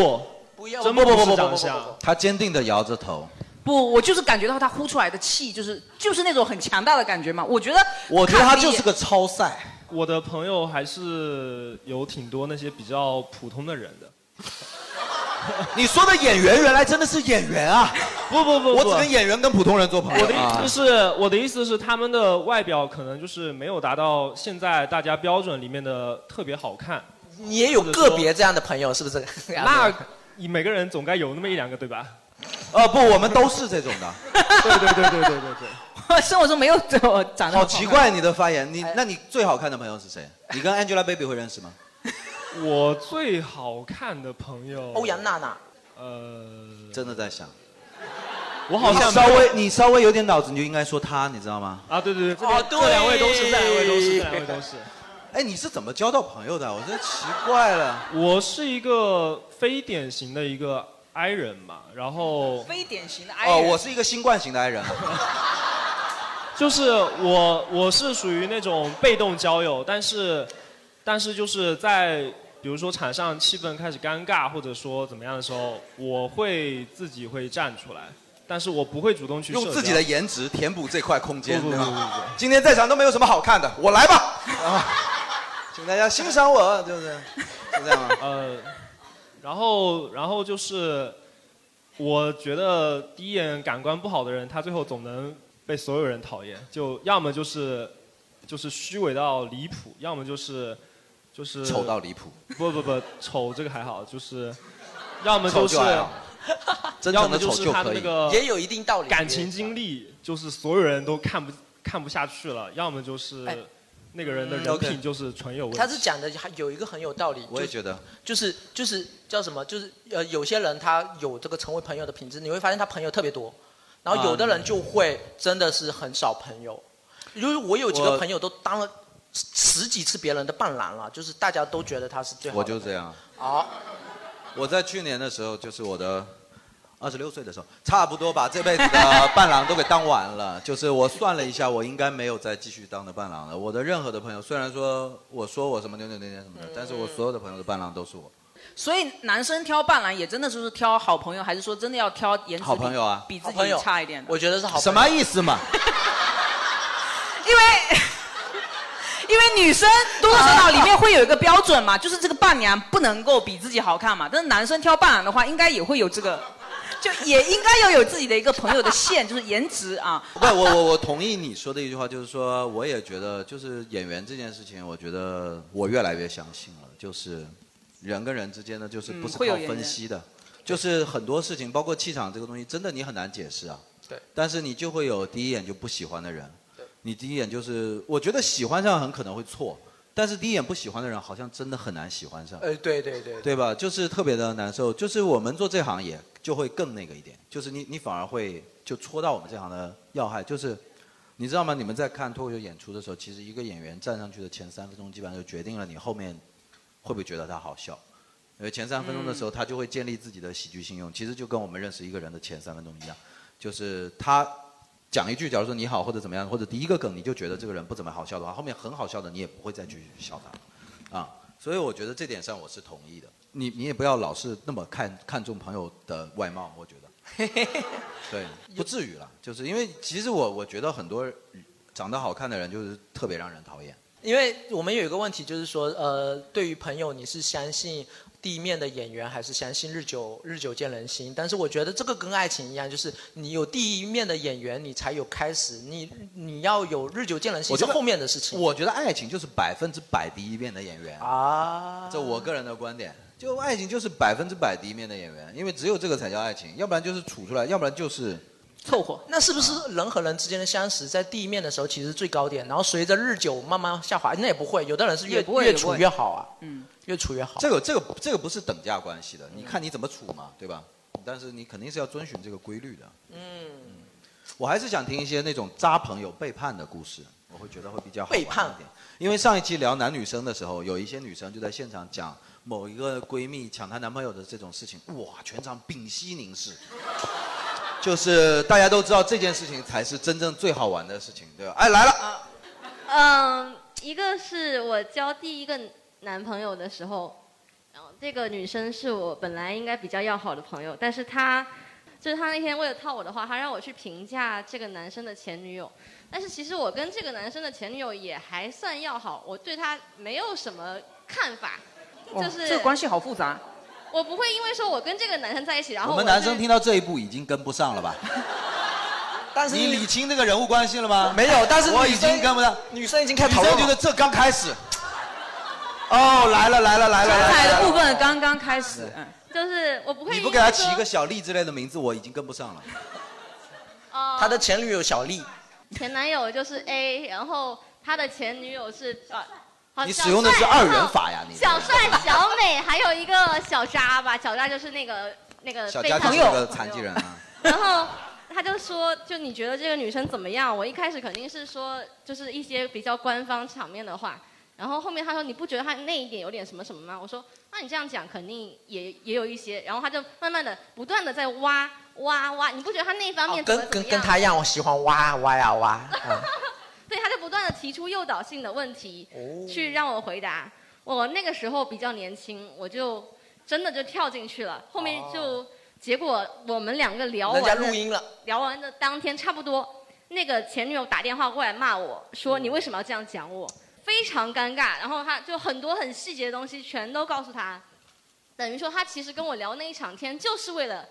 Speaker 4: 不
Speaker 3: 要
Speaker 2: 真
Speaker 3: 不
Speaker 2: 不
Speaker 3: 不不不
Speaker 2: 不不
Speaker 3: 不不
Speaker 2: 不
Speaker 3: 不
Speaker 2: 不，他坚定的摇着头。
Speaker 3: 不，我就是感觉到他呼出来的气，就是就是那种很强大的感觉嘛。我觉得
Speaker 2: 我觉得
Speaker 3: 看
Speaker 2: 他
Speaker 3: 第一
Speaker 2: 就是
Speaker 3: 眼
Speaker 2: 个超赛。
Speaker 17: 我的朋友还是有挺多那些比较普通的人的。
Speaker 13: 你说的演员原来真的是演员啊！
Speaker 17: 不不不
Speaker 13: 我只跟演员跟普通人做
Speaker 2: 哎
Speaker 13: 朋友。
Speaker 17: 我的
Speaker 2: 啊
Speaker 17: 意思是，我的意思是，他们的外表可能就是没有达到现在大家标准里面的特别好看。
Speaker 4: 你也有个别这样的朋友，是不是？
Speaker 17: 那你每个人总该有那么一两个，对吧？
Speaker 2: 呃，不，我们都是这种 的。
Speaker 17: 对对对对对对 对。
Speaker 3: 生活中没有我长得
Speaker 2: 好奇怪你的发言，
Speaker 17: 哎
Speaker 2: 你那你最好看的朋友是谁？你跟 Angelababy 会认识吗？
Speaker 17: 我最好看的朋友
Speaker 4: 欧阳娜娜，
Speaker 17: 呃，
Speaker 2: 真的在想，
Speaker 17: 我好像
Speaker 2: 你稍微你稍微有点脑子，你就应该说他，你知道吗？
Speaker 17: 啊，对对对，这
Speaker 4: 哦
Speaker 17: 边
Speaker 4: 对
Speaker 17: 这两位都是，这两位都是，这两位都是。
Speaker 2: 哎，你是怎么交到朋友的？我真奇怪了。
Speaker 17: 我是一个非典型的一个 I 人嘛，然后
Speaker 3: 非典型的 I
Speaker 2: 哦，
Speaker 3: 人
Speaker 2: 我是一个新冠型的 I 人。
Speaker 17: 就是我我是属于那种被动交友，但是但是就是在比如说场上气氛开始尴尬或者说怎么样的时候，我会自己会站出来，但是我不会主动去
Speaker 2: 用
Speaker 17: 社
Speaker 2: 自己
Speaker 17: 交
Speaker 2: 的颜值填补这块空间，
Speaker 17: 不不
Speaker 2: 对吧
Speaker 17: 不不不
Speaker 2: 今天在场都没有什么好看的，我来吧，然后请大家欣赏我，对不对？是这样吗？
Speaker 17: 呃，然后然后就是，我觉得第一眼感官不好的人，他最后总能被所有人讨厌，就要么就是就是虚伪到离谱，要么就是就是
Speaker 2: 丑到离谱。
Speaker 17: 不不不，丑这个还好，就是要么
Speaker 2: 丑
Speaker 17: 是
Speaker 2: 就还好真
Speaker 17: 要
Speaker 2: 诚
Speaker 17: 么
Speaker 2: 的
Speaker 17: 就
Speaker 2: 丑
Speaker 17: 是
Speaker 2: 就
Speaker 17: 他的
Speaker 2: 可
Speaker 17: 那
Speaker 2: 以
Speaker 17: 个
Speaker 4: 也有一定道理
Speaker 17: 感情经历，就是所有人都看不看不下去了，要么就是
Speaker 4: 哎
Speaker 17: 那个人的
Speaker 4: 嗯
Speaker 17: 人
Speaker 4: ，OK
Speaker 17: 品就是纯有问题。
Speaker 4: 他是讲的还有一个很有道理，
Speaker 2: 我也觉得，
Speaker 4: 就是就是叫什么，就是呃，有些人他有这个成为朋友的品质，你会发现他朋友特别多，然后有的人就会真的是很少朋友，因为我有几个
Speaker 2: 我
Speaker 4: 朋友都当了十十几次别人的伴郎了，就是大家都觉得他是最好的。
Speaker 2: 我就这样。
Speaker 4: 好，
Speaker 2: 我在去年的时候，就是我的二十六岁的时候，差不多把这辈子的伴郎都给当完了。就是我算了一下，我应该没有再继续当的伴郎了。我的任何的朋友，虽然说我说我什么扭扭捏捏什么的，但是我所有的朋友的伴郎都是我。
Speaker 3: 所以男生挑伴郎也真的就是挑好朋友，还是说真的要挑颜值比
Speaker 2: 好朋友啊
Speaker 3: 比自
Speaker 2: 好
Speaker 4: 朋
Speaker 3: 己
Speaker 4: 友
Speaker 3: 差一点的？
Speaker 4: 我觉得是好朋友
Speaker 2: 什么意思嘛？
Speaker 3: 因为 因为女生多多少少里面会有一个标准嘛，就是这个伴娘不能够比自己好看嘛。但是男生挑伴郎的话，应该也会有这个，就也应该要有自己的一个朋友的线，就是颜值啊。
Speaker 2: 不，我我我同意你说的一句话，就是说，我也觉得，就是演员这件事情，我觉得我越来越相信了，就是人跟人之间呢，就是
Speaker 13: 嗯
Speaker 2: 不是
Speaker 13: 会有
Speaker 2: 靠
Speaker 13: 缘
Speaker 2: 分
Speaker 13: 人
Speaker 2: 析的，就是很多事情，包括气场这个东西，真的你很难解释啊。
Speaker 4: 对。
Speaker 2: 但是你就会有第一眼就不喜欢的人
Speaker 4: 对，
Speaker 2: 你第一眼就是，我觉得喜欢上很可能会错，但是第一眼不喜欢的人，好像真的很难喜欢上。
Speaker 4: 呃，对对对
Speaker 2: 对吧？就是特别的难受，就是我们做这行也就会更那个一点，就是你你反而会就戳到我们这行的要害，就是你知道吗？你们在看脱口秀演出的时候，其实一个演员站上去的前三分钟，基本上就决定了你后面会不会觉得他好笑，因为前三分钟的时候，他就会建立自己的喜剧信用，其实就跟我们认识一个人的前三分钟一样，就是他。讲一句，假如说你好或者怎么样，或者第一个梗你就觉得这个人不怎么好笑的话，后面很好笑的你也不会再去笑他。啊，所以我觉得这点上我是同意的。你你也不要老是那么看看重朋友的外貌，我觉得，对，不至于了。就是因为其实我我觉得很多长得好看的人就是特别让人讨厌。
Speaker 4: 因为我们有一个问题，就是说，呃，对于朋友，你是相信第一面的眼缘，还是相信日久日久见人心？但是我觉得这个跟爱情一样，就是你有第一面的眼缘，你才有开始，你你要有日久见人心
Speaker 2: 我
Speaker 4: 是
Speaker 2: 觉得
Speaker 4: 后面的事情。
Speaker 2: 我觉得爱情就是百分之百第一面的演员
Speaker 4: 啊，
Speaker 2: 这我个人的观点。就爱情就是百分之百第一面的演员，因为只有这个才叫爱情，要不然就是处出来，要不然就是
Speaker 4: 凑合。那是不是人和人之间的相识，在第一面的时候其实最高点，然后随着日久慢慢下滑？那也不会，有的人是越
Speaker 2: 也不会
Speaker 4: 越
Speaker 2: 也不
Speaker 4: 处
Speaker 2: 会
Speaker 4: 越好啊，
Speaker 3: 嗯，
Speaker 4: 越处越好。嗯
Speaker 2: 这个这个这个不是等价关系的，你看你怎么处嘛，对吧？但是你肯定是要遵循这个规律的。
Speaker 4: 嗯。
Speaker 2: 我还是想听一些那种渣朋友背叛的故事，我会觉得会比较好玩一
Speaker 4: 背叛
Speaker 2: 点。因为上一期聊男女生的时候，有一些女生就在现场讲某一个闺蜜抢她男朋友的这种事情，哇，全场屏息凝视。 就是大家都知道这件事情才是真正最好玩的事情，对吧？哎，来了，
Speaker 5: 嗯，一个是我交第一个男朋友的时候，然后这个女生是我本来应该比较要好的朋友，但是她就是她那天为了套我的话，她让我去评价这个男生的前女友，但是其实我跟这个男生的前女友也还算要好，我对他没有什么看法，
Speaker 2: 哦
Speaker 3: 哇
Speaker 5: 就是、
Speaker 3: 哦这个关系好复杂。
Speaker 5: 我不会因为说我跟这个男生在一起，然后
Speaker 2: 我们
Speaker 5: 对
Speaker 2: 男生听到这一步已经跟不上了吧？
Speaker 4: 但是
Speaker 2: 你理清这个人物关系了吗？
Speaker 4: 没有，但是
Speaker 2: 我
Speaker 4: 女
Speaker 2: 已
Speaker 4: 生
Speaker 2: 经跟不上。
Speaker 4: 女生已经开始讨论
Speaker 2: 女生觉得这刚开始。哦，来了来了来了
Speaker 3: 精彩
Speaker 2: 来
Speaker 3: 的
Speaker 2: 了！
Speaker 3: 部分刚刚开始，嗯
Speaker 5: 就是我不会
Speaker 2: 你
Speaker 5: 因
Speaker 2: 不
Speaker 5: 为
Speaker 2: 给
Speaker 5: 说
Speaker 2: 他起一个小丽之类的名字，我已经跟不上了。
Speaker 5: 哦
Speaker 4: 他的前女友小丽，
Speaker 5: 前男友就是 A，然后他的前女友是呃，好
Speaker 2: 你
Speaker 5: 小
Speaker 2: 使用的是
Speaker 5: 帅哦
Speaker 2: 二元法 呀你
Speaker 5: 小帅、小美，还有一个小渣吧，小渣就是那个那个
Speaker 2: 小
Speaker 5: 被
Speaker 2: 佳
Speaker 5: 他
Speaker 2: 就是一个残疾人啊。
Speaker 5: 然后他就说，就你觉得这个女生怎么样？我一开始肯定是说，就是一些比较官方场面的话。然后后面他说，你不觉得他那一点有点什么什么吗？我说，那你这样讲肯定也也有一些。然后他就慢慢的、不断的在挖挖挖，你不觉得他那一方面怎么
Speaker 4: 哦
Speaker 5: 怎
Speaker 4: 跟跟
Speaker 5: 么
Speaker 4: 跟
Speaker 5: 样？
Speaker 4: 他一样，我喜欢挖挖呀挖。 啊
Speaker 5: 对，他就不断的提出诱导性的问题，
Speaker 4: 哦
Speaker 5: 去让我回答。我那个时候比较年轻，我就真的就跳进去了。后面就、结果我们两个聊完
Speaker 4: 人家
Speaker 5: 的
Speaker 4: 录音了，
Speaker 5: 聊完的当天差不多，那个前女友打电话过来骂我
Speaker 4: 嗯
Speaker 5: 说你为什么要这样讲我，非常尴尬。然后他就很多很细节的东西全都告诉他，等于说他其实跟我聊那一场天就是为了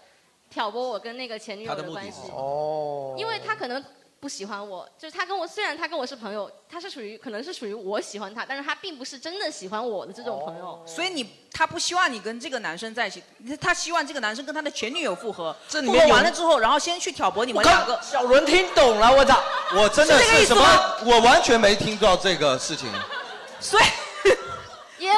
Speaker 5: 挑拨我跟那个前女友关系。
Speaker 4: 哦
Speaker 5: 因为 他可能不喜欢我，就是他跟我虽然他跟我是朋友，他是属于可能是属于我喜欢他，但是他并不是真的喜欢我的这种朋友。
Speaker 3: 哦所以你他不希望你跟这个男生在一起，他希望这个男生跟他的前女友复合，
Speaker 4: 这里
Speaker 3: 复
Speaker 4: 面
Speaker 3: 合
Speaker 4: 有
Speaker 3: 完了之后，然后先去挑拨你
Speaker 4: 我
Speaker 3: 们两
Speaker 4: 刚
Speaker 3: 个。
Speaker 4: 小伦听懂了，我操！
Speaker 2: 我真的
Speaker 3: 是这个
Speaker 2: 是
Speaker 3: 意思
Speaker 2: 什
Speaker 3: 吗
Speaker 2: 么？我完全没听到这个事情。
Speaker 3: 所以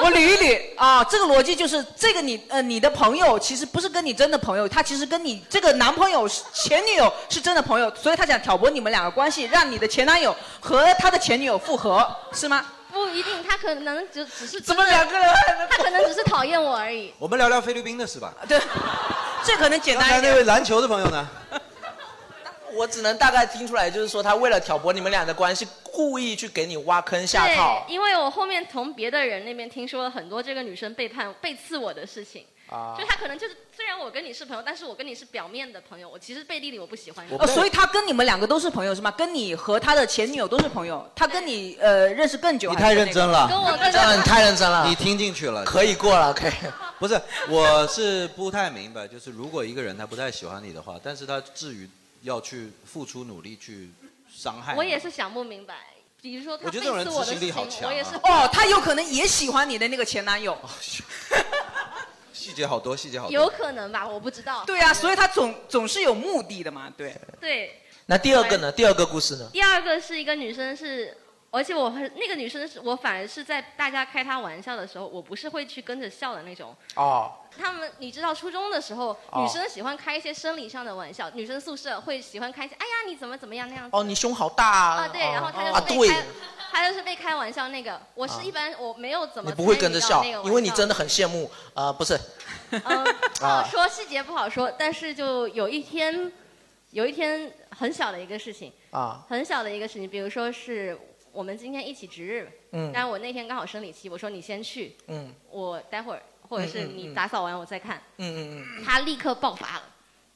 Speaker 3: 我捋一捋啊，这个逻辑就是这个你呃你的朋友其实不是跟你真的朋友，他其实跟你这个男朋友是前女友是真的朋友，所以他想挑拨你们两个关系，让你的前男友和他的前女友复合，是吗？
Speaker 5: 不一定，他可能只只是
Speaker 3: 怎么两个人？
Speaker 5: 他可能只是讨厌我而已。
Speaker 2: 我们聊聊菲律宾的事吧。
Speaker 4: 啊
Speaker 3: 对，这可能简
Speaker 2: 刚才那位篮球的朋友呢？
Speaker 4: 我只能大概听出来，就是说他为了挑拨你们俩的关系，故意去给你挖坑下套
Speaker 5: 对，因为我后面从别的人那边听说了很多这个女生背叛、背刺我的事情。
Speaker 4: 啊
Speaker 5: 就他可能就是，虽然我跟你是朋友，但是我跟你是表面的朋友，我其实背地里我不喜欢你。
Speaker 3: 哦，所以他跟你们两个都是朋友是吗？跟你和他的前女友都是朋友，他跟你呃认识更久。
Speaker 2: 你太认真了
Speaker 5: 跟我
Speaker 2: 跟
Speaker 4: 这样你太认真了，
Speaker 2: 你听进去了，
Speaker 4: 可以过了，可以。
Speaker 2: 不是，我是不太明白，就是如果一个人他不太喜欢你的话，但是他至于要去付出努力去伤害你，
Speaker 5: 我也是想不明白。比如说他
Speaker 2: 我
Speaker 5: 背
Speaker 2: 觉得
Speaker 5: 刺
Speaker 2: 这种人
Speaker 5: 哎我的
Speaker 2: 执
Speaker 5: 事
Speaker 2: 行力
Speaker 5: 情，
Speaker 2: 好强啊
Speaker 5: 我也是
Speaker 3: 哦，他有可能也喜欢你的那个前男友。
Speaker 2: 细节好多，细节好多。
Speaker 5: 有可能吧，我不知道。
Speaker 3: 对啊，所以他总总是有目的的嘛，对。
Speaker 5: 对，
Speaker 4: 那第二个呢？第二个故事呢？
Speaker 5: 第二个是一个女生是，而且我很那个女生是我反而是在大家开她玩笑的时候，我不是会去跟着笑的那种。
Speaker 4: 哦，
Speaker 5: 他们你知道，初中的时候，
Speaker 4: 哦
Speaker 5: 女生喜欢开一些生理上的玩笑，女生宿舍会喜欢开一些，哎呀你怎么怎么样那样子。
Speaker 4: 哦，你胸好大啊！
Speaker 5: 啊对，
Speaker 4: 哦
Speaker 5: 然后她
Speaker 4: 啊
Speaker 5: 就是被
Speaker 4: 对
Speaker 5: 开，，她就是被开玩笑那个。我是一般我没有怎么
Speaker 4: 你不会
Speaker 5: 参与
Speaker 4: 跟着
Speaker 5: 到
Speaker 4: 笑
Speaker 5: 那个，玩
Speaker 4: 因为你
Speaker 5: 笑
Speaker 4: 真的很羡慕啊，不是？
Speaker 5: 好 哦
Speaker 4: 啊，
Speaker 5: 说细节不好说，但是就有一天，有一天很小的一个事情，
Speaker 4: 啊
Speaker 5: 很小的一个事情，比如说是我我们今天一起值日吧。
Speaker 4: 嗯
Speaker 5: 但我那天刚好生理期，我说你先去，
Speaker 4: 嗯
Speaker 5: 我待会儿或者是
Speaker 4: 嗯嗯
Speaker 5: 你
Speaker 4: 嗯
Speaker 5: 打扫完我再看。
Speaker 4: 嗯嗯
Speaker 5: 他立刻爆发了，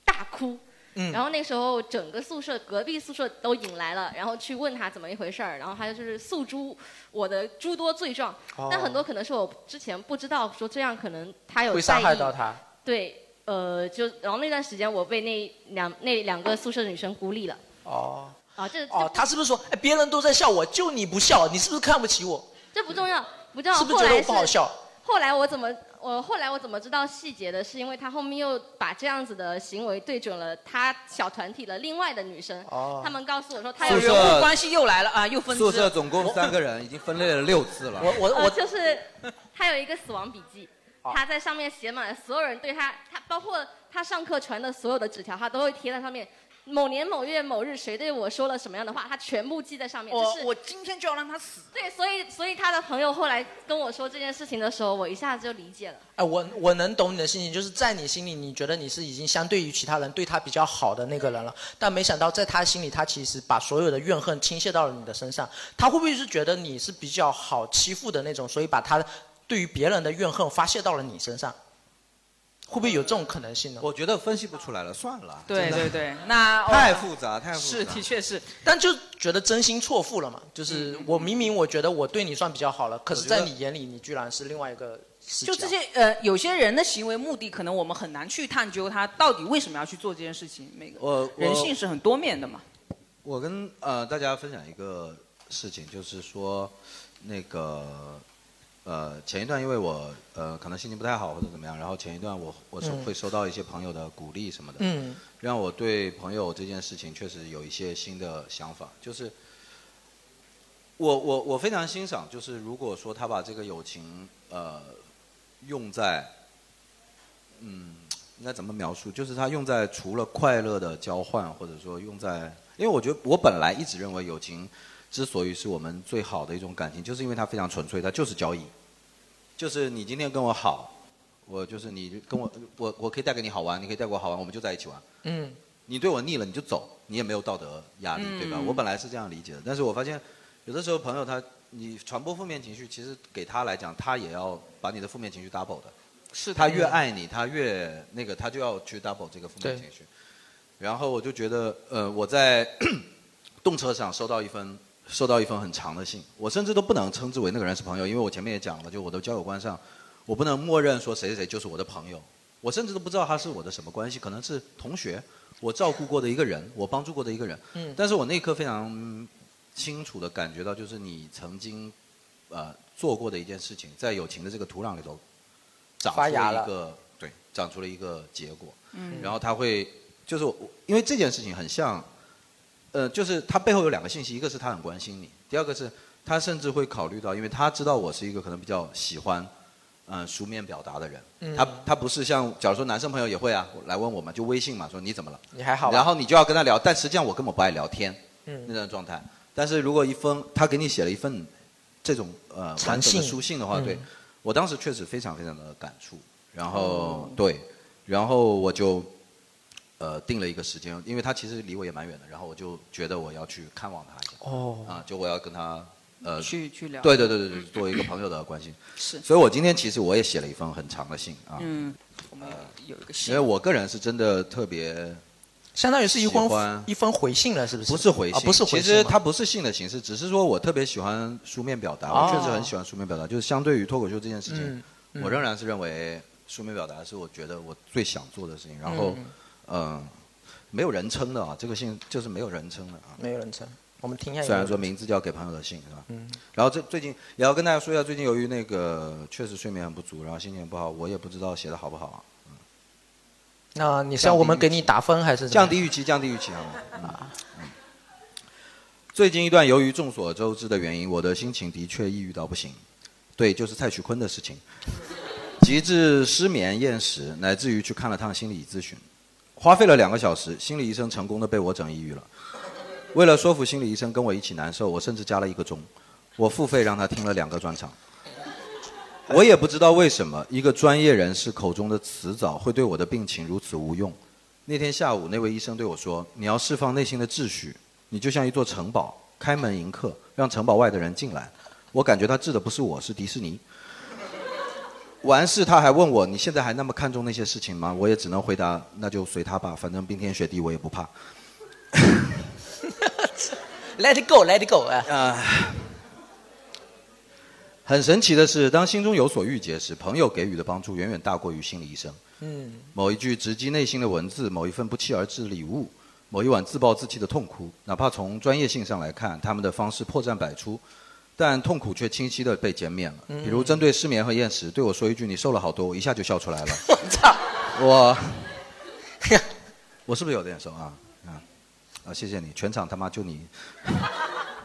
Speaker 5: 大哭。
Speaker 4: 嗯
Speaker 5: 然后那时候整个宿舍隔壁宿舍都引来了，然后去问他怎么一回事儿，然后他就是诉诸我的诸多罪状，
Speaker 4: 哦
Speaker 5: 但很多可能是我之前不知道，说这样可能他有
Speaker 4: 会
Speaker 5: 在
Speaker 4: 伤
Speaker 5: 意
Speaker 4: 害到他。
Speaker 5: 对，呃，就然后那段时间我被那两那两个宿舍女生孤立了。
Speaker 4: 哦
Speaker 5: 啊，这
Speaker 4: 哦，他是不是说，哎，别人都在笑我，就你不笑，你是不是看不起我？
Speaker 5: 这不重要，不重要。
Speaker 4: 是不是
Speaker 5: 后
Speaker 4: 觉得
Speaker 5: 来
Speaker 4: 我不好笑？
Speaker 5: 后来我怎么我后来我怎么知道细节的？是因为他后面又把这样子的行为对准了他小团体的另外的女生，
Speaker 2: 哦
Speaker 5: 他们告诉我说他
Speaker 2: 宿
Speaker 5: 有
Speaker 2: 舍人物
Speaker 3: 关系又来了啊，又分
Speaker 2: 宿舍总共三个人，已经分裂了六次了。
Speaker 4: 我
Speaker 5: 呃就是他有一个死亡笔 记
Speaker 2: 哦，
Speaker 5: 他在上面写满了所有人对他，他包括他上课传的所有的纸条，他都会贴在上面。某年某月某日，谁对我说了什么样的话，他全部记在上面。
Speaker 3: 我
Speaker 5: 这是
Speaker 3: 我今天就要让他死。
Speaker 5: 对，所以所以他的朋友后来跟我说这件事情的时候，我一下子就理解了。
Speaker 4: 哎，我我能懂你的心情，就是在你心里，你觉得你是已经相对于其他人对他比较好的那个人了，但没想到在他心里，他其实把所有的怨恨倾泻到了你的身上。他会不会是觉得你是比较好欺负的那种，所以把他对于别人的怨恨发泄到了你身上？会不会有这种可能性呢？
Speaker 2: 我觉得分析不出来了，算了。
Speaker 4: 对
Speaker 2: 真的
Speaker 4: 对对
Speaker 3: 那
Speaker 2: 太复杂，太复杂。
Speaker 3: 确是，嗯
Speaker 4: 但就觉得真心错付了嘛，就是我明明我觉得我对你算比较好了，可是
Speaker 3: 我觉
Speaker 4: 在
Speaker 3: 得
Speaker 4: 你眼里，你居然是另外一个啊视角。
Speaker 3: 就这些呃，有些人的行为目的，可能我们很难去探究他到底为什么要去做这件事情。每个
Speaker 2: 我
Speaker 3: 人性是很多面的嘛。
Speaker 2: 我跟呃大家分享一个事情，就是说，那个呃前一段因为我呃可能心情不太好或者怎么样，然后前一段我我是
Speaker 4: 嗯
Speaker 2: 会收到一些朋友的鼓励什么的，
Speaker 4: 嗯，
Speaker 2: 让我对朋友这件事情确实有一些新的想法，就是我我我非常欣赏，就是如果说他把这个友情呃用在嗯应该怎么描述，就是他用在除了快乐的交换，或者说用在，因为我觉得我本来一直认为友情之所以是我们最好的一种感情，就是因为它非常纯粹，它就是交易，就是你今天跟我好，我就是你跟我我我可以带给你好玩，你可以带给我好玩，我们就在一起玩。
Speaker 4: 嗯
Speaker 2: 你对我腻了你就走，你也没有道德压力，
Speaker 4: 嗯
Speaker 2: 对吧？我本来是这样理解的，但是我发现有的时候朋友他你传播负面情绪，其实给他来讲，他也要把你的负面情绪 double 的。
Speaker 3: 是
Speaker 2: 他越爱你，他越那个，他就要去 double 这个负面
Speaker 4: 对
Speaker 2: 情绪。然后我就觉得，呃，我在 动车上收到一封收到一封很长的信，我甚至都不能称之为那个人是朋友，因为我前面也讲了，就我的交友观上，我不能默认说谁谁谁就是我的朋友，我甚至都不知道他是我的什么关系，可能是同学，我照顾过的一个人，我帮助过的一个人。
Speaker 4: 嗯
Speaker 2: 但是我那一刻非常嗯清楚的感觉到，就是你曾经呃做过的一件事情，在友情的这个土壤里头长出
Speaker 4: 发芽
Speaker 2: 了
Speaker 4: 了
Speaker 2: 一个对，长出了一个结果。
Speaker 4: 嗯
Speaker 2: 然后他会就是我，因为这件事情很像，呃，就是他背后有两个信息，一个是他很关心你，第二个是他甚至会考虑到，因为他知道我是一个可能比较喜欢。嗯，书面表达的人，
Speaker 4: 嗯
Speaker 2: 他他不是像，假如说男生朋友也会啊，来问我嘛，就微信嘛，说你怎么了？
Speaker 4: 你还好啊吧
Speaker 2: 然后你就要跟他聊，但实际上我根本不爱聊天，
Speaker 4: 嗯
Speaker 2: 那种状态。但是如果一封他给你写了一份这种呃
Speaker 4: 长
Speaker 2: 完整的
Speaker 4: 信
Speaker 2: 书信的话，
Speaker 4: 嗯
Speaker 2: 对我当时确实非常非常的感触。然后、
Speaker 4: 哦
Speaker 2: 对，然后我就呃定了一个时间，因为他其实离我也蛮远的，然后我就觉得我要去看望他一下。
Speaker 4: 哦
Speaker 2: 啊，就我要跟他呃
Speaker 3: 去去聊
Speaker 2: 对对对对对，作为一个朋友的关
Speaker 4: 嗯
Speaker 2: 心。
Speaker 3: 是
Speaker 2: 所以我今天其实我也写了一封很长的信啊，
Speaker 3: 嗯，我们有一个
Speaker 2: 因为我个人是真的特别。
Speaker 4: 相当于是一封
Speaker 2: 喜欢
Speaker 4: 一封回信了，是不是？
Speaker 2: 不是回信，
Speaker 4: 啊、不是回信吗。
Speaker 2: 其实它不是信的形式，只是说我特别喜欢书面表达，
Speaker 4: 哦
Speaker 2: 我确实很喜欢书面表达。就是相对于脱口秀这件事情，
Speaker 4: 嗯嗯
Speaker 2: 我仍然是认为书面表达是我觉得我最想做的事情。然后，嗯、没有人称的啊，这个信就是没有人称的啊。
Speaker 4: 没有人称，我们听一下有
Speaker 2: 虽
Speaker 4: 没有
Speaker 2: 然
Speaker 4: 人
Speaker 2: 说
Speaker 4: 称。
Speaker 2: 名字叫给朋友的信是吧？
Speaker 4: 嗯
Speaker 2: 然后这最近也要跟大家说一下，最近由于那个确实睡眠很不足，然后心情不好，我也不知道写的好不好啊。
Speaker 4: 那你是要我们给你打分还是怎么
Speaker 2: 降
Speaker 4: 样啊
Speaker 2: 低预期，降低预期好吗？嗯嗯最近一段，由于众所周知的原因，我的心情的确抑郁到不行。对，就是蔡徐坤的事情，极致失眠、厌食，乃至于去看了趟心理咨询，花费了两个小时，心理医生成功的被我整抑郁了。为了说服心理医生跟我一起难受，我甚至加了一个钟，我付费让他听了两个专场。我也不知道为什么，一个专业人士口中的词藻会对我的病情如此无用。那天下午，那位医生对我说：“你要释放内心的秩序，你就像一座城堡，开门迎客，让城堡外的人进来。我感觉他治的不是我，是迪士尼。完事他还问我，你现在还那么看重那些事情吗？我也只能回答，那就随他吧，反正冰天雪地我也不怕。
Speaker 18: Let it go，Let it go
Speaker 4: 哎
Speaker 18: 啊！
Speaker 2: 很神奇的是，当心中有所郁结时，朋友给予的帮助远远大过于心理医生。
Speaker 18: 嗯，
Speaker 2: 某一句直击内心的文字，某一份不期而至的礼物，某一晚自暴自弃的痛哭，哪怕从专业性上来看，他们的方式破绽百出，但痛苦却清晰的被歼灭了。
Speaker 18: 嗯
Speaker 2: 比如针对失眠和厌食，对我说一句“你瘦了好多”，我一下就笑出来了。我操！我， 我是不是有点瘦啊？啊啊！谢谢你，全场他妈就你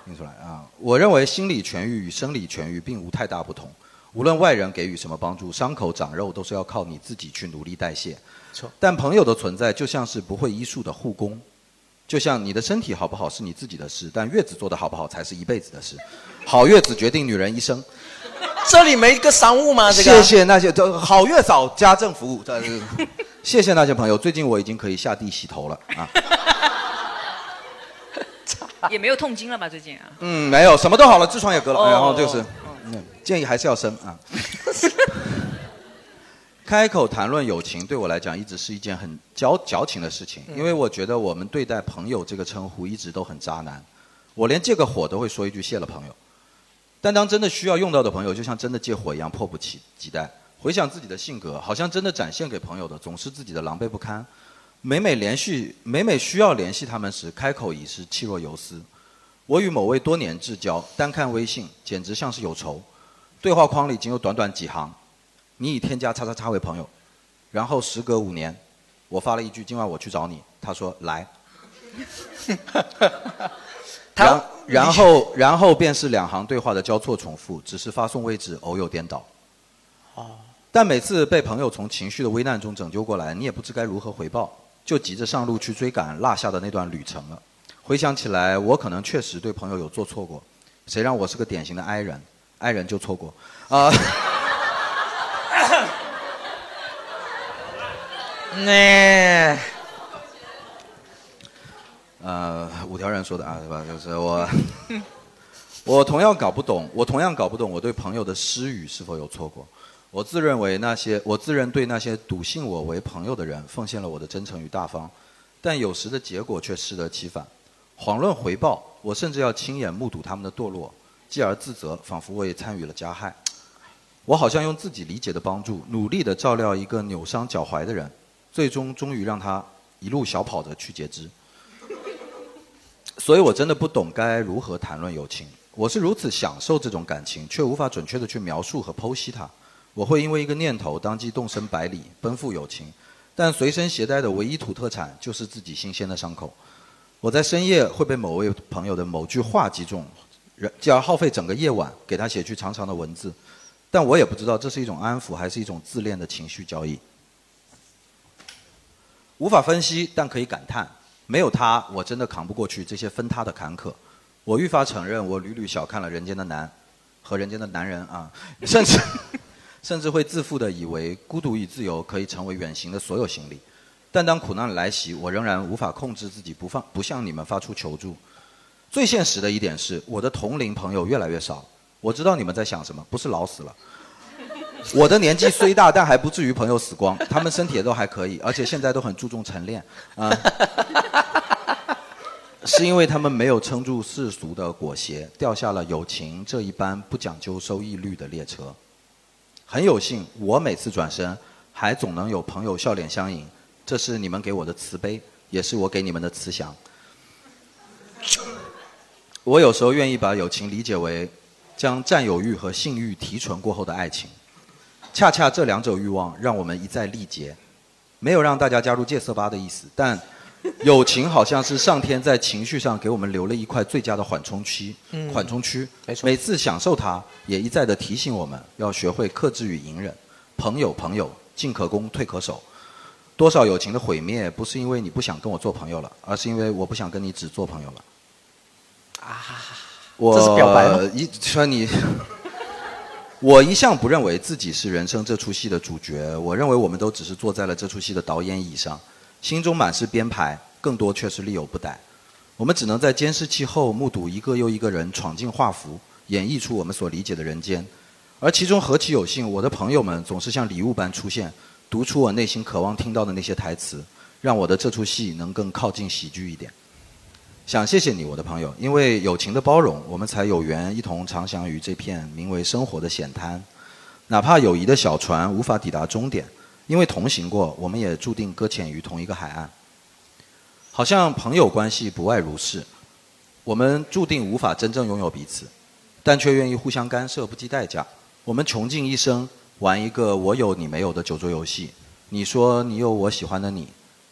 Speaker 2: 听出来啊！我认为心理痊愈与生理痊愈并无太大不同。无论外人给予什么帮助，伤口长肉都是要靠你自己去努力代谢。
Speaker 18: 错
Speaker 2: 但朋友的存在就像是不会医术的护工，就像你的身体好不好是你自己的事，但月子做的好不好才是一辈子的事。好月子决定女人一生。
Speaker 18: 这里没个商务吗？这个
Speaker 2: 谢谢那些这好月嫂家政服务，这这谢谢那些朋友。最近我已经可以下地洗头了啊。
Speaker 3: 也没有痛经了吧？最近啊，
Speaker 2: 嗯，没有，什么都好了，痔疮也割了，
Speaker 3: 哦
Speaker 2: 哎然后就是，嗯建议还是要生啊。开口谈论友情对我来讲一直是一件很矫矫情的事情，
Speaker 18: 嗯
Speaker 2: 因为我觉得我们对待朋友这个称呼一直都很渣男，我连借个火都会说一句谢了朋友，但当真的需要用到的朋友，就像真的借火一样迫不及及待。回想自己的性格，好像真的展现给朋友的总是自己的狼狈不堪，每每连续每每需要联系他们时，开口已是气若游丝。我与某位多年至交，单看微信简直像是有仇。对话框里仅有短短几行：“你已添加叉叉叉为朋友。”然后时隔五年，我发了一句：“今晚我去找你。”他说：“来。”然然后然后便是两行对话的交错重复，只是发送位置偶有颠倒。
Speaker 3: 啊
Speaker 18: 哦，
Speaker 2: 但每次被朋友从情绪的危难中拯救过来，你也不知该如何回报，就急着上路去追赶落下的那段旅程了。回想起来，我可能确实对朋友有做错过，谁让我是个典型的 I 人，I 人就错过啊。
Speaker 18: 那
Speaker 2: 呃，五条人说的啊，是吧？就是我，我同样搞不懂，我同样搞不懂我对朋友的失语是否有错过。我自认为那些，我自认对那些笃信我为朋友的人，奉献了我的真诚与大方，但有时的结果却适得其反。遑论回报，我甚至要亲眼目睹他们的堕落，继而自责，仿佛我也参与了加害。我好像用自己理解的帮助，努力地照料一个扭伤脚踝的人，最终终于让他一路小跑着去截肢。所以我真的不懂该如何谈论友情。我是如此享受这种感情，却无法准确地去描述和剖析它。我会因为一个念头当即动身百里，奔赴友情，但随身携带的唯一土特产就是自己新鲜的伤口。我在深夜会被某位朋友的某句话击中，然继而耗费整个夜晚给他写去长长的文字，但我也不知道这是一种安抚还是一种自恋的情绪交易。无法分析，但可以感叹，没有他，我真的扛不过去这些分他的坎坷。我愈发承认，我屡屡小看了人间的男和人间的男人啊， 甚至甚至会自负的以为孤独与自由可以成为远行的所有行李。但当苦难来袭，我仍然无法控制自己不放不向你们发出求助。最现实的一点是，我的同龄朋友越来越少。我知道你们在想什么，不是老死了，我的年纪虽大，但还不至于朋友死光，他们身体也都还可以，而且现在都很注重晨练啊。是因为他们没有撑住世俗的裹挟，掉下了友情这一班不讲究收益率的列车。很有幸，我每次转身还总能有朋友笑脸相迎，这是你们给我的慈悲，也是我给你们的慈祥。我有时候愿意把友情理解为将占有欲和性欲提纯过后的爱情。恰恰这两种欲望让我们一再力竭，没有让大家加入戒色吧的意思，但友情好像是上天在情绪上给我们留了一块最佳的缓冲期，
Speaker 18: 嗯
Speaker 2: 缓冲区。每次享受它，也一再的提醒我们要学会克制与隐忍。朋友，朋友，进可攻，退可守。多少友情的毁灭，不是因为你不想跟我做朋友了，而是因为我不想跟你只做朋友了。啊，我
Speaker 18: 这是表白吗
Speaker 2: 一说你。 我一向不认为自己是人生这出戏的主角，我认为我们都只是坐在了这出戏的导演椅上，心中满是编排，更多却是力有不逮。我们只能在监视器后目睹一个又一个人闯进画幅，演绎出我们所理解的人间。而其中何其有幸，我的朋友们总是像礼物般出现，读出我内心渴望听到的那些台词，让我的这出戏能更靠近喜剧一点。想谢谢你，我的朋友，因为友情的包容，我们才有缘一同徜徉于这片名为生活的险滩。哪怕友谊的小船无法抵达终点，因为同行过，我们也注定搁浅于同一个海岸。好像朋友关系不外如是，我们注定无法真正拥有彼此，但却愿意互相干涉，不计代价。我们穷尽一生玩一个我有你没有的酒桌游戏，你说你有我喜欢的你，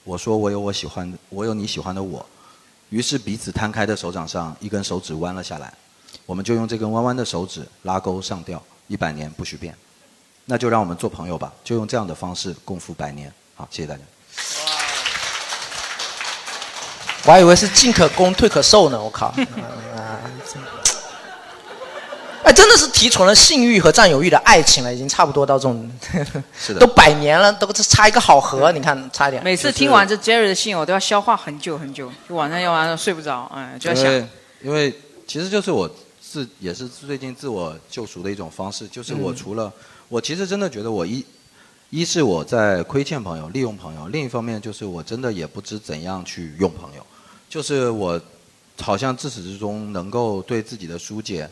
Speaker 2: 我说我有我喜欢的，我有你喜欢的我。于是彼此摊开的手掌上，一根手指弯了下来，我们就用这根弯弯的手指拉钩上吊，一百年不许变。那就让我们做朋友吧，就用这样的方式共赴百年。好，谢谢大家。
Speaker 4: 我还以为是进可攻退可守呢，我靠！哎，真的是提纯了性欲和占有欲的爱情了，已经差不多到这种，
Speaker 2: 是
Speaker 4: 都百年了，都差一个好合，你看差一点。
Speaker 3: 每次听完这 Jerry 的信，我都要消化很久很久，就晚上要晚上睡不着，哎，就要
Speaker 2: 因
Speaker 3: 想。
Speaker 2: 为因为其实就是我自也是最近自我救赎的一种方式，就是我
Speaker 13: 嗯
Speaker 2: 除了、我其实真的觉得我一一是我在亏欠朋友、利用朋友，另一方面就是我真的也不知怎样去用朋友，就是我好像自始至终能够对自己的疏解，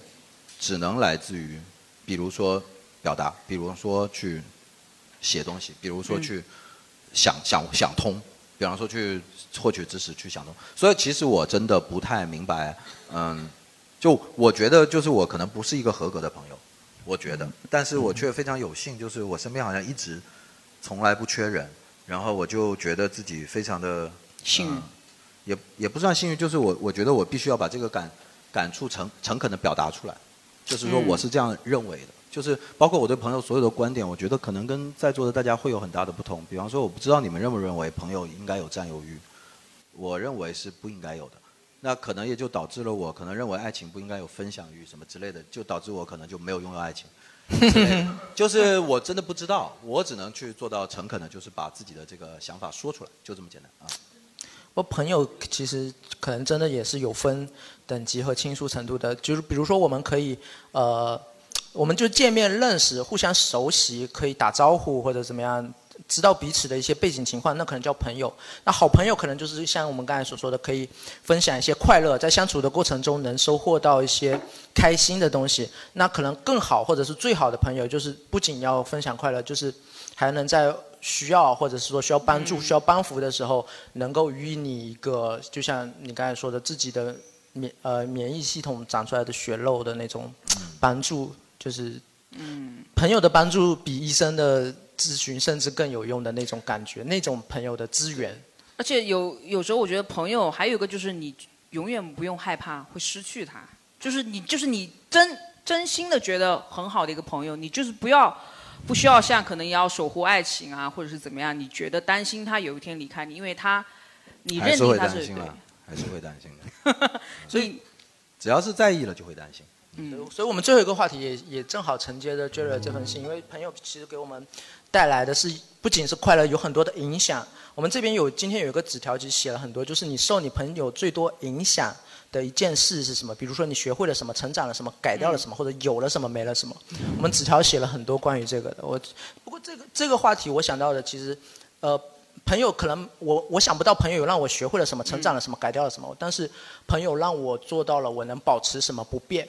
Speaker 2: 只能来自于比如说表达，比如说去写东西，比如说
Speaker 13: 嗯
Speaker 2: 去想、想想通，比方说去获取知识去想通。所以其实我真的不太明白，嗯，就我觉得就是我可能不是一个合格的朋友，我觉得，但是我却非常有幸，就是我身边好像一直从来不缺人，然后我就觉得自己非常的
Speaker 3: 幸运。
Speaker 2: 嗯也也不算幸运，就是我我觉得我必须要把这个感感触诚诚恳的表达出来，就是说
Speaker 13: 嗯
Speaker 2: 我是这样认为的，就是包括我对朋友所有的观点，我觉得可能跟在座的大家会有很大的不同。比方说，我不知道你们认不认为朋友应该有占有欲，我认为是不应该有的。那可能也就导致了我可能认为爱情不应该有分享欲什么之类的，就导致我可能就没有拥有爱情。之类 的就是我真的不知道，我只能去做到诚恳的，就是把自己的这个想法说出来，就这么简单啊。
Speaker 4: 我朋友其实可能真的也是有分等级和亲疏程度的，就是比如说我们可以呃，我们就见面认识，互相熟悉，可以打招呼或者怎么样，知道彼此的一些背景情况，那可能叫朋友。那好朋友可能就是像我们刚才所说的，可以分享一些快乐，在相处的过程中能收获到一些开心的东西。那可能更好或者是最好的朋友，就是不仅要分享快乐，就是还能在需要或者是说需要帮助、需要帮扶的时候，能够与你一个，就像你刚才说的，自己的免呃免疫系统长出来的血肉的那种帮助，就是
Speaker 3: 嗯，
Speaker 4: 朋友的帮助比医生的咨询甚至更有用的那种感觉，那种朋友的资源。
Speaker 3: 而且有有时候我觉得朋友还有一个就是你永远不用害怕会失去他，就是你就是你真真心的觉得很好的一个朋友，你就是不要不需要像可能要守护爱情啊或者是怎么样，你觉得担心他有一天离开你，因为他你
Speaker 2: 还
Speaker 3: 认
Speaker 2: 是会
Speaker 3: 定他
Speaker 2: 担
Speaker 3: 是
Speaker 2: 心
Speaker 3: 对
Speaker 2: 了，还是会担心的。
Speaker 3: 啊所以
Speaker 2: 只要是在意了，就会担心。
Speaker 4: 嗯，所以我们最后一个话题也也正好承接着 Jerry 这封信，因为朋友其实给我们带来的是不仅是快乐，有很多的影响。我们这边有今天有一个纸条集写了很多，就是你受你朋友最多影响的一件事是什么？比如说你学会了什么，成长了什么，改掉了什么，或者有了什么，没了什么。我们纸条写了很多关于这个的。我不过这个这个话题我想到的其实，呃，朋友可能我我想不到朋友有让我学会了什么，成长了什么，改掉了什么，但是朋友让我做到了我能保持什么不变。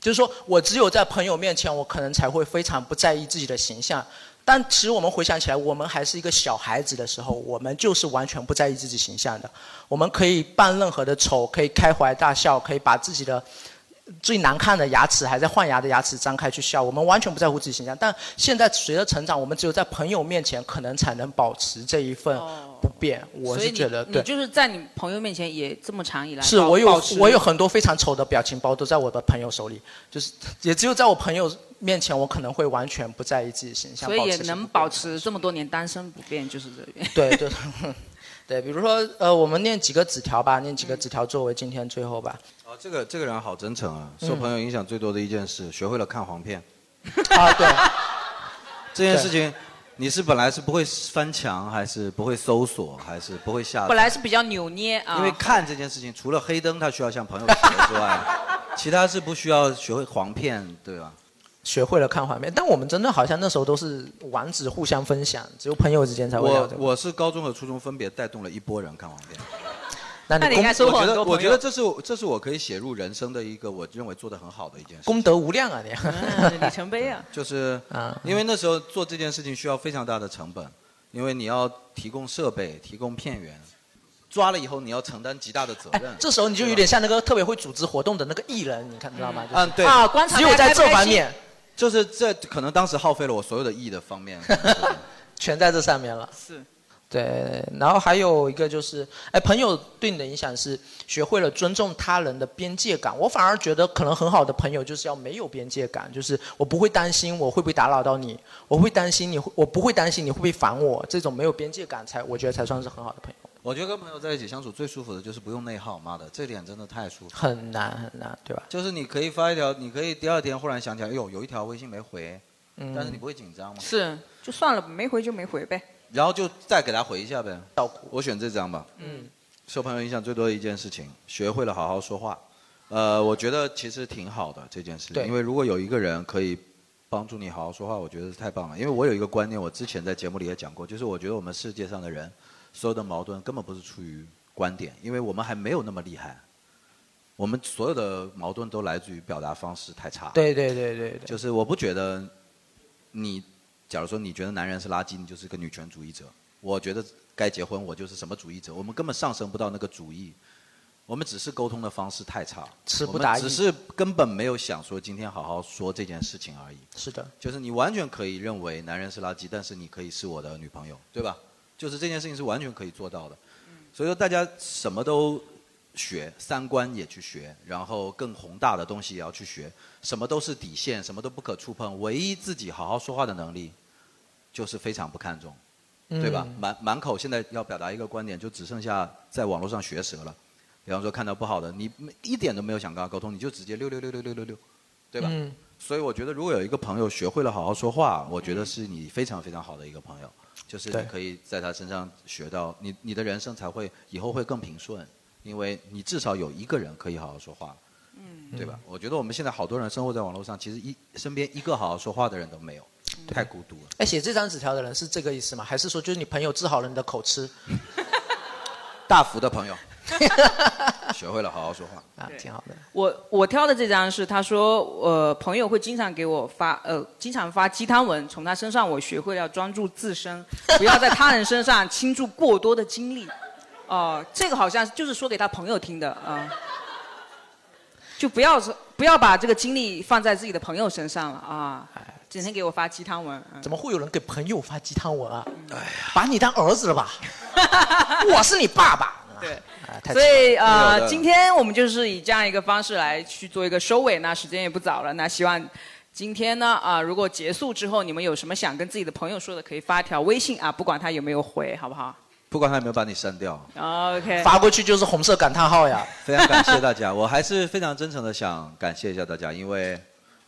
Speaker 4: 就是说我只有在朋友面前，我可能才会非常不在意自己的形象。但其实我们回想起来，我们还是一个小孩子的时候，我们就是完全不在意自己形象的。我们可以扮任何的丑，可以开怀大笑，可以把自己的最难看的牙齿还在换牙的牙齿张开去笑，我们完全不在乎自己形象。但现在随着成长，我们只有在朋友面前，可能才能保持这一份不变。我
Speaker 3: 哦所以
Speaker 4: 是
Speaker 3: 你
Speaker 4: 觉得，
Speaker 3: 你
Speaker 4: 对，
Speaker 3: 就是在你朋友面前也这么长以来
Speaker 4: 是
Speaker 3: 保
Speaker 4: 我
Speaker 3: 保
Speaker 4: 有
Speaker 3: 持
Speaker 4: 我有很多非常丑的表情包都在我的朋友手里，就是也只有在我朋友面前，我可能会完全不在意自己形象，
Speaker 3: 所以
Speaker 4: 保
Speaker 3: 也
Speaker 4: 持什么
Speaker 3: 能保持这么多年单身不变，就是这边。
Speaker 4: 对 对对，比如说呃，我们念几个纸条吧，念几个纸条作为今天最后吧。
Speaker 2: 哦，这个这个人好真诚啊！受
Speaker 4: 嗯
Speaker 2: 朋友影 响最多的一件事，学会了看黄片。
Speaker 4: 啊，对，
Speaker 2: 这件事情，你是本来是不会翻墙，还是不会搜索，还是不会下载？
Speaker 3: 本来是比较扭捏啊，
Speaker 2: 因为看这件事情，除了黑灯他需要向朋友学之 外，其他是不需要学会黄片，对吧？
Speaker 4: 学会了看画面，但我们真的好像那时候都是网址互相分享，只有朋友之间才会聊
Speaker 2: 我
Speaker 4: 这个。
Speaker 2: 我是高中和初中分别带动了一波人看黄片。
Speaker 4: 那你那你应该收获
Speaker 2: 我觉
Speaker 4: 很
Speaker 2: 得，
Speaker 4: 多朋友
Speaker 2: 我觉得这是我这是我可以写入人生的一个我认为做的很好的一件事，
Speaker 4: 功德无量啊你！
Speaker 3: 里程碑 啊。
Speaker 2: 就是因为那时候做这件事情需要非常大的成本，因为你要提供设备、提供片源，抓了以后你要承担极大的责任。
Speaker 4: 哎这时候你就有点像那个特别会组织活动的那个艺人，你看知道吗？就是啊
Speaker 2: 嗯，对
Speaker 3: 啊
Speaker 4: 只有在这方面，，
Speaker 2: 就是这可能当时耗费了我所有的意义的方面。
Speaker 4: 全在这上面了。
Speaker 3: 是，
Speaker 4: 对，然后还有一个就是，哎，朋友对你的影响是学会了尊重他人的边界感。我反而觉得，可能很好的朋友就是要没有边界感，就是我不会担心我会不会打扰到你，我会担心你会，我不会担心你会不会烦我。这种没有边界感才，我觉得才算是很好的朋友。
Speaker 2: 我觉得跟朋友在一起相处最舒服的就是不用内耗，妈的，这点真的太舒服。
Speaker 4: 很难很难，对吧？
Speaker 2: 就是你可以发一条，你可以第二天忽然想起来，哎呦，有一条微信没回，
Speaker 4: 嗯
Speaker 2: 但是你不会紧张吗？
Speaker 3: 是，就算了，没回就没回呗。
Speaker 2: 然后就再给他回一下呗。我选这张吧。嗯，受朋友影响最多的一件事情，学会了好好说话。呃，我觉得其实挺好的这件事情，
Speaker 4: 对
Speaker 2: 因为如果有一个人可以帮助你好好说话，我觉得是太棒了。因为我有一个观念，我之前在节目里也讲过，就是我觉得我们世界上的人所有的矛盾根本不是出于观点，因为我们还没有那么厉害。我们所有的矛盾都来自于表达方式太差。
Speaker 4: 对对对对对，
Speaker 2: 就是我不觉得你，假如说你觉得男人是垃圾，你就是个女权主义者。我觉得该结婚，我就是什么主义者。我们根本上升不到那个主义，我们只是沟通的方式太差，
Speaker 4: 词不
Speaker 2: 我们
Speaker 4: 达意
Speaker 2: 只是根本没有想说今天好好说这件事情而已。
Speaker 4: 是的，
Speaker 2: 就是你完全可以认为男人是垃圾，但是你可以是我的女朋友，对吧？就是这件事情是完全可以做到的。所以说大家什么都学，三观也去学，然后更宏大的东西也要去学，什么都是底线，什么都不可触碰。唯一自己好好说话的能力，就是非常不看重，对吧？
Speaker 4: 嗯
Speaker 2: 满满口现在要表达一个观点，就只剩下在网络上学舌了。比方说看到不好的，你一点都没有想跟他沟通，你就直接六六六六六六六，对吧？
Speaker 4: 嗯
Speaker 2: 所以我觉得，如果有一个朋友学会了好好说话，我觉得是你非常非常好的一个朋友，就是你
Speaker 4: 对
Speaker 2: 可以在他身上学到，你你的人生才会以后会更平顺，因为你至少有一个人可以好好说话，
Speaker 3: 嗯
Speaker 2: 对吧？？我觉得我们现在好多人生活在网络上，其实一身边一个好好说话的人都没有，太孤独了。
Speaker 4: 哎，写这张纸条的人是这个意思吗？还是说就是你朋友治好了你的口吃？
Speaker 2: 大福的朋友，学会了好好说话
Speaker 4: 啊，挺好的。
Speaker 3: 我我挑的这张是他说，呃，朋友会经常给我发，呃，经常发鸡汤文，从他身上我学会了专注自身，不要在他人身上倾注过多的精力。哦、这个好像就是说给他朋友听的啊、就不要不要把这个精力放在自己的朋友身上了啊，整天给我发鸡汤文。嗯
Speaker 4: 哎怎么会有人给朋友发鸡汤文啊？
Speaker 2: 哎
Speaker 4: 把你当儿子了吧？我是你爸爸。
Speaker 3: 对
Speaker 4: 啊，太
Speaker 3: 所以
Speaker 4: 奇怪了
Speaker 3: 呃，今天我们就是以这样一个方式来去做一个收尾。那时间也不早了，那希望今天呢啊、如果结束之后你们有什么想跟自己的朋友说的，可以发一条微信啊，不管他有没有回，好不好
Speaker 2: 不管他有没有把你删掉，
Speaker 3: ？OK。
Speaker 4: 发过去就是红色感叹 号呀。
Speaker 2: 非常感谢大家，我还是非常真诚的想感谢一下大家，因为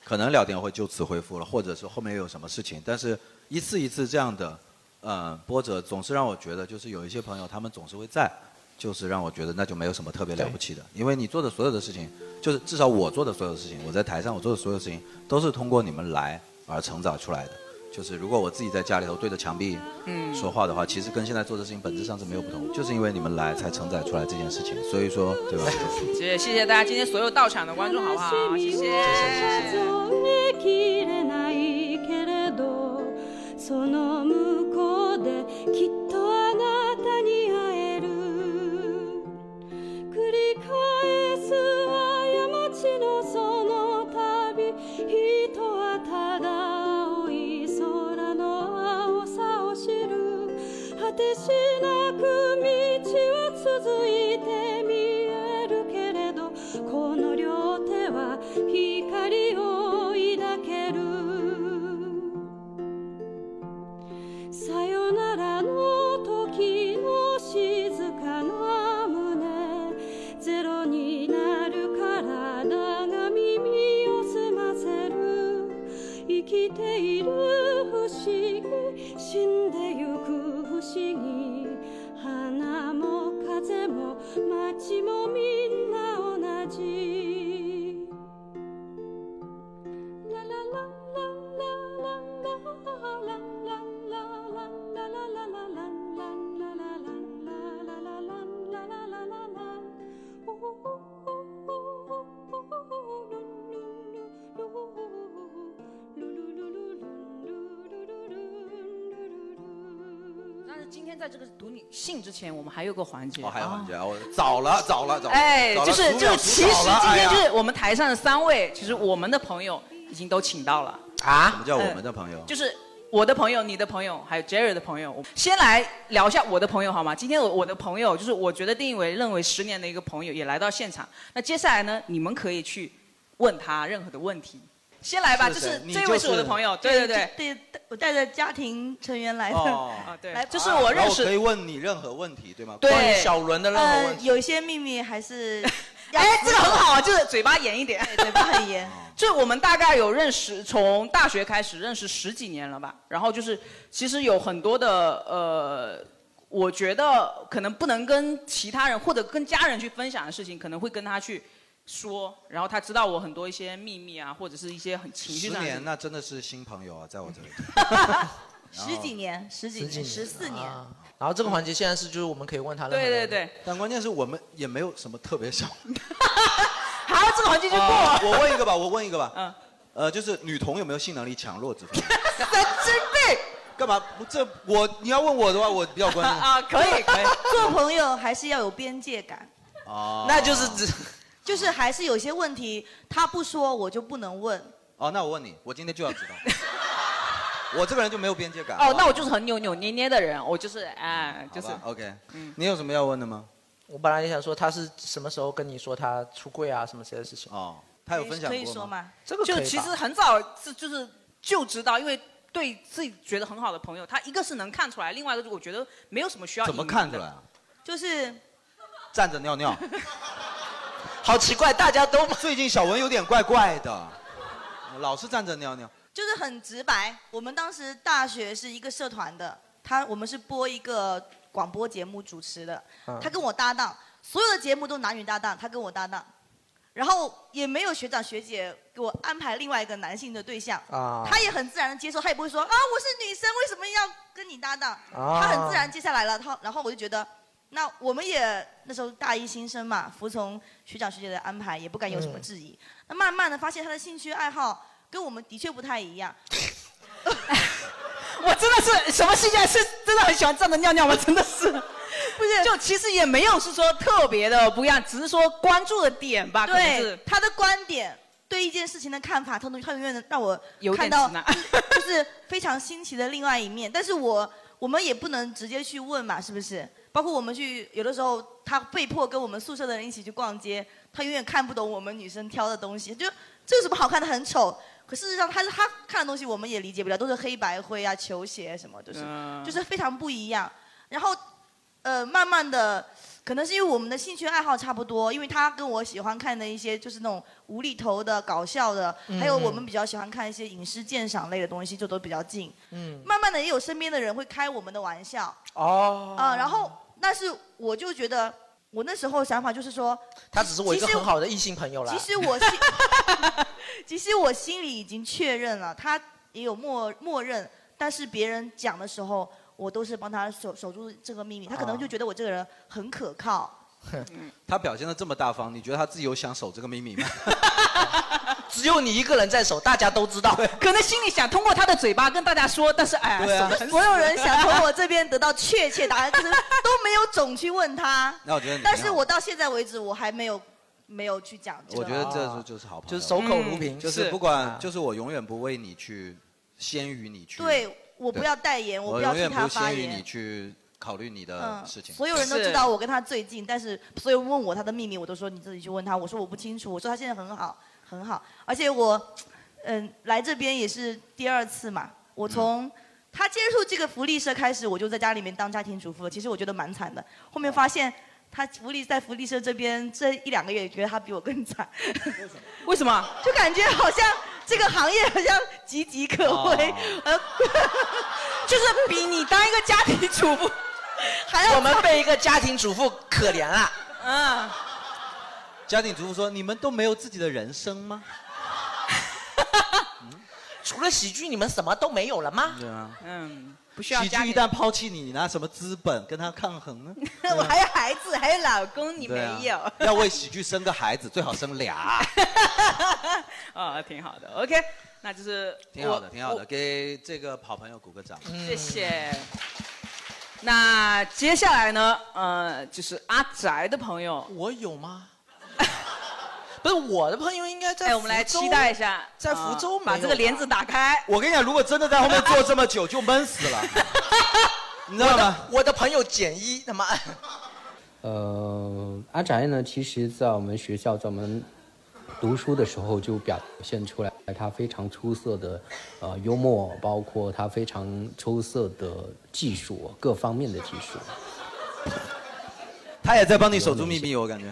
Speaker 2: 可能聊天会就此恢复了，或者是后面又有什么事情，但是一次一次这样的呃波折，总是让我觉得就是有一些朋友他们总是会在，就是让我觉得那就没有什么特别了不起的，因为你做的所有的事情，就是至少我做的所有的事情，我在台上我做的所有事情都是通过你们来而成长出来的。就是如果我自己在家里头对着墙壁
Speaker 3: 嗯
Speaker 2: 说话的话，其实跟现在做的事情本质上是没有不同，就是因为你们来才承载出来这件事情，所以说对吧？
Speaker 3: 谢谢大家今天所有到场的观众，好不好？谢谢。
Speaker 19: 数えきれないけれどその向こうできっとあなたに会える繰り返す過ちのその旅人はただ青い空の青さを知る果てしなく道は続いて見えるけれどこの両手は光を抱けるさよならの時の静かな胸ゼロになる体が耳を澄ませる生きている不思議静
Speaker 3: 今天在这个读你信之前，我们还有个环节。
Speaker 2: 哦，还有环节啊，我早了，早了，早了，
Speaker 3: 哎，
Speaker 2: 早了
Speaker 3: 就是
Speaker 2: 15
Speaker 3: 就
Speaker 2: 秒
Speaker 3: 是，其
Speaker 2: 出早
Speaker 3: 实
Speaker 2: 了
Speaker 3: 今
Speaker 2: 哎
Speaker 3: 天
Speaker 2: 呀
Speaker 3: 就是我们台上的三位，其实我们的朋友已经都请到了
Speaker 2: 啊什么叫我们的朋友
Speaker 3: 嗯就是我的朋友、你的朋友，还有 Jerry 的朋友。我先来聊一下我的朋友好吗？今天我我的朋友就是我觉得定义为认为十年的一个朋友也来到现场。那接下来呢，你们可以去问他任何的问题。先来吧，
Speaker 20: 是
Speaker 3: 就是
Speaker 20: 你
Speaker 3: 这
Speaker 20: 就
Speaker 3: 位是我的
Speaker 20: 是
Speaker 3: 朋友，对对对。
Speaker 20: 对，我带着家庭成员来的，啊
Speaker 2: 哦，
Speaker 20: 来
Speaker 2: 这
Speaker 20: 就是我认识
Speaker 2: 可以问你任何问题，对吗？
Speaker 20: 对
Speaker 2: 关于小伦的任何
Speaker 20: 呃
Speaker 2: 问，题，
Speaker 20: 有些秘密还是要，
Speaker 3: 哎，这个很好啊，就是嘴巴严一点，
Speaker 20: 嘴巴很严。
Speaker 3: 就是我们大概有认识，从大学开始认识十几年了吧。然后就是，其实有很多的呃，我觉得可能不能跟其他人或者跟家人去分享的事情，可能会跟他去说，然后他知道我很多一些秘密啊，或者是一些很情绪
Speaker 2: 十
Speaker 3: 上的。
Speaker 2: 年那真的是新朋友啊，在 我这里。
Speaker 20: 十几年，十几年，啊十四年，
Speaker 4: 然后这个环节现在是就是我们可以问他任何
Speaker 20: 对
Speaker 4: 的
Speaker 20: 对
Speaker 3: 对，
Speaker 2: 但关键是我们也没有什么特别想。
Speaker 3: 好，啊这个环节就过
Speaker 2: 呃
Speaker 3: 了。
Speaker 2: 我问一个吧，我问一个吧。
Speaker 3: 嗯。
Speaker 2: 呃，就是女童有没有性能力强弱之分？
Speaker 3: 神经病！
Speaker 2: 干嘛？不这我你要问我的话，我比较 关注。
Speaker 3: 啊，可以可以。
Speaker 20: 做朋友还是要有边界感，
Speaker 2: 哦，
Speaker 20: 那就是指 就是还是有些问题他不说我就不能问。
Speaker 2: 哦，那我问你，我今天就要知道。我这个人就没有边界感。好
Speaker 3: 哦，
Speaker 2: 吧
Speaker 3: 那我就是很扭扭捏捏的人，我就是哎，就是
Speaker 4: 哦
Speaker 2: 好吧 OK。你有什么要问的吗？
Speaker 4: 我本来也想说他是什么时候跟你说他出柜啊什么这些事情。
Speaker 2: 哦，
Speaker 3: 他有分享可以过吗可以说吗
Speaker 4: 这个可以
Speaker 3: 就
Speaker 4: 吧
Speaker 3: 其实很早是就是就知道，因为对自己觉得很好的朋友，他一个是能看出来，另外一个就是我觉得没有什么需要
Speaker 2: 怎么
Speaker 3: 隐瞒
Speaker 2: 看出
Speaker 3: 的
Speaker 2: 来啊？
Speaker 20: 就是
Speaker 2: 站着尿尿。好奇怪，大家都 最近小文有点怪怪的，老是站着尿尿。
Speaker 20: 就是很直白。我们当时大学是一个社团的，他我们是播一个广播节目主持的
Speaker 1: 嗯，
Speaker 20: 他跟我搭档，所有的节目都男女搭档，他跟我搭档，然后也没有学长学姐给我安排另外一个男性的对象，
Speaker 4: 啊
Speaker 20: 他也很自然的接受，他也不会说啊我是女生为什么要跟你搭档，
Speaker 4: 啊
Speaker 20: 他很自然接下来了，他然后我就觉得。那我们也那时候大一新生嘛，服从学长学姐的安排，也不敢有什么
Speaker 1: 嗯
Speaker 20: 质疑。那慢慢的发现他的兴趣爱好跟我们的确不太一样，
Speaker 3: 我真的是什么性爱是真的很喜欢站着尿尿吗？真的是， 不
Speaker 20: 是？
Speaker 3: 就其实也没有是说特别的不一样，只是说关注的点吧，可能
Speaker 20: 对
Speaker 3: 是
Speaker 20: 他的观点，对一件事情的看法，他能他永远能让我
Speaker 3: 有
Speaker 20: 看
Speaker 3: 点
Speaker 20: 到
Speaker 3: 直男
Speaker 20: 就是就是非常新奇的另外一面。但是我我们也不能直接去问嘛，是不是？包括我们去有的时候，他被迫跟我们宿舍的人一起去逛街，他永远看不懂我们女生挑的东西，就这有什么好看的，很丑。可事实上，他是他看的东西我们也理解不了，都是黑白灰啊、球鞋什么，就是、
Speaker 1: 嗯
Speaker 20: 就是非常不一样。然后呃，慢慢的，可能是因为我们的兴趣爱好差不多，因为他跟我喜欢看的一些就是那种无厘头的、搞笑的，
Speaker 1: 嗯
Speaker 20: 还有我们比较喜欢看一些影视鉴赏类的东西，就都比较近。
Speaker 1: 嗯
Speaker 20: 慢慢的，也有身边的人会开我们的玩笑
Speaker 4: 哦
Speaker 3: 呃
Speaker 20: 啊、然后，但是我就觉得，我那时候想法就是说，
Speaker 4: 他只是我一个
Speaker 20: 其实
Speaker 4: 很好的异性朋友啦。
Speaker 20: 其实我心，其实我心里已经确认了，他也有默默认，但是别人讲的时候，我都是帮他守守住这个秘密。他可能就觉得我这个人很可靠。
Speaker 2: 他表现的这么大方，你觉得他自己有想守这个秘密吗？
Speaker 4: 只有你一个人在守，大家都知道。
Speaker 3: 可能心里想通过他的嘴巴跟大家说，但是哎，
Speaker 2: 对啊
Speaker 3: 手很
Speaker 20: 所有人想从我这边得到确切答案，可是都没有总去问他。
Speaker 2: 那我觉得你
Speaker 20: 但
Speaker 2: 挺
Speaker 20: 是
Speaker 2: 好
Speaker 20: 我到现在为止，我还没有没有去讲这个。
Speaker 2: 我觉得这就啊就是好朋友，啊
Speaker 4: 就是守口如瓶
Speaker 20: 嗯
Speaker 2: 就是是不管，就是我永远不为你去先于你去，
Speaker 20: 对我不要代言，
Speaker 2: 对
Speaker 20: 我不要
Speaker 2: 永
Speaker 20: 替
Speaker 2: 远
Speaker 20: 他
Speaker 2: 不
Speaker 20: 发
Speaker 2: 先于你
Speaker 20: 言。嗯
Speaker 2: 去考虑你的事情。
Speaker 20: 所有人都知道我跟他最近，但是所有人问我他的秘密，我都说你自己去问他。我说我不清楚，我说他现在很好，很好。而且我，嗯，来这边也是第二次嘛。
Speaker 3: 嗯
Speaker 20: 我从他接触这个福利社开始，我就在家里面当家庭主妇了。其实我觉得蛮惨的。后
Speaker 3: 哦
Speaker 20: 面发现他福利在福利社这边这一两个月，觉得他比我更惨。
Speaker 3: 为什么？
Speaker 20: 就感觉好像这个行业好像岌岌可危
Speaker 3: 哦，
Speaker 20: 呃，
Speaker 3: 就是比你当一个家庭主妇
Speaker 20: 还要
Speaker 4: 我们被一个家庭主妇可怜了。
Speaker 3: 嗯，
Speaker 2: 啊家庭主妇说：“你们都没有自己的人生 吗嗯
Speaker 4: 除了喜剧，你们什么都没有了吗？？”
Speaker 2: 对啊。
Speaker 3: 嗯，不需要
Speaker 2: 喜
Speaker 3: 家庭
Speaker 2: 剧一旦抛弃你，你拿什么资本跟他抗衡 呢？
Speaker 3: 我
Speaker 4: 啊
Speaker 3: 还有孩子，还有老公，你没
Speaker 2: 对啊
Speaker 3: 有。
Speaker 2: 要 为喜剧生个孩子，最好生俩。
Speaker 3: 啊、挺好的。OK，那就是
Speaker 2: 挺好的，
Speaker 3: 我
Speaker 2: 挺好的，
Speaker 3: 我
Speaker 4: 嗯
Speaker 2: 给这个好朋友鼓个掌。
Speaker 3: 谢谢。那接下来呢？呃，就是阿宅的朋友，
Speaker 4: 我有吗？ 不是我的朋友应该在。
Speaker 3: 哎，我们来期待一下，
Speaker 4: 在福
Speaker 3: 啊
Speaker 4: 州没有吧
Speaker 3: 把这个帘子打开。
Speaker 13: 我跟你讲，如果真的在后面坐这么久，就闷死 了，你知道吗？
Speaker 4: 我的朋友减一，他妈。
Speaker 21: 呃，阿宅呢，其实在我们学校，在我们读书的时候就表现出来，他非常出色的呃幽默，包括他非常出色的技术，各方面的技术。
Speaker 13: 他也在帮你守住秘密，我感觉。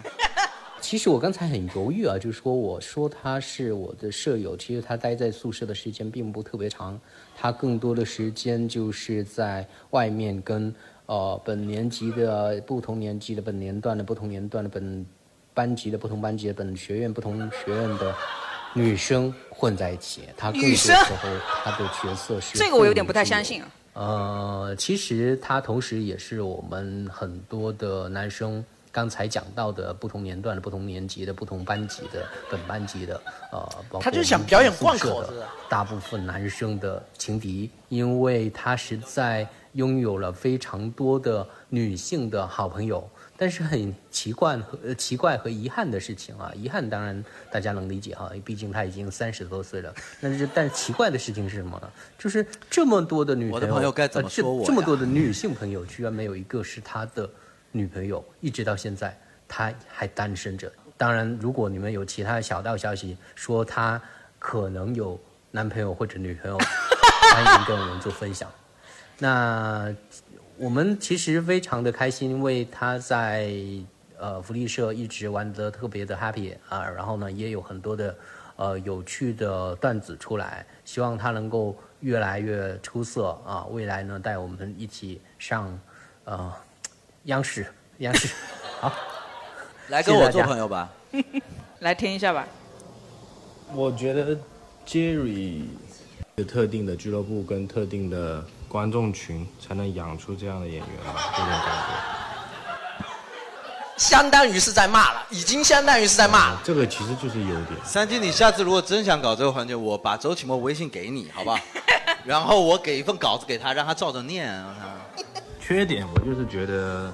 Speaker 21: 其实我刚才很犹豫啊，就是说我说他是我的舍友，其实他待在宿舍的时间并不特别长，他更多的时间就是在外面跟呃本年级的不同年级的本年段的不同年段的本班级的不同班级的本学院不同学院的女生混在一起。他更多
Speaker 3: 女
Speaker 21: 的
Speaker 3: 生
Speaker 21: 时候他的角色是
Speaker 3: 这个我有点
Speaker 21: 妇女
Speaker 3: 不太
Speaker 21: 之
Speaker 3: 相
Speaker 21: 友
Speaker 3: 信啊。
Speaker 21: 呃，其实他同时也是我们很多的男生刚才讲到的不同年段的、不同年级的、不同班级的、本班级的，呃，包括
Speaker 4: 他就是想表演
Speaker 21: 我们宿舍
Speaker 4: 贯
Speaker 21: 的
Speaker 4: 口子
Speaker 21: 大部分男生的情敌，因为他实在拥有了非常多的女性的好朋友。但是很奇怪和呃奇怪和遗憾的事情啊， 遗憾当然大家能理解哈、毕竟他已经三十多岁了。但是但奇怪的事情是什么呢？就是这么多的女
Speaker 2: 我的朋友该怎么
Speaker 21: 呃这
Speaker 2: 说我呀
Speaker 21: 这么多的女性朋友，居然没有一个是他的女朋友，一直到现在他还单身着。当然，如果你们有其他的小道消息说他可能有男朋友或者女朋友，欢迎跟我们做分享。那我们其实非常的开心，因为他在呃福利社一直玩得特别的 happy 啊，然后呢也有很多的呃有趣的段子出来，希望他能够越来越出色啊，未来呢带我们一起上呃央视央视，好，
Speaker 2: 来
Speaker 21: 谢
Speaker 2: 跟
Speaker 21: 谢
Speaker 2: 我
Speaker 21: 大
Speaker 2: 做
Speaker 21: 家
Speaker 2: 朋友吧。
Speaker 3: 来听一下吧。
Speaker 22: 我觉得 Jerry 有特定的俱乐部跟特定的观众群，才能养出这样的演员吧，有点感觉。
Speaker 4: 相当于是在骂了，已经相当于是在骂了。
Speaker 22: 这个其实就是优点。
Speaker 2: 三金，你下次如果真想搞这个环节，我把周启墨微信给你，好不 好？然后我给一份稿子给他，让他照着念。让他
Speaker 22: 缺点我就是觉得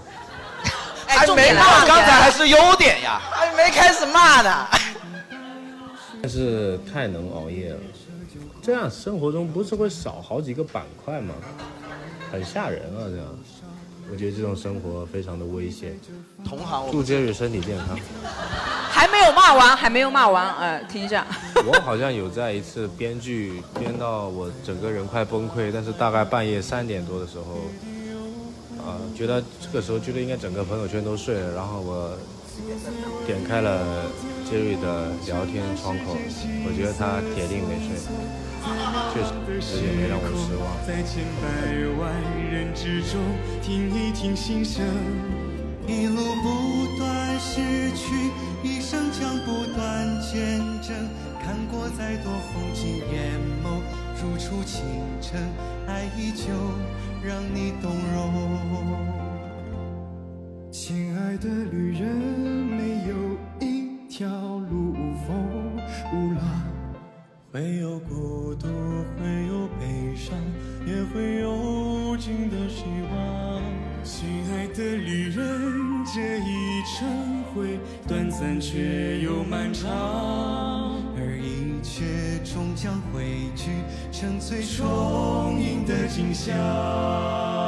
Speaker 4: 还没骂
Speaker 13: 骂
Speaker 4: 呢
Speaker 13: 刚才还是优点呀。
Speaker 4: 还没开始骂呢。
Speaker 22: 但是太能熬夜了，这样生活中不是会少好几个板块吗？很吓人啊，这样，我觉得这种生活非常的危险。
Speaker 13: 同行
Speaker 22: 祝 Jerry 身体健康。
Speaker 3: 还没有骂完，还没有骂完，呃，听一下。
Speaker 22: 我好像有在一次编剧编到我整个人快崩溃，但是大概半夜三点多的时候，啊、觉得这个时候觉得应该整个朋友圈都睡了，然后我点开了 Jerry 的聊天窗口，我觉得他铁定没睡，确实也没让我失望。
Speaker 23: 在千百万人之中，听一听心声。一路不断逝去，一生将不断见证。看过再多风景，眼眸如初清晨，爱依旧让你动容。亲爱的旅人，没有一条路无风无浪。会有孤独，会有悲伤，也会有无尽的希望。亲爱的旅人，这一程会短暂却又漫长，而一切终将汇聚成最充盈的景象。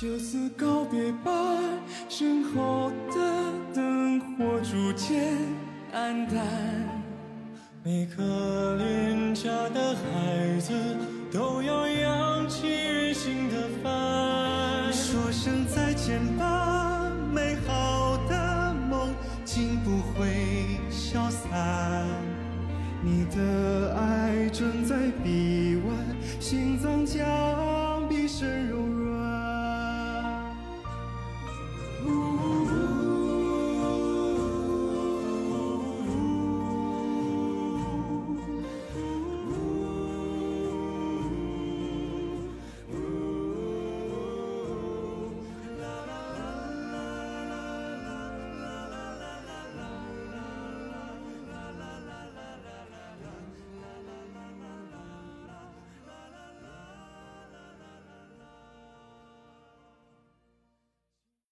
Speaker 23: 就此告别吧，身后的灯火逐渐暗淡。每个恋家的孩子都要扬起任性的帆，说声再见吧，美好的梦竟不会消潇洒。你的爱正在臂弯，心脏交。